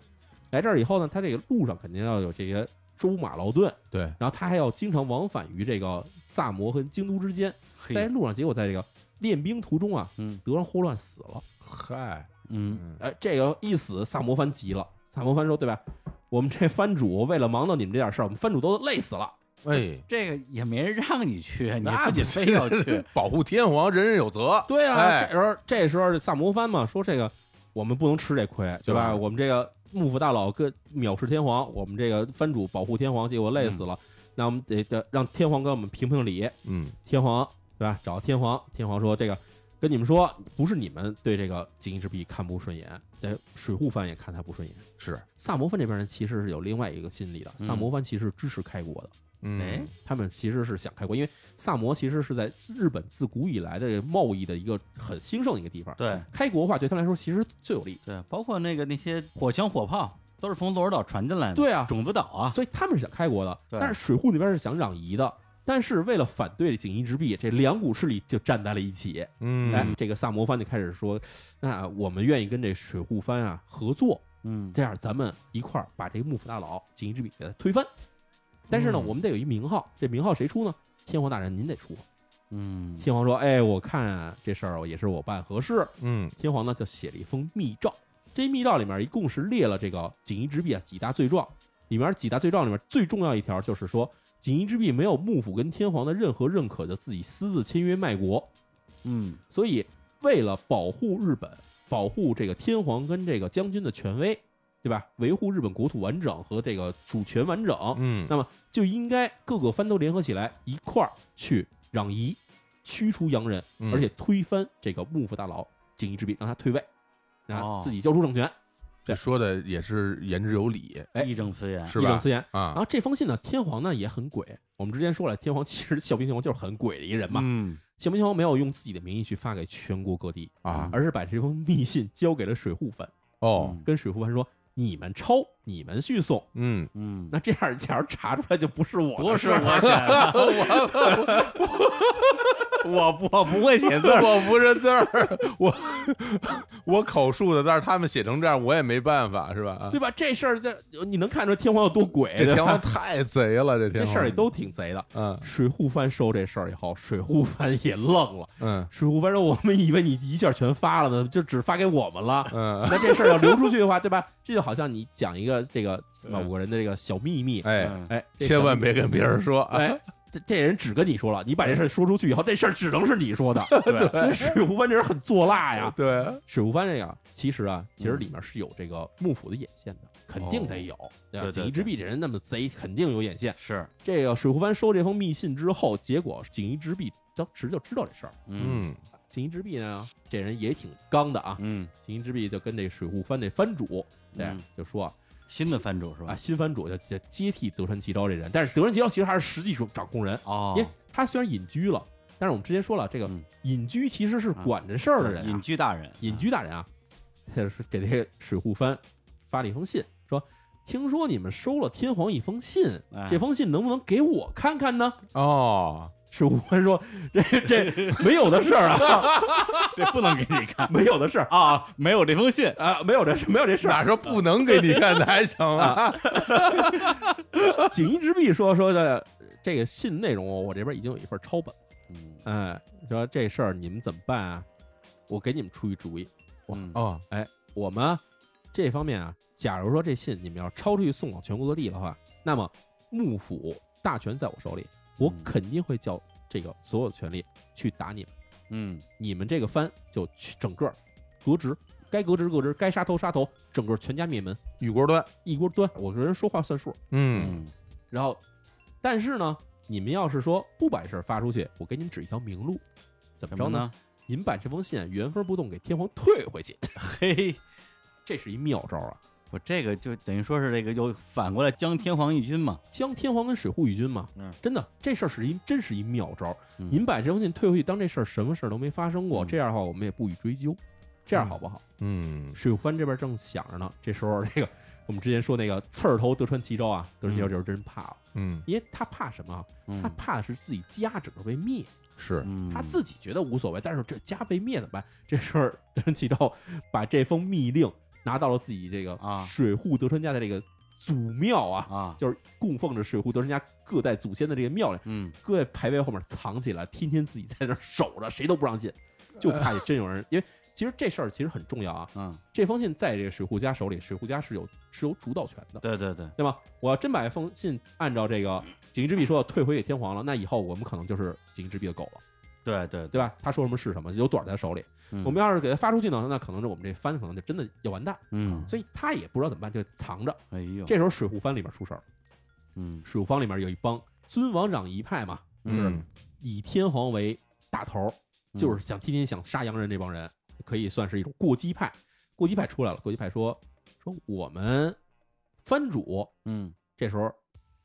Speaker 1: 来这儿以后呢，他这个路上肯定要有这些舟马劳顿，
Speaker 2: 对，
Speaker 1: 然后他还要经常往返于这个萨摩和京都之间，在
Speaker 4: 嘿，
Speaker 1: 路上，结果在这个练兵途中啊，
Speaker 4: 嗯
Speaker 1: 德川霍乱死了。
Speaker 2: 嗨，
Speaker 4: 嗯，
Speaker 1: 哎，这个一死，萨摩藩急了。萨摩藩说：“对吧？ 我们这藩主为了忙到你们这点事儿，我们藩主都累死了。
Speaker 2: 哎，
Speaker 4: 这个也没人让你去，你
Speaker 2: 那
Speaker 4: 自己非要去，
Speaker 2: 保护天皇，人人有责。
Speaker 1: 对啊，
Speaker 2: 哎
Speaker 1: 这时候这时候萨摩藩嘛，说这个我们不能吃这亏，对吧？
Speaker 2: 就是
Speaker 1: 我们这个幕府大佬跟藐视天皇，我们这个藩主保护天皇，结果累死了。那我们得得让天皇给我们评评理。
Speaker 2: 嗯，
Speaker 1: 天皇对吧？找天皇，天皇说这个跟你们说，不是你们对这个锦衣之弊看不顺眼，这水户藩也看他不顺眼。
Speaker 2: 是，
Speaker 1: 萨摩藩这边人其实是有另外一个心理的，
Speaker 4: 嗯
Speaker 1: 萨摩藩其实支持开国的，
Speaker 4: 哎
Speaker 2: 嗯，
Speaker 1: 他们其实是想开国，因为萨摩其实是在日本自古以来的贸易的一个很兴盛的一个地方，
Speaker 4: 对
Speaker 1: 开国化对他们来说其实最有利。
Speaker 4: 对，包括那个那些火枪火炮都是从鹿儿岛传进来的，
Speaker 1: 对啊，
Speaker 4: 种子岛啊，
Speaker 1: 所以他们是想开国的，
Speaker 4: 对啊
Speaker 1: 但是水户那边是想攘夷的。但是为了反对锦衣之弊，这两股势力就站在了一起。
Speaker 2: 嗯，
Speaker 1: 哎，这个萨摩藩就开始说，那我们愿意跟这水户藩啊合作，
Speaker 4: 嗯，
Speaker 1: 这样咱们一块儿把这个幕府大佬锦衣之笔给他推翻。但是呢，
Speaker 2: 嗯
Speaker 1: 我们得有一名号，这名号谁出呢？天皇大人您得出。
Speaker 4: 嗯，
Speaker 1: 天皇说：“哎，我看、啊、这事儿也是我办合适。
Speaker 2: 嗯”
Speaker 1: 天皇呢就写了一封密诏，这密诏里面一共是列了这个锦衣之弊啊几大罪状，里面几大罪状里面最重要一条就是说，锦衣之弊没有幕府跟天皇的任何认可，就自己私自签约卖国。
Speaker 4: 嗯
Speaker 1: 所以为了保护日本，保护这个天皇跟这个将军的权威，对吧？维护日本国土完整和这个主权完整，
Speaker 2: 嗯，
Speaker 1: 哦那么就应该各个藩都联合起来，一块儿去攘夷，驱除洋人，
Speaker 2: 嗯
Speaker 1: 而且推翻这个幕府大佬锦衣之弊，让他退位，然后
Speaker 4: 哦
Speaker 1: 自己交出政权，
Speaker 2: 这说的也是言之有理，
Speaker 1: 哎
Speaker 4: 义正辞严，
Speaker 2: 是
Speaker 1: 义正
Speaker 2: 吧
Speaker 1: 辞？严。然
Speaker 2: 啊，
Speaker 1: 后这封信呢，天皇呢也很鬼。我们之前说了，天皇其实孝平天皇就是很鬼的一个人嘛。
Speaker 4: 嗯，
Speaker 1: 孝平天皇没有用自己的名义去发给全国各地，
Speaker 2: 啊，
Speaker 1: 而是把这封密信交给了水户藩，
Speaker 2: 哦，
Speaker 1: 跟水户藩说：“你们抄，你们去送。
Speaker 2: 嗯，
Speaker 4: 嗯，
Speaker 1: 那这样，假如查出来就不是我的
Speaker 4: 不是
Speaker 1: 事儿
Speaker 4: 我写的，我我我不会写字儿，
Speaker 2: 我不认字儿， 我我口述的，但是他们写成这样，我也没办法，是吧？啊
Speaker 1: 对吧？这事儿这你能看出天皇有多鬼，
Speaker 2: 这天
Speaker 1: 对吧
Speaker 2: 皇太贼了，这天
Speaker 1: 这
Speaker 2: 皇
Speaker 1: 事儿也都挺贼的。
Speaker 2: 嗯
Speaker 1: 水户藩收这事儿以后，水户藩也愣了。
Speaker 2: 嗯
Speaker 1: 水户藩说：“我们以为你一下全发了呢，就只发给我们了。
Speaker 2: 嗯，
Speaker 1: 那这事儿要流出去的话，对吧？这就好像你讲一个这个某个人的这个小秘密，
Speaker 2: 哎，
Speaker 4: 嗯
Speaker 1: 哎，这小
Speaker 2: 千万别跟别人 说啊，
Speaker 1: 哎，这这人只跟你说了，你把这事儿说出去以后，这事儿只能是你说的。
Speaker 4: 对，
Speaker 1: 因为水户藩这人很作辣呀。
Speaker 2: 对，嗯
Speaker 1: 水户藩这个其实啊，其实里面是有这个幕府的眼线的，肯定得有。哦对吧
Speaker 4: 对对
Speaker 1: 锦衣之弊这人那么贼，肯定有眼线。
Speaker 4: 是，
Speaker 1: 这个水户藩收这封密信之后，结果锦衣之弊当时就知道这事儿。
Speaker 4: 嗯
Speaker 2: 嗯
Speaker 1: 锦衣之弊呢，这人也挺刚的啊。
Speaker 4: 嗯，
Speaker 1: 锦衣之弊就跟这水户藩这藩主，这
Speaker 4: 嗯
Speaker 1: 就说啊
Speaker 4: 新的藩主是
Speaker 1: 啊，
Speaker 4: 吧？
Speaker 1: 新藩主就就接替德川齐昭这人，但是德川齐昭其实还是实际主掌控人，
Speaker 4: 哦
Speaker 1: 因为他虽然隐居了，但是我们之前说了，这个
Speaker 4: 嗯
Speaker 1: 隐居其实是管这事儿的人啊、
Speaker 4: 隐居大人，
Speaker 1: 隐居大人啊， 他就是给这个水户藩发了一封信，说听说你们收了天皇一封信，
Speaker 4: 哎
Speaker 1: 这封信能不能给我看看呢？
Speaker 2: 哦，
Speaker 1: 水户藩说 这这没有的事儿啊，
Speaker 4: 这不能给你 看
Speaker 1: 没有的事儿
Speaker 4: 啊，没有这封信，
Speaker 1: 啊，没有这事没有这事儿。
Speaker 2: 哪说不能给你看的还行 啊？
Speaker 1: 锦衣之弊说说的这个信内容，我这边已经有一份抄本了。
Speaker 4: 嗯
Speaker 1: 哎，说这事儿你们怎么办啊？我给你们出一主意，
Speaker 4: 嗯
Speaker 2: 哦，
Speaker 1: 我们啊这方面啊，假如说这信你们要抄出去送往全国各地的话，那么幕府大权在我手里，我
Speaker 4: 嗯
Speaker 1: 肯定会叫这个所有的权力去打你们，
Speaker 4: 嗯
Speaker 1: 你们这个藩就去整个革职，该革职革职，该杀头杀头，整个全家灭门，
Speaker 2: 玉锅端，
Speaker 1: 一锅端。我这人说话算数。
Speaker 2: 嗯
Speaker 4: 嗯
Speaker 1: 然后，但是呢，你们要是说不把事儿发出去，我给你们指一条明路，怎么
Speaker 4: 怎
Speaker 1: 着
Speaker 4: 么
Speaker 1: 呢？
Speaker 4: 呢？
Speaker 1: 你们把这封信啊原封不动给天皇退回去，
Speaker 4: 嘿，
Speaker 1: 这是一妙招啊！
Speaker 4: 我这个就等于说是这个又反过来将天皇一军嘛，
Speaker 1: 将天皇跟水户与君嘛，
Speaker 4: 嗯，
Speaker 1: 真的这事儿是一真是一妙招儿。
Speaker 4: 嗯
Speaker 1: 您把这封信退回去，当这事儿什么事儿都没发生过，
Speaker 4: 嗯
Speaker 1: 这样的话我们也不予追究，这样好不好？
Speaker 2: 嗯
Speaker 1: 水户藩这边正想着呢，这时候这个我们之前说那个刺儿头德川齐昭啊，德川齐昭这时候真怕了，
Speaker 2: 嗯，
Speaker 1: 因为他怕什么啊？
Speaker 4: 嗯
Speaker 1: 他怕的是自己家整个被灭，
Speaker 2: 是，
Speaker 4: 嗯
Speaker 1: 他自己觉得无所谓，但是这家被灭怎么办？ 这时候德川齐昭把这封密令拿到了自己这个
Speaker 4: 啊
Speaker 1: 水户德川家的这个祖庙啊，
Speaker 4: 啊，
Speaker 1: 就是供奉着水户德川家各代祖先的这个庙里，
Speaker 4: 嗯
Speaker 1: 各 位牌位后面藏起来，天天自己在那儿守着，谁都不让进，就怕真有人，因为其实这事儿其实很重要啊。
Speaker 4: 嗯，
Speaker 1: 这封信在这个水户家手里，水户家是有是有主导权的，
Speaker 4: 对对对，
Speaker 1: 对吧？我要真把这封信按照这个锦衣之璧说的退回给天皇了，那以后我们可能就是锦衣之璧的狗了，
Speaker 4: 对对对，
Speaker 1: 对吧？他说什么是什么，有短在他手里。
Speaker 4: 嗯
Speaker 1: 我们要是给他发出去呢，那可能是我们这番可能就真的要完蛋，
Speaker 4: 嗯，
Speaker 1: 所以他也不知道怎么办，就藏着。
Speaker 4: 哎呦，
Speaker 1: 这时候水户藩里边出事儿了，
Speaker 4: 嗯
Speaker 1: 水户藩里面有一帮尊王攘夷派嘛，就是
Speaker 4: 嗯
Speaker 1: 以天皇为大头儿，
Speaker 4: 嗯
Speaker 1: 就是想天天想杀洋人这帮人，可以算是一种过激派。过激派出来了，过激派说说我们藩主
Speaker 4: 嗯，
Speaker 1: 这时候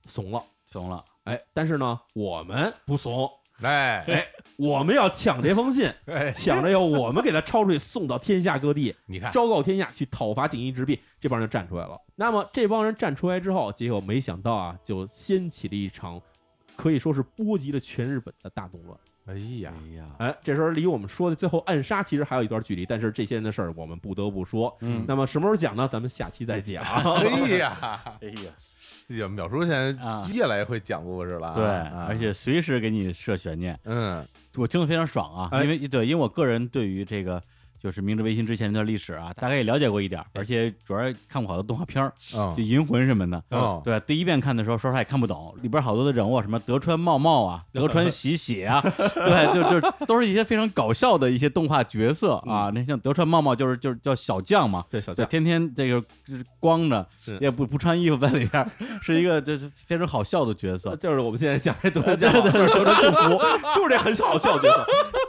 Speaker 1: 怂了，
Speaker 4: 怂了，
Speaker 1: 哎，但是呢，我们不怂，
Speaker 2: 来，
Speaker 1: 哎，我们要抢这封信，
Speaker 2: 哎，
Speaker 1: 抢着要我们给他抄出去，送到天下各地，
Speaker 2: 你
Speaker 4: 哎
Speaker 2: 看，
Speaker 1: 昭告天下，去讨伐锦衣之弊，这帮人就站出来了。那么这帮人站出来之后，结果没想到啊，就掀起了一场可以说是波及了全日本的大动乱。
Speaker 2: 哎
Speaker 4: 哎
Speaker 2: 呀，
Speaker 4: 呀，
Speaker 1: 哎，这时候离我们说的最后暗杀其实还有一段距离，但是这些人的事儿我们不得不说。
Speaker 4: 嗯
Speaker 1: 那么什么时候讲呢？咱们下期再讲。啊
Speaker 2: 哎呀，
Speaker 4: 哎呀，
Speaker 2: 哎呀，淼叔现
Speaker 4: 啊
Speaker 2: 在越来越会讲故事了啊，
Speaker 4: 对，
Speaker 2: 啊
Speaker 4: 而且随时给你设悬念，
Speaker 2: 嗯，
Speaker 4: 我听得非常爽啊，
Speaker 1: 哎
Speaker 4: 因为对，因为我个人对于这个就是明治维新之前那段历史啊，大概也了解过一点
Speaker 1: 哎
Speaker 4: 儿，而且主要是看过好多动画片儿，就《
Speaker 2: 嗯，
Speaker 4: 银魂》什么的。
Speaker 2: 哦
Speaker 4: 对，第一遍看的时候，说实话也看不懂，里边好多的人物啊，什么德川茂茂啊、德川喜喜啊， 对，就就都是一些非常搞笑的一些动画角色啊。那像德川茂茂就是就是叫小将嘛，
Speaker 1: 嗯对，小
Speaker 4: 对，
Speaker 1: 将，
Speaker 4: 天天这个就是光着
Speaker 1: 是，
Speaker 4: 也不不穿衣服在里边儿，是一个就是非常好笑的角色。
Speaker 1: 就是我们现在讲这德川家，就是德川幸福， 就是这很好笑的角色。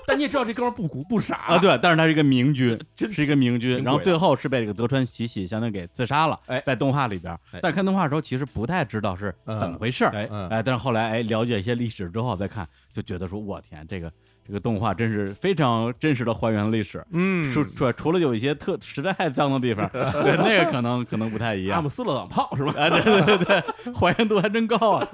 Speaker 1: 但你也知道，这哥们儿不古不傻
Speaker 4: 啊，，对，但是他是一个明君，
Speaker 1: 呃真
Speaker 4: 是一个明
Speaker 1: 挺
Speaker 4: 君，
Speaker 1: 鬼
Speaker 4: 然后
Speaker 1: 的
Speaker 4: 最后是被这个德川喜喜相当于给刺杀了，
Speaker 1: 哎
Speaker 4: 在动画里边儿
Speaker 1: 哎，
Speaker 4: 但是看动画的时候其实不太知道是怎么回事儿，
Speaker 1: 哎
Speaker 2: 嗯
Speaker 4: 哎，但是后来哎了解一些历史之后再看，就觉得说我天，这个这个动画真是非常真实的还原了历史，
Speaker 2: 嗯，
Speaker 4: 除除除了有一些特实在太脏的地方， 对那个可能可能不太一
Speaker 1: 阿
Speaker 4: 样
Speaker 1: 姆，斯勒朗炮是吧？
Speaker 4: 啊，对对对对，还原度还真高啊。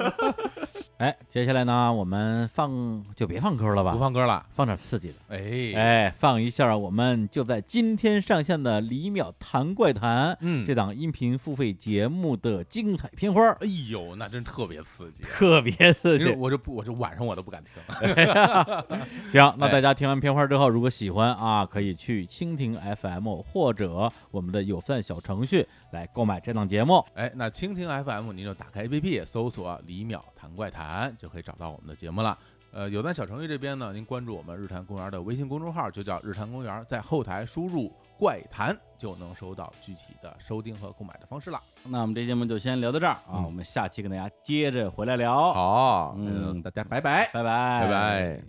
Speaker 4: 哎，接下来呢，我们放就别放歌了吧
Speaker 2: 不，放歌了，
Speaker 4: 放点刺激的。
Speaker 2: 哎，
Speaker 4: 哎，放一下，我们就在今天上线的《李淼谈怪谈》
Speaker 2: 嗯
Speaker 4: 这档音频付费节目的精彩片花，
Speaker 2: 哎呦，那真特别刺激。
Speaker 4: 特别刺
Speaker 2: 你说。我就不，我就晚上我都不敢听。
Speaker 4: 行，那大家听完片花之后，如果喜欢啊，可以去蜻蜓 FM 或者我们的有赞小程序来购买这档节目。
Speaker 2: 哎，那蜻蜓 FM 您就打开 APP 搜索“李淼谈怪谈”，就可以找到我们的节目了。呃，有赞小程序这边呢，您关注我们日坛公园的微信公众号，就叫日坛公园，在后台输入“怪谈”就能收到具体的收听和购买的方式了。
Speaker 4: 那我们这节目就先聊到这儿啊，我们下期跟大家接着回来聊。，
Speaker 2: 好
Speaker 4: 嗯，
Speaker 1: 大家拜拜。
Speaker 4: 拜拜，
Speaker 2: 拜拜。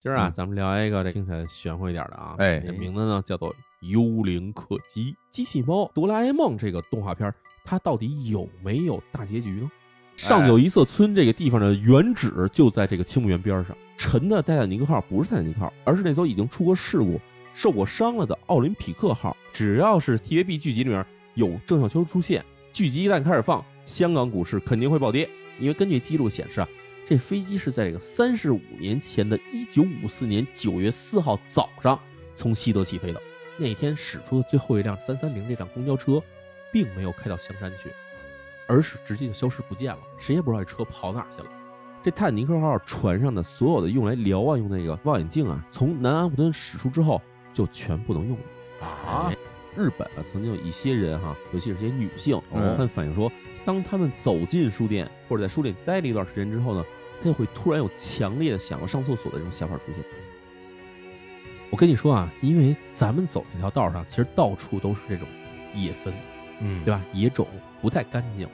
Speaker 1: 今儿啊，
Speaker 4: 嗯
Speaker 1: 咱们聊一个这听起来玄乎一点的啊，
Speaker 2: 哎
Speaker 1: 这名字呢叫做《幽灵客机》。机器猫哆啦 A 梦这个动画片儿，它到底有没有大结局呢？上九一色村这个地方的原址就在这个青木园边上，沉的泰坦尼克号不是泰坦尼克号，而是那艘已经出过事故、受过伤了的奥林匹克号。只要是 TVB 剧集里面有郑少秋出现，剧集一旦开始放，香港股市肯定会暴跌，因为根据记录显示啊，这飞机是在这个三十五年前的一九五四年九月四号早上从西德起飞的。那天驶出的最后一辆三三零这辆公交车，并没有开到香山去，而是直接就消失不见了，谁也不知道这车跑哪儿去了。这泰坦尼克号船上的所有的用来瞭望用那个望远镜啊，从南安普敦驶出之后就全不能用了。
Speaker 2: 啊
Speaker 1: 哎，日本啊，曾经有一些人哈、尤其是这些女性，我
Speaker 2: 嗯
Speaker 1: 们反映说，当她们走进书店或者在书店待了一段时间之后呢，她就会突然有强烈的想要上厕所的这种想法出现。我跟你说啊，因为咱们走这条道上，其实到处都是这种野坟，
Speaker 2: 嗯
Speaker 1: 对
Speaker 2: 吧？
Speaker 1: 吧？野种不太干净，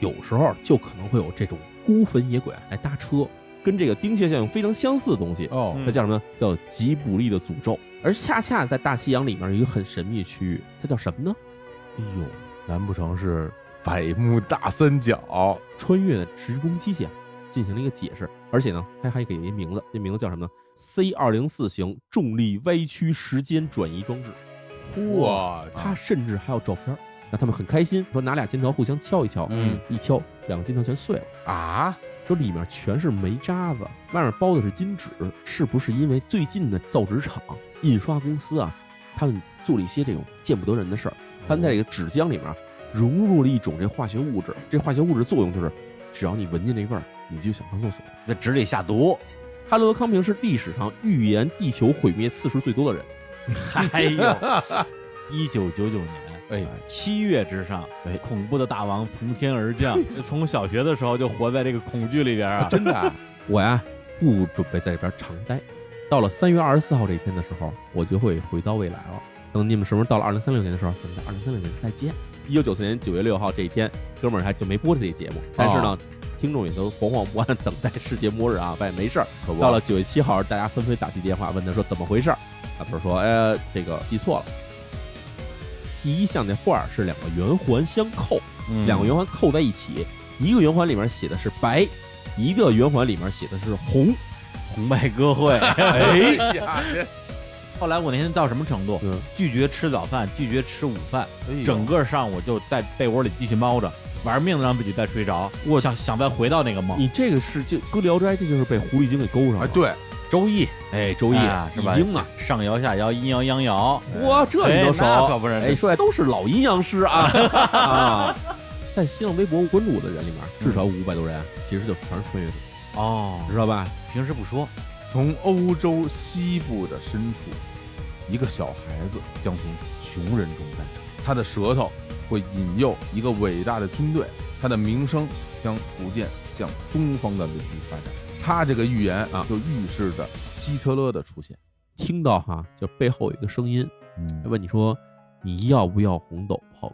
Speaker 1: 有时候就可能会有这种孤坟野鬼来搭车，跟这个丁蟹效应非常相似的东西。
Speaker 2: 哦，
Speaker 1: 那叫什么呢？叫吉卜力的诅咒。而恰恰在大西洋里面有一个很神秘的区域，它叫什么呢？
Speaker 2: 哎呦，难不成是百慕大三角？
Speaker 1: 穿越的时空机器啊，进行了一个解释，而且呢，它还给一名字，这名字叫什么呢？C 二零四型重力歪曲时间转移装置。
Speaker 2: 哇，
Speaker 1: 它甚至还有照片儿，让他们很开心，说拿俩金条互相敲一敲，
Speaker 4: 嗯，
Speaker 1: 一敲两个金条全碎了。
Speaker 2: 啊，
Speaker 1: 说里面全是煤渣子，外面包的是金纸，是不是因为最近的造纸厂、印刷公司啊，他们做了一些这种见不得人的
Speaker 4: 哦
Speaker 1: 事儿？他们在这个纸浆里面啊融入了一种这化学物质，这化学物质作用就是，只要你闻见这味儿，你就想上厕所。
Speaker 4: 在纸里下毒，
Speaker 1: 哈罗德·康平是历史上预言地球毁灭次数最多的人，
Speaker 4: 还有 一九九九年。
Speaker 2: 哎，
Speaker 4: 七月之上
Speaker 2: 哎，
Speaker 4: 恐怖的大王从天而 降。从小学的时候就活在这个恐惧里边 啊，
Speaker 2: 真的啊，
Speaker 1: 我呀不准备在这边长待。到了三月二十四号这一天的时候，我就会回到未来了。等你们什么时候到了二零三六年的时候，咱们在二零三六年再见。一九九四年九月六号这一天，哥们儿还就没播这节目，但是呢，听众也都惶惶不安，等待世界末日啊。但也没事儿，
Speaker 2: 可不
Speaker 1: 到了九月七号，大家纷纷打去电话问他说怎么回事儿，大头说：“哎，这个记错了。”第一项那画儿是两个圆环相扣，
Speaker 4: 嗯
Speaker 1: 两个圆环扣在一起，一个圆环里面写的是白，一个圆环里面写的是红。
Speaker 4: 红白歌 会。
Speaker 1: 哎，
Speaker 2: 哎呀，这
Speaker 4: 后来我那天到什么程度
Speaker 1: 嗯？
Speaker 4: 拒绝吃早饭，拒绝吃午饭，
Speaker 2: 哎呦
Speaker 4: 整个上午就在被窝里继续猫着，玩命的让自己再睡着。我想想再回到那个梦。
Speaker 1: 你这个是就搁《聊斋》，这就是被狐狸精给勾上
Speaker 2: 啊，
Speaker 1: 了。
Speaker 2: 对，
Speaker 4: 周易
Speaker 1: 哎，周易
Speaker 4: 啊是
Speaker 1: 易
Speaker 4: 吧
Speaker 1: 经啊，
Speaker 4: 上摇下摇，阴阳阳爻，
Speaker 1: 哇，这你都
Speaker 4: 哎那可
Speaker 1: 熟？
Speaker 4: 不是，
Speaker 1: 哎，说来都是老阴阳师 啊 啊！在新浪微博关注我的人里面，至少五百多人，其实就全是穿越者，
Speaker 4: 哦
Speaker 1: 你，知道吧？
Speaker 4: 平时不说，
Speaker 2: 从欧洲西部的深处，一个小孩子将从穷人中诞生，他的舌头会引诱一个伟大的军队，他的名声将逐渐向东方的领域发展。他这个预言
Speaker 1: 啊
Speaker 2: 就预示着希特勒的出现。
Speaker 1: 听到哈，就背后有一个声音，
Speaker 4: 嗯
Speaker 1: 问你说你要不要红斗篷？